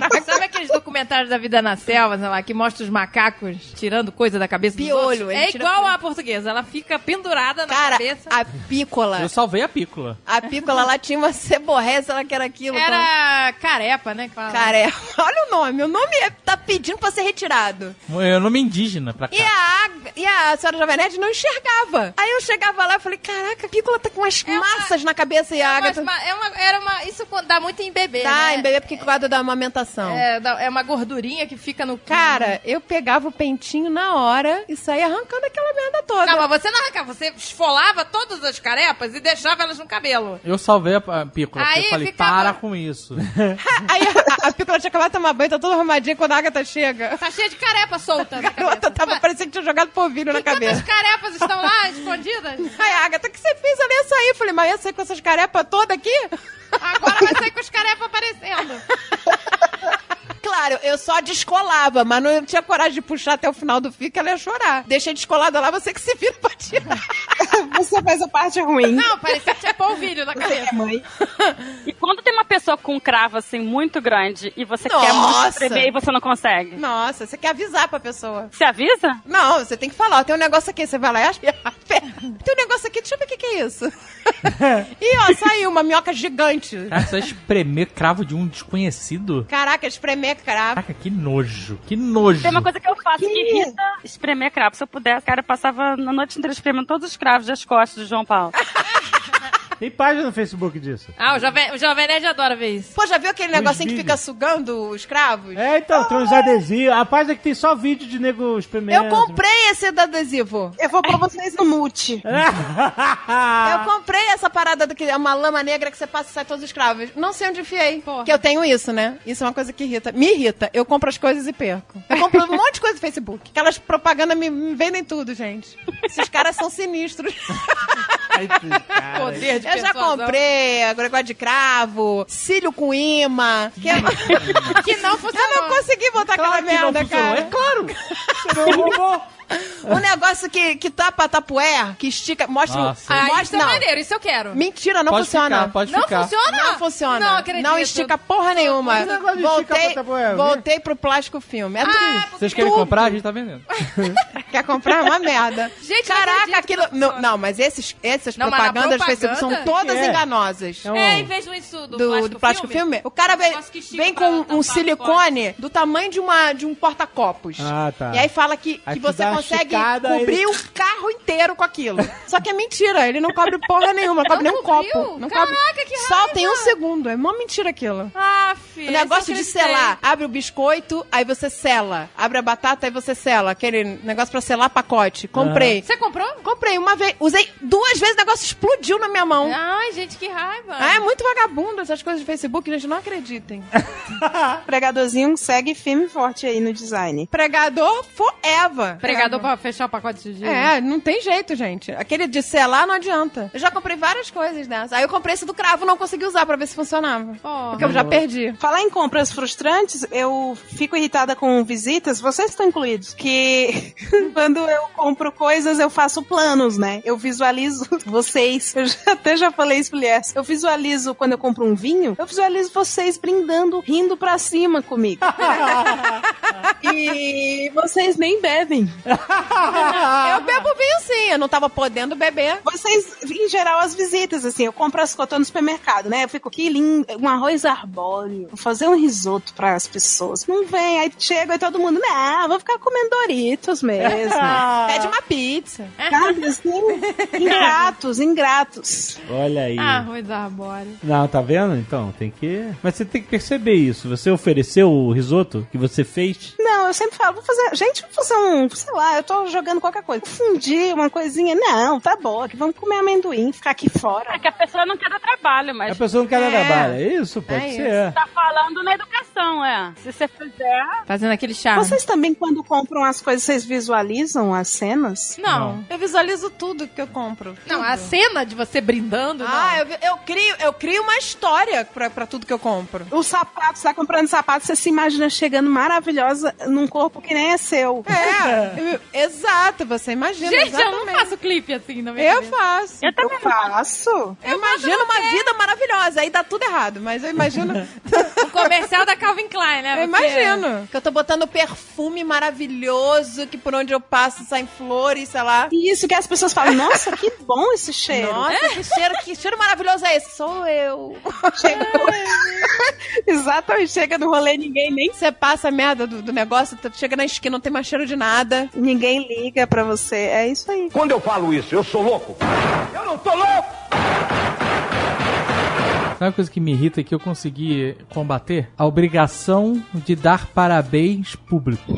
Speaker 2: documentários? Sabe aqueles documentários da vida na selva, sei lá, que mostra os macacos tirando coisa da cabeça dos
Speaker 3: Piolho,
Speaker 2: outros?
Speaker 3: ele
Speaker 2: É
Speaker 3: tira
Speaker 2: igual
Speaker 3: piolho.
Speaker 2: à portuguesa, ela fica pendurada na
Speaker 3: Cara,
Speaker 2: cabeça.
Speaker 3: a pícola.
Speaker 6: Eu salvei a pícola.
Speaker 3: A pícola lá tinha uma ceborréia, sei lá que era aquilo.
Speaker 2: Era carepa, né?
Speaker 3: Carepa. Olha o nome. O nome é- tá pedindo pra ser retirado.
Speaker 6: Eu nome indígena pra cá.
Speaker 3: E a, águ- e a senhora Jovem Nerd não enxergava. Aí eu chegava lá e falei, caraca, a pícola tá com umas massas na cabeça e a
Speaker 2: Mas,
Speaker 3: Agatha...
Speaker 2: mas é uma, era uma, isso dá muito em bebê,
Speaker 3: Tá,
Speaker 2: né?
Speaker 3: em bebê porque cuidado da amamentação.
Speaker 2: É, dá- é uma gordurinha que fica no...
Speaker 3: Cara, eu pegava o pentinho na hora e saía arrancando aquela merda toda.
Speaker 2: Não, mas você não arrancava, você esfolava todas as carepas e deixava elas no cabelo.
Speaker 6: Eu salvei a a pícola, porque
Speaker 2: Aí
Speaker 6: eu falei,
Speaker 2: ficava-
Speaker 6: para com isso.
Speaker 3: Aí a, a pícola tinha acabado de tomar banho, tá toda arrumadinha quando a Agatha chega.
Speaker 2: Tá cheia de carepa solta na cabeça.
Speaker 3: Garota, tá tava parecendo que tinha jogado polvilho na
Speaker 2: Quantas
Speaker 3: cabeça.
Speaker 2: carepas estão lá escondidas?
Speaker 3: Aí, Agatha, o que você fez? Eu nem saí. Eu Falei, mas eu ia sair com essas carepas todas aqui?
Speaker 2: Agora vai sair com os carepas aparecendo.
Speaker 3: Claro, eu só descolava, mas não tinha coragem de puxar até o final do fio, que ela ia chorar. Deixei descolada lá, você que se vira pra tirar.
Speaker 4: Você faz a parte ruim.
Speaker 2: Não, parecia que tinha polvilho na cabeça.
Speaker 5: E quando tem uma pessoa com um cravo assim muito grande e você quer muito
Speaker 3: Nossa!
Speaker 5: escrever e você não consegue?
Speaker 3: Nossa, você quer avisar pra pessoa.
Speaker 5: Você avisa?
Speaker 3: Não, você tem que falar, ó, tem um negócio aqui, você vai lá e acha. Tem um negócio aqui, deixa eu ver o que, que é isso. e ó, saiu uma minhoca gigante.
Speaker 6: Cara, só espremer cravo de um desconhecido?
Speaker 3: Caraca, espremer cravo.
Speaker 6: Caraca, que nojo, que nojo.
Speaker 5: Tem uma coisa que eu faço que irrita espremer cravo. Se eu pudesse, cara, eu passava na noite inteira espremendo todos os cravos das costas do João Paulo.
Speaker 1: Tem página no Facebook disso.
Speaker 2: Ah, o Jovem, o jovem Nerd adora ver isso.
Speaker 3: Pô, já viu aquele negocinho que
Speaker 1: vídeos.
Speaker 3: fica sugando os cravos?
Speaker 1: É, então, tem uns adesivos. A página que tem só vídeo de nego experimentando.
Speaker 3: Eu comprei esse adesivo.
Speaker 4: Eu vou pra vocês no mute.
Speaker 1: É
Speaker 2: Ah.
Speaker 3: Eu comprei essa parada do que é uma lama negra que você passa e sai todos os cravos. Não sei onde enfiei.
Speaker 2: Porra.
Speaker 3: Que eu tenho isso, né? Isso é uma coisa que irrita. Me irrita. Eu compro as coisas e perco. Eu compro um monte de coisa no Facebook. Aquelas propagandas me, me vendem tudo, gente. Esses caras são sinistros.
Speaker 2: Poder de
Speaker 3: Eu já
Speaker 2: persuasão.
Speaker 3: comprei agregado de cravo, cílio com imã. Que eu,
Speaker 2: Que não
Speaker 3: eu não
Speaker 2: funcionou.
Speaker 3: consegui botar aquela merda, cara.
Speaker 1: É claro! Você não roubou!
Speaker 3: Um negócio que, que tapa tapué, que estica. Mostra.
Speaker 6: Nossa.
Speaker 2: Ah, isso
Speaker 3: mostra
Speaker 2: é
Speaker 3: não.
Speaker 2: maneiro, isso eu quero.
Speaker 3: Mentira, não
Speaker 6: pode
Speaker 3: funciona.
Speaker 6: ficar, pode
Speaker 2: não
Speaker 6: ficar.
Speaker 2: funciona?
Speaker 3: Não funciona.
Speaker 2: Não acredito.
Speaker 3: Não estica porra nenhuma.
Speaker 1: Esse negócio de
Speaker 3: Voltei,
Speaker 1: esticar pra tapoé, né?
Speaker 3: voltei pro plástico filme. É
Speaker 2: Ah,
Speaker 3: tudo
Speaker 2: porque-
Speaker 6: Vocês querem comprar? A gente tá vendendo.
Speaker 3: isso. Quer comprar é uma merda.
Speaker 2: Gente, não
Speaker 3: Caraca,
Speaker 2: acredito que
Speaker 3: aquilo.
Speaker 2: não
Speaker 3: Não, não, mas esses, essas
Speaker 2: Não, mas na
Speaker 3: propagandas do
Speaker 2: propaganda?
Speaker 3: Facebook são todas
Speaker 1: É.
Speaker 3: enganosas.
Speaker 1: É um-
Speaker 2: É, em vez do isso do,
Speaker 3: Então, Do, do plástico, filme. O cara vem,
Speaker 2: Negócio que estica
Speaker 3: vem
Speaker 2: pra
Speaker 3: com
Speaker 2: tampar
Speaker 3: um
Speaker 2: o
Speaker 3: silicone do tamanho de, uma, de um porta-copos.
Speaker 1: Ah, tá.
Speaker 3: E aí fala que,
Speaker 1: Aí
Speaker 3: que
Speaker 1: tu
Speaker 3: você
Speaker 1: dá uma
Speaker 3: consegue
Speaker 1: esticada,
Speaker 3: cobrir
Speaker 1: ele-
Speaker 3: o carro inteiro com aquilo. Só que é mentira, ele não cobre porra nenhuma, não cobre nem um
Speaker 2: cobriu?
Speaker 3: copo. Não
Speaker 2: Caraca,
Speaker 3: cobre.
Speaker 2: que
Speaker 3: Só
Speaker 2: raiva!
Speaker 3: tem um segundo, é mó mentira aquilo.
Speaker 2: Ah, filho.
Speaker 3: O negócio de selar. Abre o biscoito, aí você sela. Abre a batata, aí você sela. Aquele negócio pra selar pacote. Comprei.
Speaker 2: Você comprou?
Speaker 3: Comprei uma vez. Usei duas vezes, o negócio explodiu na minha mão.
Speaker 2: Ai, gente, que raiva.
Speaker 3: Ah, é muito vagabundo essas coisas de Facebook, gente. Não acreditem.
Speaker 4: Pregadorzinho segue firme e forte aí no design.
Speaker 3: Pregador forever.
Speaker 2: Pregador pra fechar o pacote de dinheiro.
Speaker 3: É, não tem jeito, gente. Aquele de selar não adianta. Eu já comprei várias coisas dessa. Aí eu comprei esse do cravo, não consegui usar pra ver se funcionava.
Speaker 2: Pô.
Speaker 3: Porque eu já perdi.
Speaker 4: Falar em compras frustrantes, eu fico irritada com visitas, vocês estão incluídos, que quando eu compro coisas, eu faço planos, né? Eu visualizo vocês, eu já- até já falei isso, mulheres. Eu visualizo, quando eu compro um vinho, eu visualizo vocês brindando, rindo pra cima comigo. e vocês nem bebem.
Speaker 3: Eu bebo vinho sim, eu não tava podendo beber.
Speaker 4: Vocês, em geral, as visitas, assim, eu compro as coisas, eu tô no supermercado, né? Eu fico, que lindo, um arroz arbóreo, vou fazer um risoto para as pessoas. Não vem, aí chega e todo mundo, não, vou ficar comendo Doritos mesmo.
Speaker 2: Ah.
Speaker 3: Pede uma pizza.
Speaker 4: Sabe, assim, ingratos, ingratos.
Speaker 1: Olha aí.
Speaker 2: Ah, ruim da arbórea.
Speaker 1: Não, tá vendo? Então, tem que. Mas você tem que perceber isso. Você ofereceu o risoto que você fez?
Speaker 4: Não, eu sempre falo, vou fazer, gente, vou fazer um, sei lá, eu tô jogando qualquer coisa. Fundir uma coisinha, não, tá bom, aqui, vamos comer amendoim, ficar aqui fora.
Speaker 5: É que a pessoa não quer dar trabalho,
Speaker 1: A
Speaker 5: mas
Speaker 1: pessoa não quer dar
Speaker 3: É.
Speaker 1: trabalho. É isso? Pode
Speaker 3: É
Speaker 1: ser.
Speaker 5: tá falando na educação. visualização, é. Se você fizer.
Speaker 2: Fazendo aquele charme.
Speaker 4: Vocês também, quando compram as coisas, vocês visualizam as cenas?
Speaker 3: Não. Eu visualizo tudo que eu compro.
Speaker 2: Não, a cena de você brindando.
Speaker 3: Ah,
Speaker 2: não.
Speaker 3: eu, vi- eu crio, eu crio uma história pra, pra tudo que eu compro.
Speaker 4: O sapato, você tá comprando sapato, você se imagina chegando maravilhosa num corpo que nem é seu.
Speaker 3: É, eu- exato, você imagina.
Speaker 2: Gente, eu não
Speaker 3: exatamente.
Speaker 2: faço clipe assim na minha
Speaker 3: Eu
Speaker 2: cabeça.
Speaker 3: faço.
Speaker 4: Eu faço.
Speaker 3: Eu imagino uma vida maravilhosa, aí dá tudo errado, mas eu imagino.
Speaker 2: O comercial da Calvin Klein, né?
Speaker 3: Eu
Speaker 2: Você-
Speaker 3: imagino. Que eu tô botando perfume maravilhoso, que por onde eu passo saem flores, sei lá.
Speaker 4: E isso que as pessoas falam, nossa, que bom esse cheiro.
Speaker 3: Nossa, que cheiro, que cheiro maravilhoso é esse? Sou eu.
Speaker 4: Chega- Exatamente, chega no rolê, ninguém nem
Speaker 3: Você passa a merda do, do negócio, tu chega na esquina, não tem mais cheiro de nada.
Speaker 4: ninguém liga pra você. É isso aí.
Speaker 10: Quando eu falo isso, eu sou louco. Eu não tô louco!
Speaker 6: Sabe uma coisa que me irrita que eu consegui combater? A obrigação de dar parabéns público.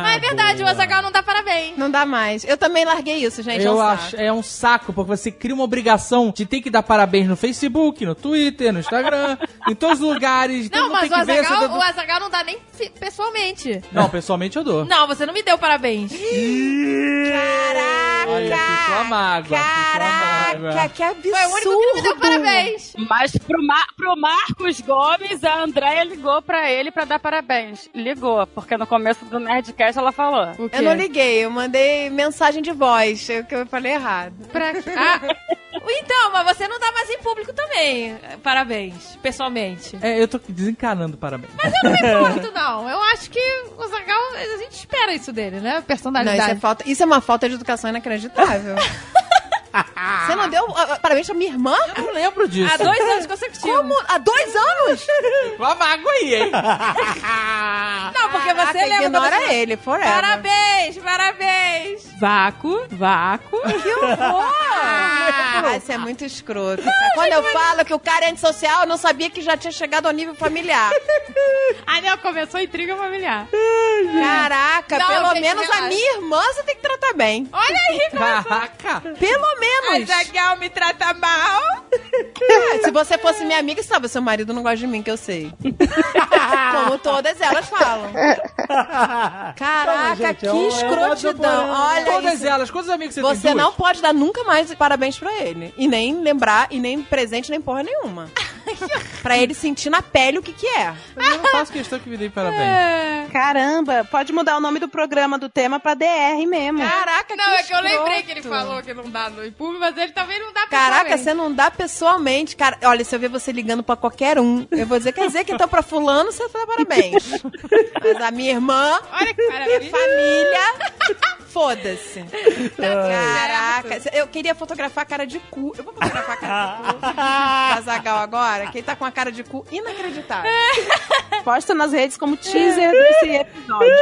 Speaker 2: Mas é verdade,
Speaker 6: boa.
Speaker 2: o Azagal não dá parabéns.
Speaker 3: Não dá mais. Eu também larguei isso, gente. é um
Speaker 6: Eu
Speaker 3: saco.
Speaker 6: acho, é um saco, porque você cria uma obrigação de ter que dar parabéns no Facebook, no Twitter, no Instagram, em todos os lugares. então
Speaker 2: Não, mas
Speaker 6: tem
Speaker 2: o
Speaker 6: que ver
Speaker 2: Azagal,
Speaker 6: essa-
Speaker 2: o Azagal não dá nem fi- pessoalmente.
Speaker 6: Não, pessoalmente eu dou.
Speaker 2: Não, você não me deu parabéns.
Speaker 6: Olha, ficou a mágoa. ficou a mágoa.
Speaker 3: Caraca, que absurdo.
Speaker 2: Foi o único que não me deu parabéns.
Speaker 5: Mas pro, Mar pro Marcos Gomes, a Andréia ligou pra ele pra dar parabéns. Ligou, porque no começo do Nerdcast ela falou.
Speaker 2: O quê?
Speaker 3: Eu não liguei, eu mandei mensagem de voz, eu que eu falei errado.
Speaker 2: Pra... Ah, então, mas você não dá mais em público também. Parabéns, pessoalmente.
Speaker 6: É, eu tô desencanando parabéns.
Speaker 3: É.
Speaker 2: Muito não. Eu acho que o Zagal, a gente espera isso dele, né?
Speaker 3: Não, isso é,
Speaker 2: Personalidade.
Speaker 3: falta, isso é uma falta de educação inacreditável. Você não deu ah, ah, parabéns pra minha irmã?
Speaker 6: Eu não lembro disso.
Speaker 2: Há dois anos consecutivos.
Speaker 3: Como? Há dois anos?
Speaker 6: Ficou a mágoa aí, hein?
Speaker 2: Não, porque você
Speaker 3: Caraca,
Speaker 2: lembra.
Speaker 3: Ignora
Speaker 2: quando você-
Speaker 3: ele, forever.
Speaker 2: Parabéns, parabéns. Vácuo, vácuo.
Speaker 3: Ah, isso é muito escroto. cara. Quando eu falo que o cara é antissocial, eu não sabia que já tinha chegado ao nível familiar.
Speaker 2: Ah, não, começou a intriga familiar.
Speaker 3: Caraca,
Speaker 2: Não,
Speaker 3: pelo
Speaker 2: gente,
Speaker 3: menos
Speaker 2: relaxa.
Speaker 3: a minha irmã você tem que tratar bem.
Speaker 2: Olha aí,
Speaker 6: Caraca!
Speaker 3: Pelo menos.
Speaker 2: Azagal me trata mal.
Speaker 3: É, se você fosse minha amiga, sabe, seu marido não gosta de mim, que eu sei. Como todas elas falam. Caraca,
Speaker 11: Não, gente,
Speaker 3: que
Speaker 11: é um- é um
Speaker 3: escrotidão.
Speaker 11: modo-
Speaker 3: Olha
Speaker 6: Todas
Speaker 3: isso.
Speaker 6: elas, quantos amigos você,
Speaker 3: Você
Speaker 6: tem?
Speaker 3: não pode dar nunca mais parabéns pra ele. E nem lembrar, e nem presente, nem porra nenhuma. pra ele sentir na pele o que que é.
Speaker 6: Eu não faço questão que me dê parabéns.
Speaker 4: Caramba, pode mudar o nome do programa do tema pra DR mesmo.
Speaker 3: Caraca,
Speaker 2: Não, é que eu lembrei
Speaker 3: escroto.
Speaker 2: que ele falou que não dá no público, mas ele também não dá
Speaker 3: Caraca,
Speaker 2: pessoalmente.
Speaker 3: você não dá pessoalmente, cara. Olha, se eu ver você ligando pra qualquer um, eu vou dizer, quer dizer que então pra fulano você dá parabéns. Mas a minha irmã,
Speaker 2: Olha que maravilha.
Speaker 3: família, foda-se.
Speaker 4: Tá
Speaker 3: Caraca, eu queria fotografar a cara de cu. Eu vou fotografar a cara de cu. Azagal agora, que ele tá com a cara de cu inacreditável.
Speaker 4: Posta nas redes como teaser desse episódio.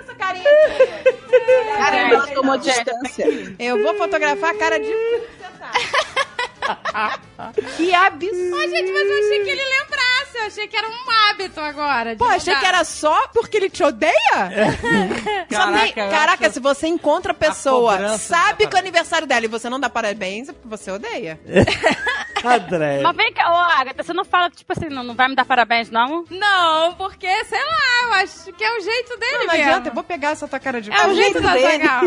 Speaker 3: Essa carinha aqui.
Speaker 4: Caramba, ela tomou distância.
Speaker 3: Eu vou fotografar a cara de cu. Que absurdo.
Speaker 2: Mas,
Speaker 4: é
Speaker 2: gente, mas eu achei que ele lembrasse. Eu achei que era um hábito agora. de
Speaker 3: Pô, achei
Speaker 2: mudar.
Speaker 3: que era só porque ele te odeia? Só nem-
Speaker 6: eu
Speaker 3: Caraca,
Speaker 6: acho-
Speaker 3: se você encontra a pessoa,
Speaker 6: cobrança
Speaker 3: sabe
Speaker 6: da
Speaker 3: que é o aniversário dela e você não dá parabéns, é porque você odeia.
Speaker 1: É.
Speaker 11: André.
Speaker 5: Mas vem cá, ô Agatha, você não fala, tipo assim, não, não vai me dar parabéns, não?
Speaker 2: Não, porque, sei lá, eu acho que é o jeito dele
Speaker 3: Não, não
Speaker 2: mesmo.
Speaker 3: adianta, eu vou pegar essa tua cara de
Speaker 2: É o jeito do
Speaker 4: dele.
Speaker 2: Azagal.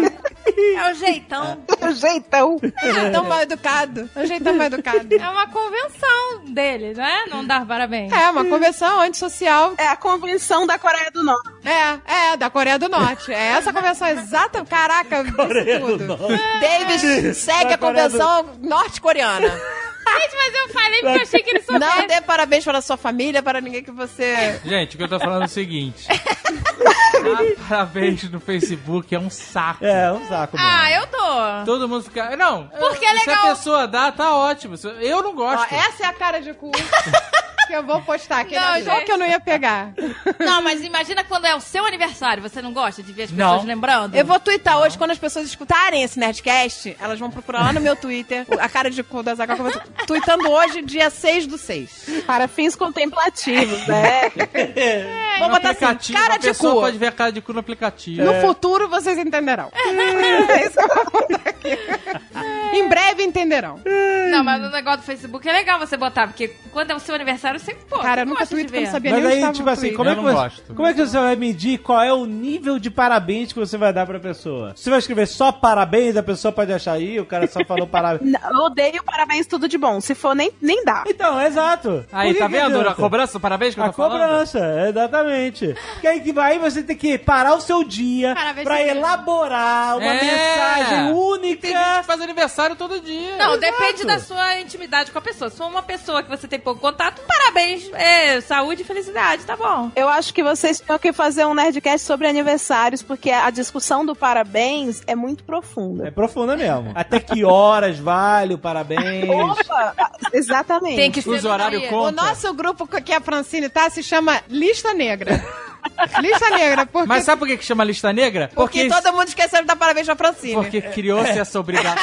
Speaker 2: É o jeitão.
Speaker 4: O jeitão.
Speaker 3: É tão mal educado. É um jeito tão mal educado.
Speaker 2: É uma convenção dele, não é? Não dar parabéns.
Speaker 3: É, uma convenção antissocial.
Speaker 4: É a convenção da Coreia do Norte.
Speaker 3: É, é, da Coreia do Norte. É essa convenção exata. Caraca, Coreia isso tudo. Davis segue
Speaker 11: Da
Speaker 3: a convenção norte-coreana.
Speaker 2: Gente, mas eu falei porque eu achei que ele soubesse.
Speaker 3: Não dê parabéns para a sua família, para ninguém que você.
Speaker 6: Gente, o que eu tô falando é o seguinte. Dar parabéns no Facebook é um saco.
Speaker 11: É, um saco mesmo.
Speaker 2: Ah, eu dou.
Speaker 6: Todo mundo fica. Não!
Speaker 2: Porque é
Speaker 6: Se a
Speaker 2: legal.
Speaker 6: pessoa dá, tá ótimo. Se- Eu não
Speaker 3: Ó,
Speaker 6: gosto.
Speaker 3: essa é a cara de cu que eu vou postar aqui.
Speaker 2: Não,
Speaker 3: Não, só
Speaker 2: gente.
Speaker 3: que eu não ia pegar.
Speaker 2: Não, mas imagina quando é o seu aniversário. Você não gosta de ver as
Speaker 6: Não.
Speaker 2: pessoas lembrando?
Speaker 3: Eu vou twittar hoje, quando as pessoas escutarem esse Nerdcast, elas vão procurar lá no meu Twitter a cara de cu da Zagal que eu vou tu- tweetando hoje, dia 6 do 6.
Speaker 4: Para fins contemplativos, né?
Speaker 3: Vou
Speaker 6: No
Speaker 3: botar assim,
Speaker 6: É um aplicativo,
Speaker 3: cara
Speaker 6: a
Speaker 3: de
Speaker 6: pessoa
Speaker 3: cu.
Speaker 6: pode ver a cara de cu no aplicativo.
Speaker 3: No futuro vocês
Speaker 2: É.
Speaker 3: entenderão. É isso que eu vou botar aqui. Em breve entenderão.
Speaker 2: não, mas o negócio do Facebook é legal você botar, porque quando é o seu aniversário, você, pô,
Speaker 3: Cara, eu
Speaker 2: você
Speaker 3: nunca
Speaker 2: gosta de
Speaker 3: tweeto que eu
Speaker 2: ver.
Speaker 3: não sabia
Speaker 1: Mas
Speaker 3: nem
Speaker 1: aí, tipo assim, como é,
Speaker 6: Eu
Speaker 1: que
Speaker 6: não
Speaker 1: você,
Speaker 6: gosto.
Speaker 1: como é que você vai medir qual é o nível de parabéns que você vai dar pra pessoa? Você vai escrever só parabéns, a pessoa pode achar aí, o cara só falou parabéns.
Speaker 4: Não, eu odeio parabéns, tudo de bom. Se for, nem, nem dá.
Speaker 1: Então, exato.
Speaker 6: Aí,
Speaker 1: Por que
Speaker 6: tá
Speaker 1: que
Speaker 6: vendo
Speaker 1: adianta?
Speaker 6: a cobrança? Parabéns que eu
Speaker 1: A
Speaker 6: tô falando?
Speaker 1: cobrança, exatamente. Porque aí, que- aí você tem que parar o seu dia
Speaker 2: Parabéns,
Speaker 1: pra
Speaker 2: você
Speaker 1: elaborar uma
Speaker 6: É.
Speaker 1: mensagem única.
Speaker 6: Tem gente que faz aniversário todo dia.
Speaker 2: Não, depende da sua intimidade com a pessoa. Se for uma pessoa que você tem pouco contato, parabéns, é, saúde e felicidade, tá bom.
Speaker 4: Eu acho que vocês tinham que fazer um Nerdcast sobre aniversários, porque a discussão do parabéns é muito
Speaker 1: É
Speaker 4: profunda.
Speaker 1: profunda mesmo. Até que horas vale o parabéns?
Speaker 4: Opa! Exatamente.
Speaker 2: Tem que ser.
Speaker 6: Fuso
Speaker 2: no
Speaker 6: horário
Speaker 2: dia.
Speaker 6: conta.
Speaker 3: O nosso grupo que a Francine tá se chama Lista Negra. Lista Negra, porque,
Speaker 6: Mas sabe por que que chama lista negra?
Speaker 3: porque né? todo mundo esqueceu de dar parabéns pra Francine.
Speaker 6: porque
Speaker 1: É.
Speaker 6: criou-se essa obrigação.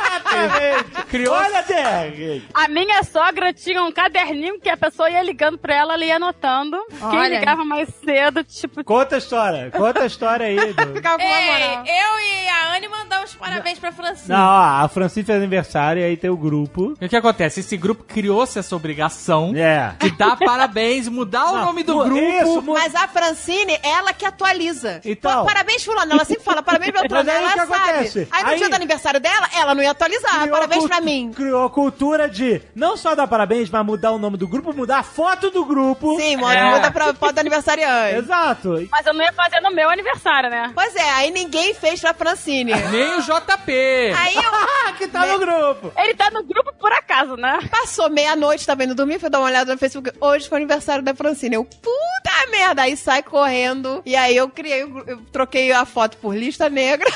Speaker 1: Exatamente. Olha, Derek.
Speaker 5: A minha sogra tinha um caderninho que a pessoa ia ligando pra ela, ela ia anotando. Quem
Speaker 2: Olha.
Speaker 5: ligava mais cedo, tipo,
Speaker 1: Conta a história. Conta a história aí. Do...
Speaker 3: Ficava com uma
Speaker 2: Ei,
Speaker 3: moral.
Speaker 2: É, eu e a Anne mandamos parabéns pra Francine.
Speaker 1: Não, ó, a Francine fez aniversário e aí tem o grupo.
Speaker 6: E o que acontece? Esse grupo criou-se essa obrigação
Speaker 1: É.
Speaker 6: de dar parabéns, mudar o nome do grupo.
Speaker 1: Isso, mu-
Speaker 9: Mas a Francine, ela que atualiza.
Speaker 1: Então.
Speaker 9: Pô, parabéns, fulano. Ela sempre fala parabéns pra fulano.
Speaker 1: Mas é aí o
Speaker 9: Ela
Speaker 1: que
Speaker 9: sabe.
Speaker 1: acontece?
Speaker 9: Aí no
Speaker 1: Aí-
Speaker 9: dia do aniversário dela, ela não ia atualizar.
Speaker 1: criou
Speaker 9: ah, parabéns
Speaker 1: a
Speaker 9: pra
Speaker 1: cultu-
Speaker 9: mim.
Speaker 1: Criou a cultura de não só dar parabéns, mas mudar o nome do grupo, mudar a foto do grupo.
Speaker 9: Sim, mora
Speaker 6: É.
Speaker 9: muda pra foto do aniversariante.
Speaker 1: Exato.
Speaker 5: mas eu não ia fazer no meu aniversário, né?
Speaker 9: Pois é, aí ninguém fez pra Francine.
Speaker 6: Nem o JP.
Speaker 9: Aí eu
Speaker 1: que tá
Speaker 9: Né?
Speaker 1: no grupo.
Speaker 5: Ele tá no grupo por acaso, né?
Speaker 9: passou meia-noite, tava indo dormir, fui dar uma olhada no Facebook. Hoje foi o aniversário da Francine. Eu, puta merda! Aí sai correndo. E aí eu criei, o gru- eu troquei a foto por lista negra.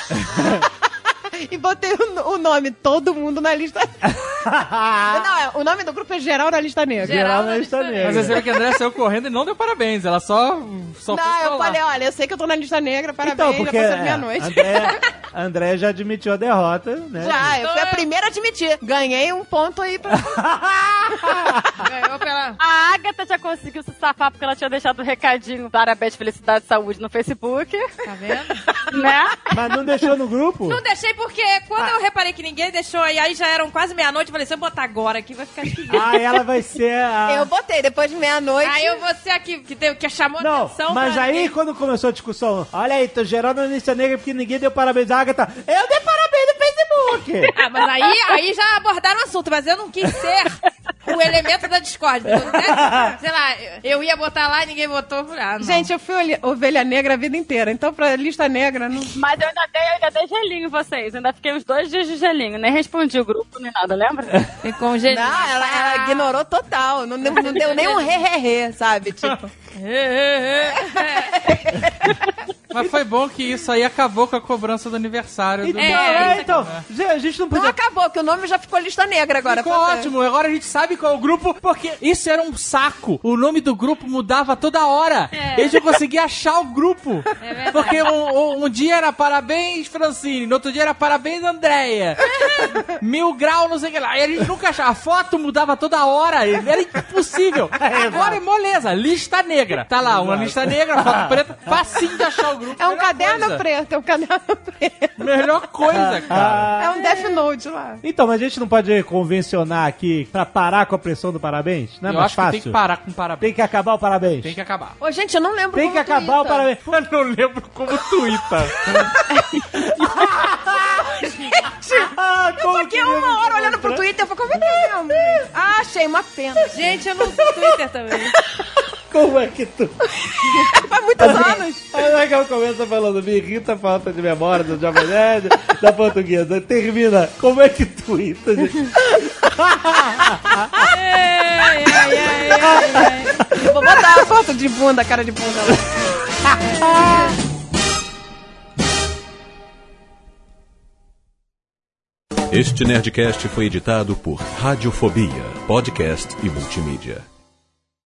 Speaker 9: E botei o, o nome, todo mundo na lista. Não, é, o nome do grupo é geral na lista negra.
Speaker 1: Geral
Speaker 2: Geral
Speaker 1: na
Speaker 2: na
Speaker 1: lista
Speaker 2: lista negra.
Speaker 6: Mas
Speaker 1: negra.
Speaker 6: você vê que a André saiu correndo e não deu parabéns. Ela só, só
Speaker 9: não,
Speaker 6: foi
Speaker 9: eu
Speaker 6: falar.
Speaker 9: falei, olha, eu sei que eu tô na lista negra, parabéns,
Speaker 1: Então, porque
Speaker 9: já passou
Speaker 1: é,
Speaker 9: meia-noite.
Speaker 1: André, André já admitiu a derrota, né?
Speaker 9: Já, eu fui a primeira a admitir. Ganhei um ponto aí pra...
Speaker 2: Ganhou pela.
Speaker 5: A Agatha já conseguiu se safar porque ela tinha deixado o recadinho parabéns, felicidade, saúde no Facebook,
Speaker 2: Tá vendo?
Speaker 5: né?
Speaker 1: Mas não deixou no grupo?
Speaker 2: Não deixei porque quando
Speaker 6: Tá.
Speaker 2: eu reparei que ninguém deixou aí, aí já eram quase meia-noite, eu falei, se eu botar agora aqui, vai ficar esquisito.
Speaker 1: Ah, ela vai ser a...
Speaker 9: Eu botei, depois de meia-noite...
Speaker 2: Aí eu vou ser aqui que, deu, que chamou
Speaker 1: Não,
Speaker 2: atenção.
Speaker 1: mas
Speaker 2: pra
Speaker 1: aí
Speaker 2: ninguém.
Speaker 1: quando começou a discussão, olha aí, tô gerando a lista negra porque ninguém deu parabéns à Agatha. Eu dei parabéns no Facebook!
Speaker 2: Ah, mas aí, aí já abordaram o assunto, mas eu não quis ser o elemento da discórdia. Então, né? Sei lá, eu ia botar lá e ninguém botou. eu falei, Ah, não.
Speaker 3: Gente, eu fui olhe- ovelha negra a vida inteira, então pra lista negra não.
Speaker 5: Mas eu ainda dei, eu ainda dei gelinho em vocês, ainda fiquei uns dois dias de gelinho, nem respondi o grupo nem nada, lembra?
Speaker 2: ficou um jeito.
Speaker 9: Não, ela, ela ignorou total. Não, deu- não deu nem um re-re-re, sabe? Tipo,
Speaker 6: Mas foi bom que isso aí acabou com a cobrança do aniversário do
Speaker 1: Então,
Speaker 2: É,
Speaker 1: é, então,
Speaker 9: né?
Speaker 1: Zé, a gente não
Speaker 9: não
Speaker 1: podia.
Speaker 9: acabou, que o nome já ficou lista negra
Speaker 1: Tá
Speaker 9: agora. tá
Speaker 6: Ficou
Speaker 9: Foi-
Speaker 6: ótimo, agora a gente sabe qual é o grupo, porque isso era um saco. O nome do grupo mudava toda hora.
Speaker 2: É.
Speaker 6: Eles não conseguiam achar o grupo.
Speaker 3: É
Speaker 6: porque um, um- um dia era parabéns, Francine, no outro dia era parabéns, Andréia. Mil grau, não sei o que lá. E a gente nunca achava. A foto mudava toda hora. Era impossível. Agora é moleza. Lista negra. Tá lá, uma lista negra, foto preta. Facinho de achar o grupo.
Speaker 3: É um
Speaker 6: melhor
Speaker 3: caderno
Speaker 6: coisa.
Speaker 3: preto, é um caderno preto.
Speaker 6: Melhor
Speaker 1: Ah,
Speaker 6: coisa, cara.
Speaker 3: É um Death Note lá.
Speaker 1: Então, mas a gente não pode convencionar aqui pra parar com a pressão do parabéns? Não é
Speaker 6: Eu
Speaker 1: mais
Speaker 6: acho
Speaker 1: fácil?
Speaker 6: que tem que parar com parabéns.
Speaker 1: Tem que acabar o parabéns.
Speaker 6: Tem que acabar.
Speaker 9: Ô, gente, eu não lembro
Speaker 1: Tem
Speaker 9: como
Speaker 1: que acabar o
Speaker 9: Twitter.
Speaker 1: parabéns.
Speaker 6: Eu não lembro como Twitter.
Speaker 1: Ah, como
Speaker 9: Eu fiquei uma hora olhando pro Twitter, eu falei, como é que é, amor? Ah, achei uma pena.
Speaker 2: Gente, eu não uso Twitter também.
Speaker 1: Como é que tu.
Speaker 9: Faz muitos anos.
Speaker 1: Aí lá que ela começa falando, me irrita a falta de memória do Jovem Nerd, da portuguesa. Aí Termina, como é que tu irrita, gente?
Speaker 2: Ei, ei, ei, ei.
Speaker 3: Eu vou botar a foto de bunda, cara de bunda lá.
Speaker 7: Este Nerdcast foi editado por Radiofobia, podcast e multimídia.